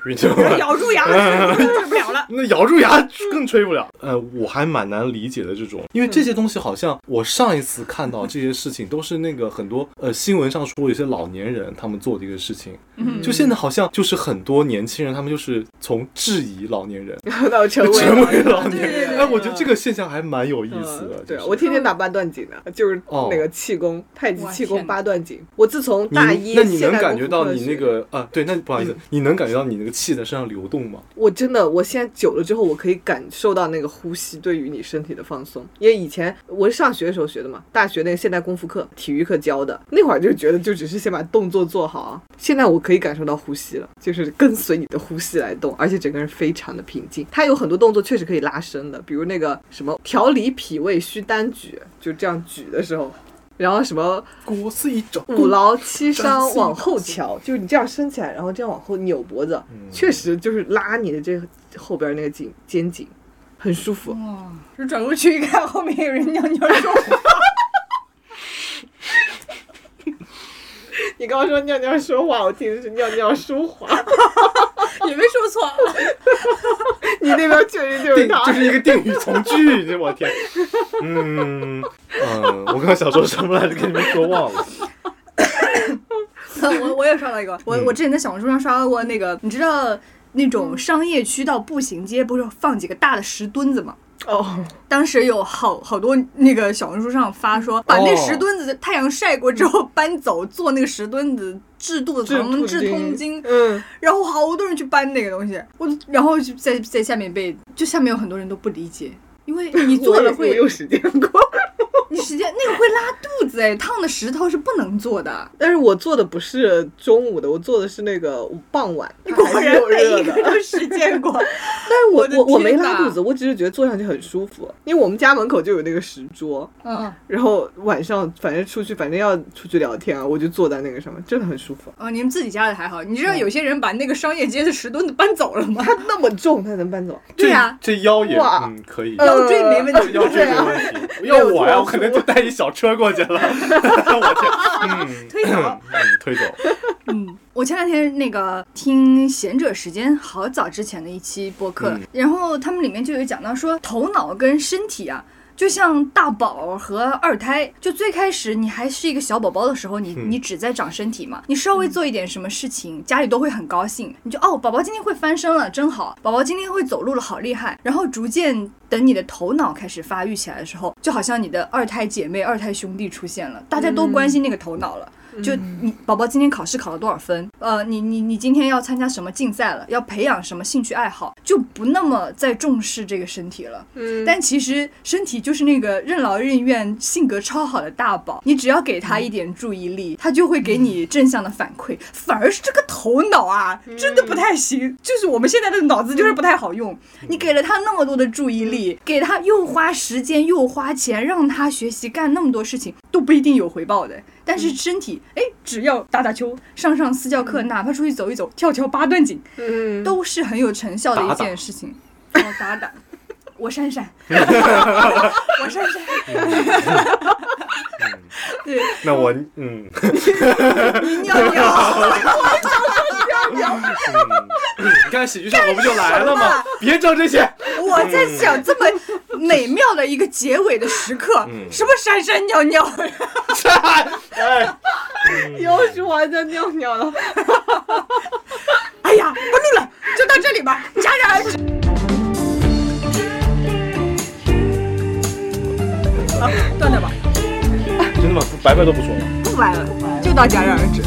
Speaker 2: 晕车了。
Speaker 1: 咬住牙 *laughs* 治不了了。
Speaker 2: 那咬住牙更吹不了。呃，我还蛮难理解的这种，因为这些东西好像我上一次看到这些事情都是那个很多呃新闻上说有些老年人他们做的一个事情，
Speaker 1: 嗯
Speaker 2: 就现在好像就是很多年轻人他们就是从质疑老年人
Speaker 4: 到
Speaker 2: *laughs*
Speaker 4: 成为
Speaker 2: 成为老年
Speaker 1: 对对
Speaker 2: 人，
Speaker 1: 对
Speaker 2: 哎，我觉得这个现象还蛮有意思的。
Speaker 4: 嗯对
Speaker 2: 就
Speaker 4: 啊，
Speaker 2: 是
Speaker 4: 我天天打八段锦的，就是
Speaker 2: 哦
Speaker 4: 那个气功，太极
Speaker 1: 哇
Speaker 4: 气
Speaker 1: 天
Speaker 4: 功
Speaker 1: 哪
Speaker 4: 八段锦。我自从
Speaker 2: 你
Speaker 4: 大一，
Speaker 2: 那你
Speaker 4: 现
Speaker 2: 能
Speaker 4: 代
Speaker 2: 感
Speaker 4: 功
Speaker 2: 觉
Speaker 4: 夫
Speaker 2: 到
Speaker 4: 科
Speaker 2: 你那
Speaker 4: 学
Speaker 2: 个啊？对，那不好意思，你能感觉到你那个气在身上流动吗？
Speaker 4: 我真的，我现在久了之后，我可以感受到那个呼吸对于你身体的放松。因为以前我是上学的时候学的嘛，大学那个现代功夫课，体育课教的，那会儿就觉得就只是先把动作做好啊。现在我可以感受到呼吸了，就是跟随你的呼吸来动，而且整个人非常的平静。它有很多动作确实可以拉伸的，比如那个什么调理脾胃虚单举，就这样举的时候。然后什么
Speaker 2: 国是一种
Speaker 4: 五劳七伤往后
Speaker 2: 张
Speaker 4: 翘，就是你这样伸起来，然后这样往后扭脖子，确实就是拉你的这个后边那个颈肩颈，很舒服。
Speaker 1: 哇！就转过去一看，后面有人尿尿说 *laughs*
Speaker 4: 你刚刚说尿尿说话，我听的是尿尿舒华，
Speaker 1: 也没说错，
Speaker 4: *laughs* 你那边确实就是
Speaker 2: 定
Speaker 4: 他，
Speaker 2: 就是一个定语从句，这我
Speaker 4: *laughs*
Speaker 2: 天，嗯嗯，我刚刚想说什么来着，跟你们说忘了。
Speaker 1: *laughs* 我我也刷到一个，我我之前在小红书上刷到过那个，你知道那种商业区到步行街不是放几个大的石墩子吗？
Speaker 4: 哦，
Speaker 1: 当时有好好多那个小红书上发说，把那石墩子太阳晒过之后搬走，做那个石墩子治肚子疼、治痛经，
Speaker 4: 嗯，
Speaker 1: 然后好多人去搬那个东西，我然后就在在下面被就下面有很多人都不理解，因为你做了
Speaker 4: 我 *laughs* 也我
Speaker 1: 会
Speaker 4: 有实践过，
Speaker 1: 你时间那个会拉肚子哎，烫的石头是不能做的。
Speaker 4: 但是我做的不是中午的，我做的是那个傍晚，
Speaker 1: 果
Speaker 4: 它还是
Speaker 1: 然
Speaker 4: 有
Speaker 1: 每
Speaker 4: 热
Speaker 1: 一
Speaker 4: 的
Speaker 1: 个。都实践过，
Speaker 4: 但是我
Speaker 1: 我的
Speaker 4: 我我没
Speaker 1: 天
Speaker 4: 拉
Speaker 1: 哪
Speaker 4: 肚子，我只是觉得坐上去很舒服，因为我们家门口就有那个石桌，
Speaker 1: 嗯。
Speaker 4: 然后晚上反正出去，反正要出去聊天啊，我就坐在那个上面，真的很舒服。
Speaker 1: 哦，你们自己家的还好，你知道有些人把那个商业街的石墩子搬走了吗？
Speaker 4: 它那么重，它能搬走？
Speaker 1: 对呀呃
Speaker 2: 这这腰也
Speaker 4: 哇
Speaker 2: 嗯可以，
Speaker 1: 腰椎没问题，
Speaker 2: 腰椎
Speaker 4: 对
Speaker 2: 没
Speaker 4: 啊
Speaker 2: 问题。要我呀，
Speaker 4: 没有错
Speaker 2: 我可能就带一小车过去了。 *laughs* 我天，
Speaker 1: 推倒
Speaker 2: 嗯。，嗯推走。
Speaker 1: 嗯， *laughs* 我前两天那个听《贤者时间》好早之前的一期播客，
Speaker 2: 嗯
Speaker 1: 然后他们里面就有讲到说，头脑跟身体啊。就像大宝和二胎，就最开始你还是一个小宝宝的时候，你
Speaker 2: 嗯
Speaker 1: 你只在长身体嘛，你稍微做一点什么事情，家里都会很高兴，你就哦，宝宝今天会翻身了，真好，宝宝今天会走路了，好厉害。然后逐渐等你的头脑开始发育起来的时候，就好像你的二胎姐妹、二胎兄弟出现了，大家都关心那个头脑了。就你宝宝今天考试考了多少分？呃，你你你今天要参加什么竞赛了？要培养什么兴趣爱好？就不那么再重视这个身体了。
Speaker 4: 嗯
Speaker 1: 但其实身体就是那个任劳任怨、性格超好的大宝，你只要给他一点注意力，他就会给你正向的反馈。反而是这个头脑啊，真的不太行。就是我们现在的脑子就是不太好用。你给了他那么多的注意力，给他又花时间又花钱，让他学习干那么多事情，都不一定有回报的。但是身体，哎，只要打打球、上上私教课，哪怕出去走一走、跳跳八段锦，
Speaker 4: 嗯，
Speaker 1: 都是很有成效的一
Speaker 2: 打打
Speaker 1: 件事情。哦，打打，我闪
Speaker 2: *laughs*
Speaker 1: 闪，我闪闪，对，
Speaker 2: 那我嗯， *laughs*
Speaker 1: 你尿尿，
Speaker 2: 你看喜剧效果不就来了吗？别整这些。 *laughs*
Speaker 1: 我在想这么美妙的一个结尾的时刻，
Speaker 2: 嗯
Speaker 1: 什么闪闪尿尿，
Speaker 2: 哎，
Speaker 4: 又说完在尿尿了。
Speaker 1: 哎呀，不录了，就到这里吧，戛然而止。断掉吧，
Speaker 2: 真的吗？不白白都不说了。
Speaker 1: 不玩了，就到。到戛然而止。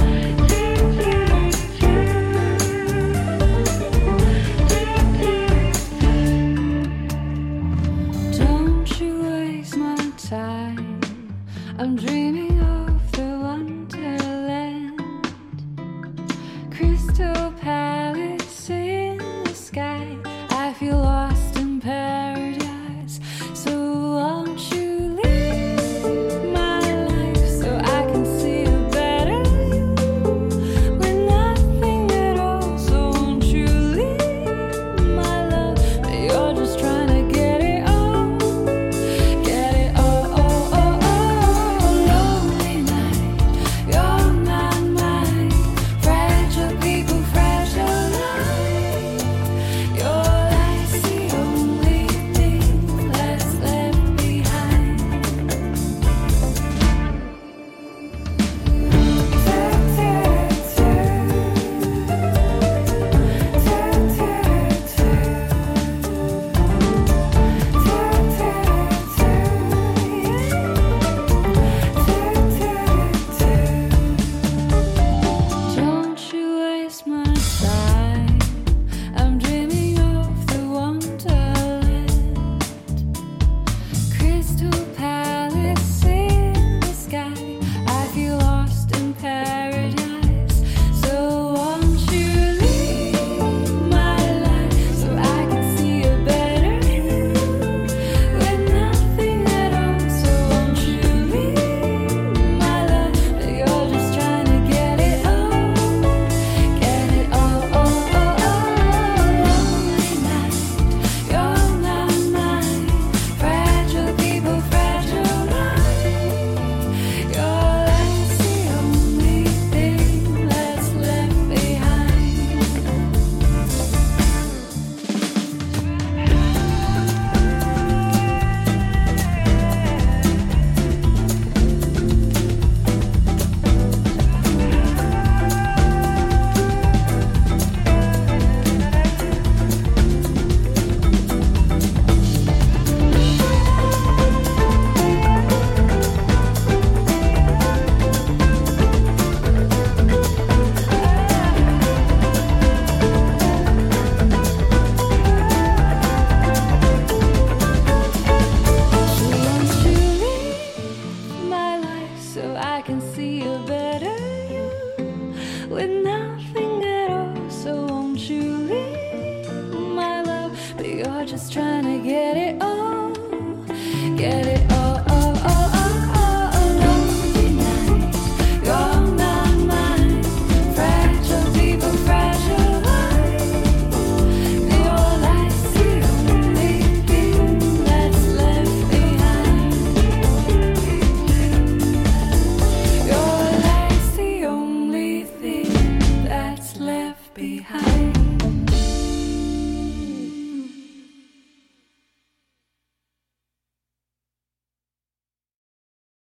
Speaker 3: Don't you waste my time. I'm dreaming of the wonderland. Crystal palace in the sky. I feel lost in paradise. So won't you leave my life so I can see a better you? We're nothing at all. So won't you leave my love? But you're just trying to get it all. Get it all, oh, oh, oh, lonely night. You're not mine. Fragile people, fragile life. Your life's the only thing that's left behind. Don't you waste my time. I'm dreaming of the wonderland. Crystal palace in the sky. I feel lost in paradise. So won't you leave my life so I can see a better you? With nothing at all. So won't you leave my love? But you're just trying to get it all, get it all, all, all, all. night. You're not mine. Fragile people, fragile life. Your life's the only thing that's left behind. She wants to leave my life so I can see a better you with nothing at all. So won't you leave my love? But you're just trying to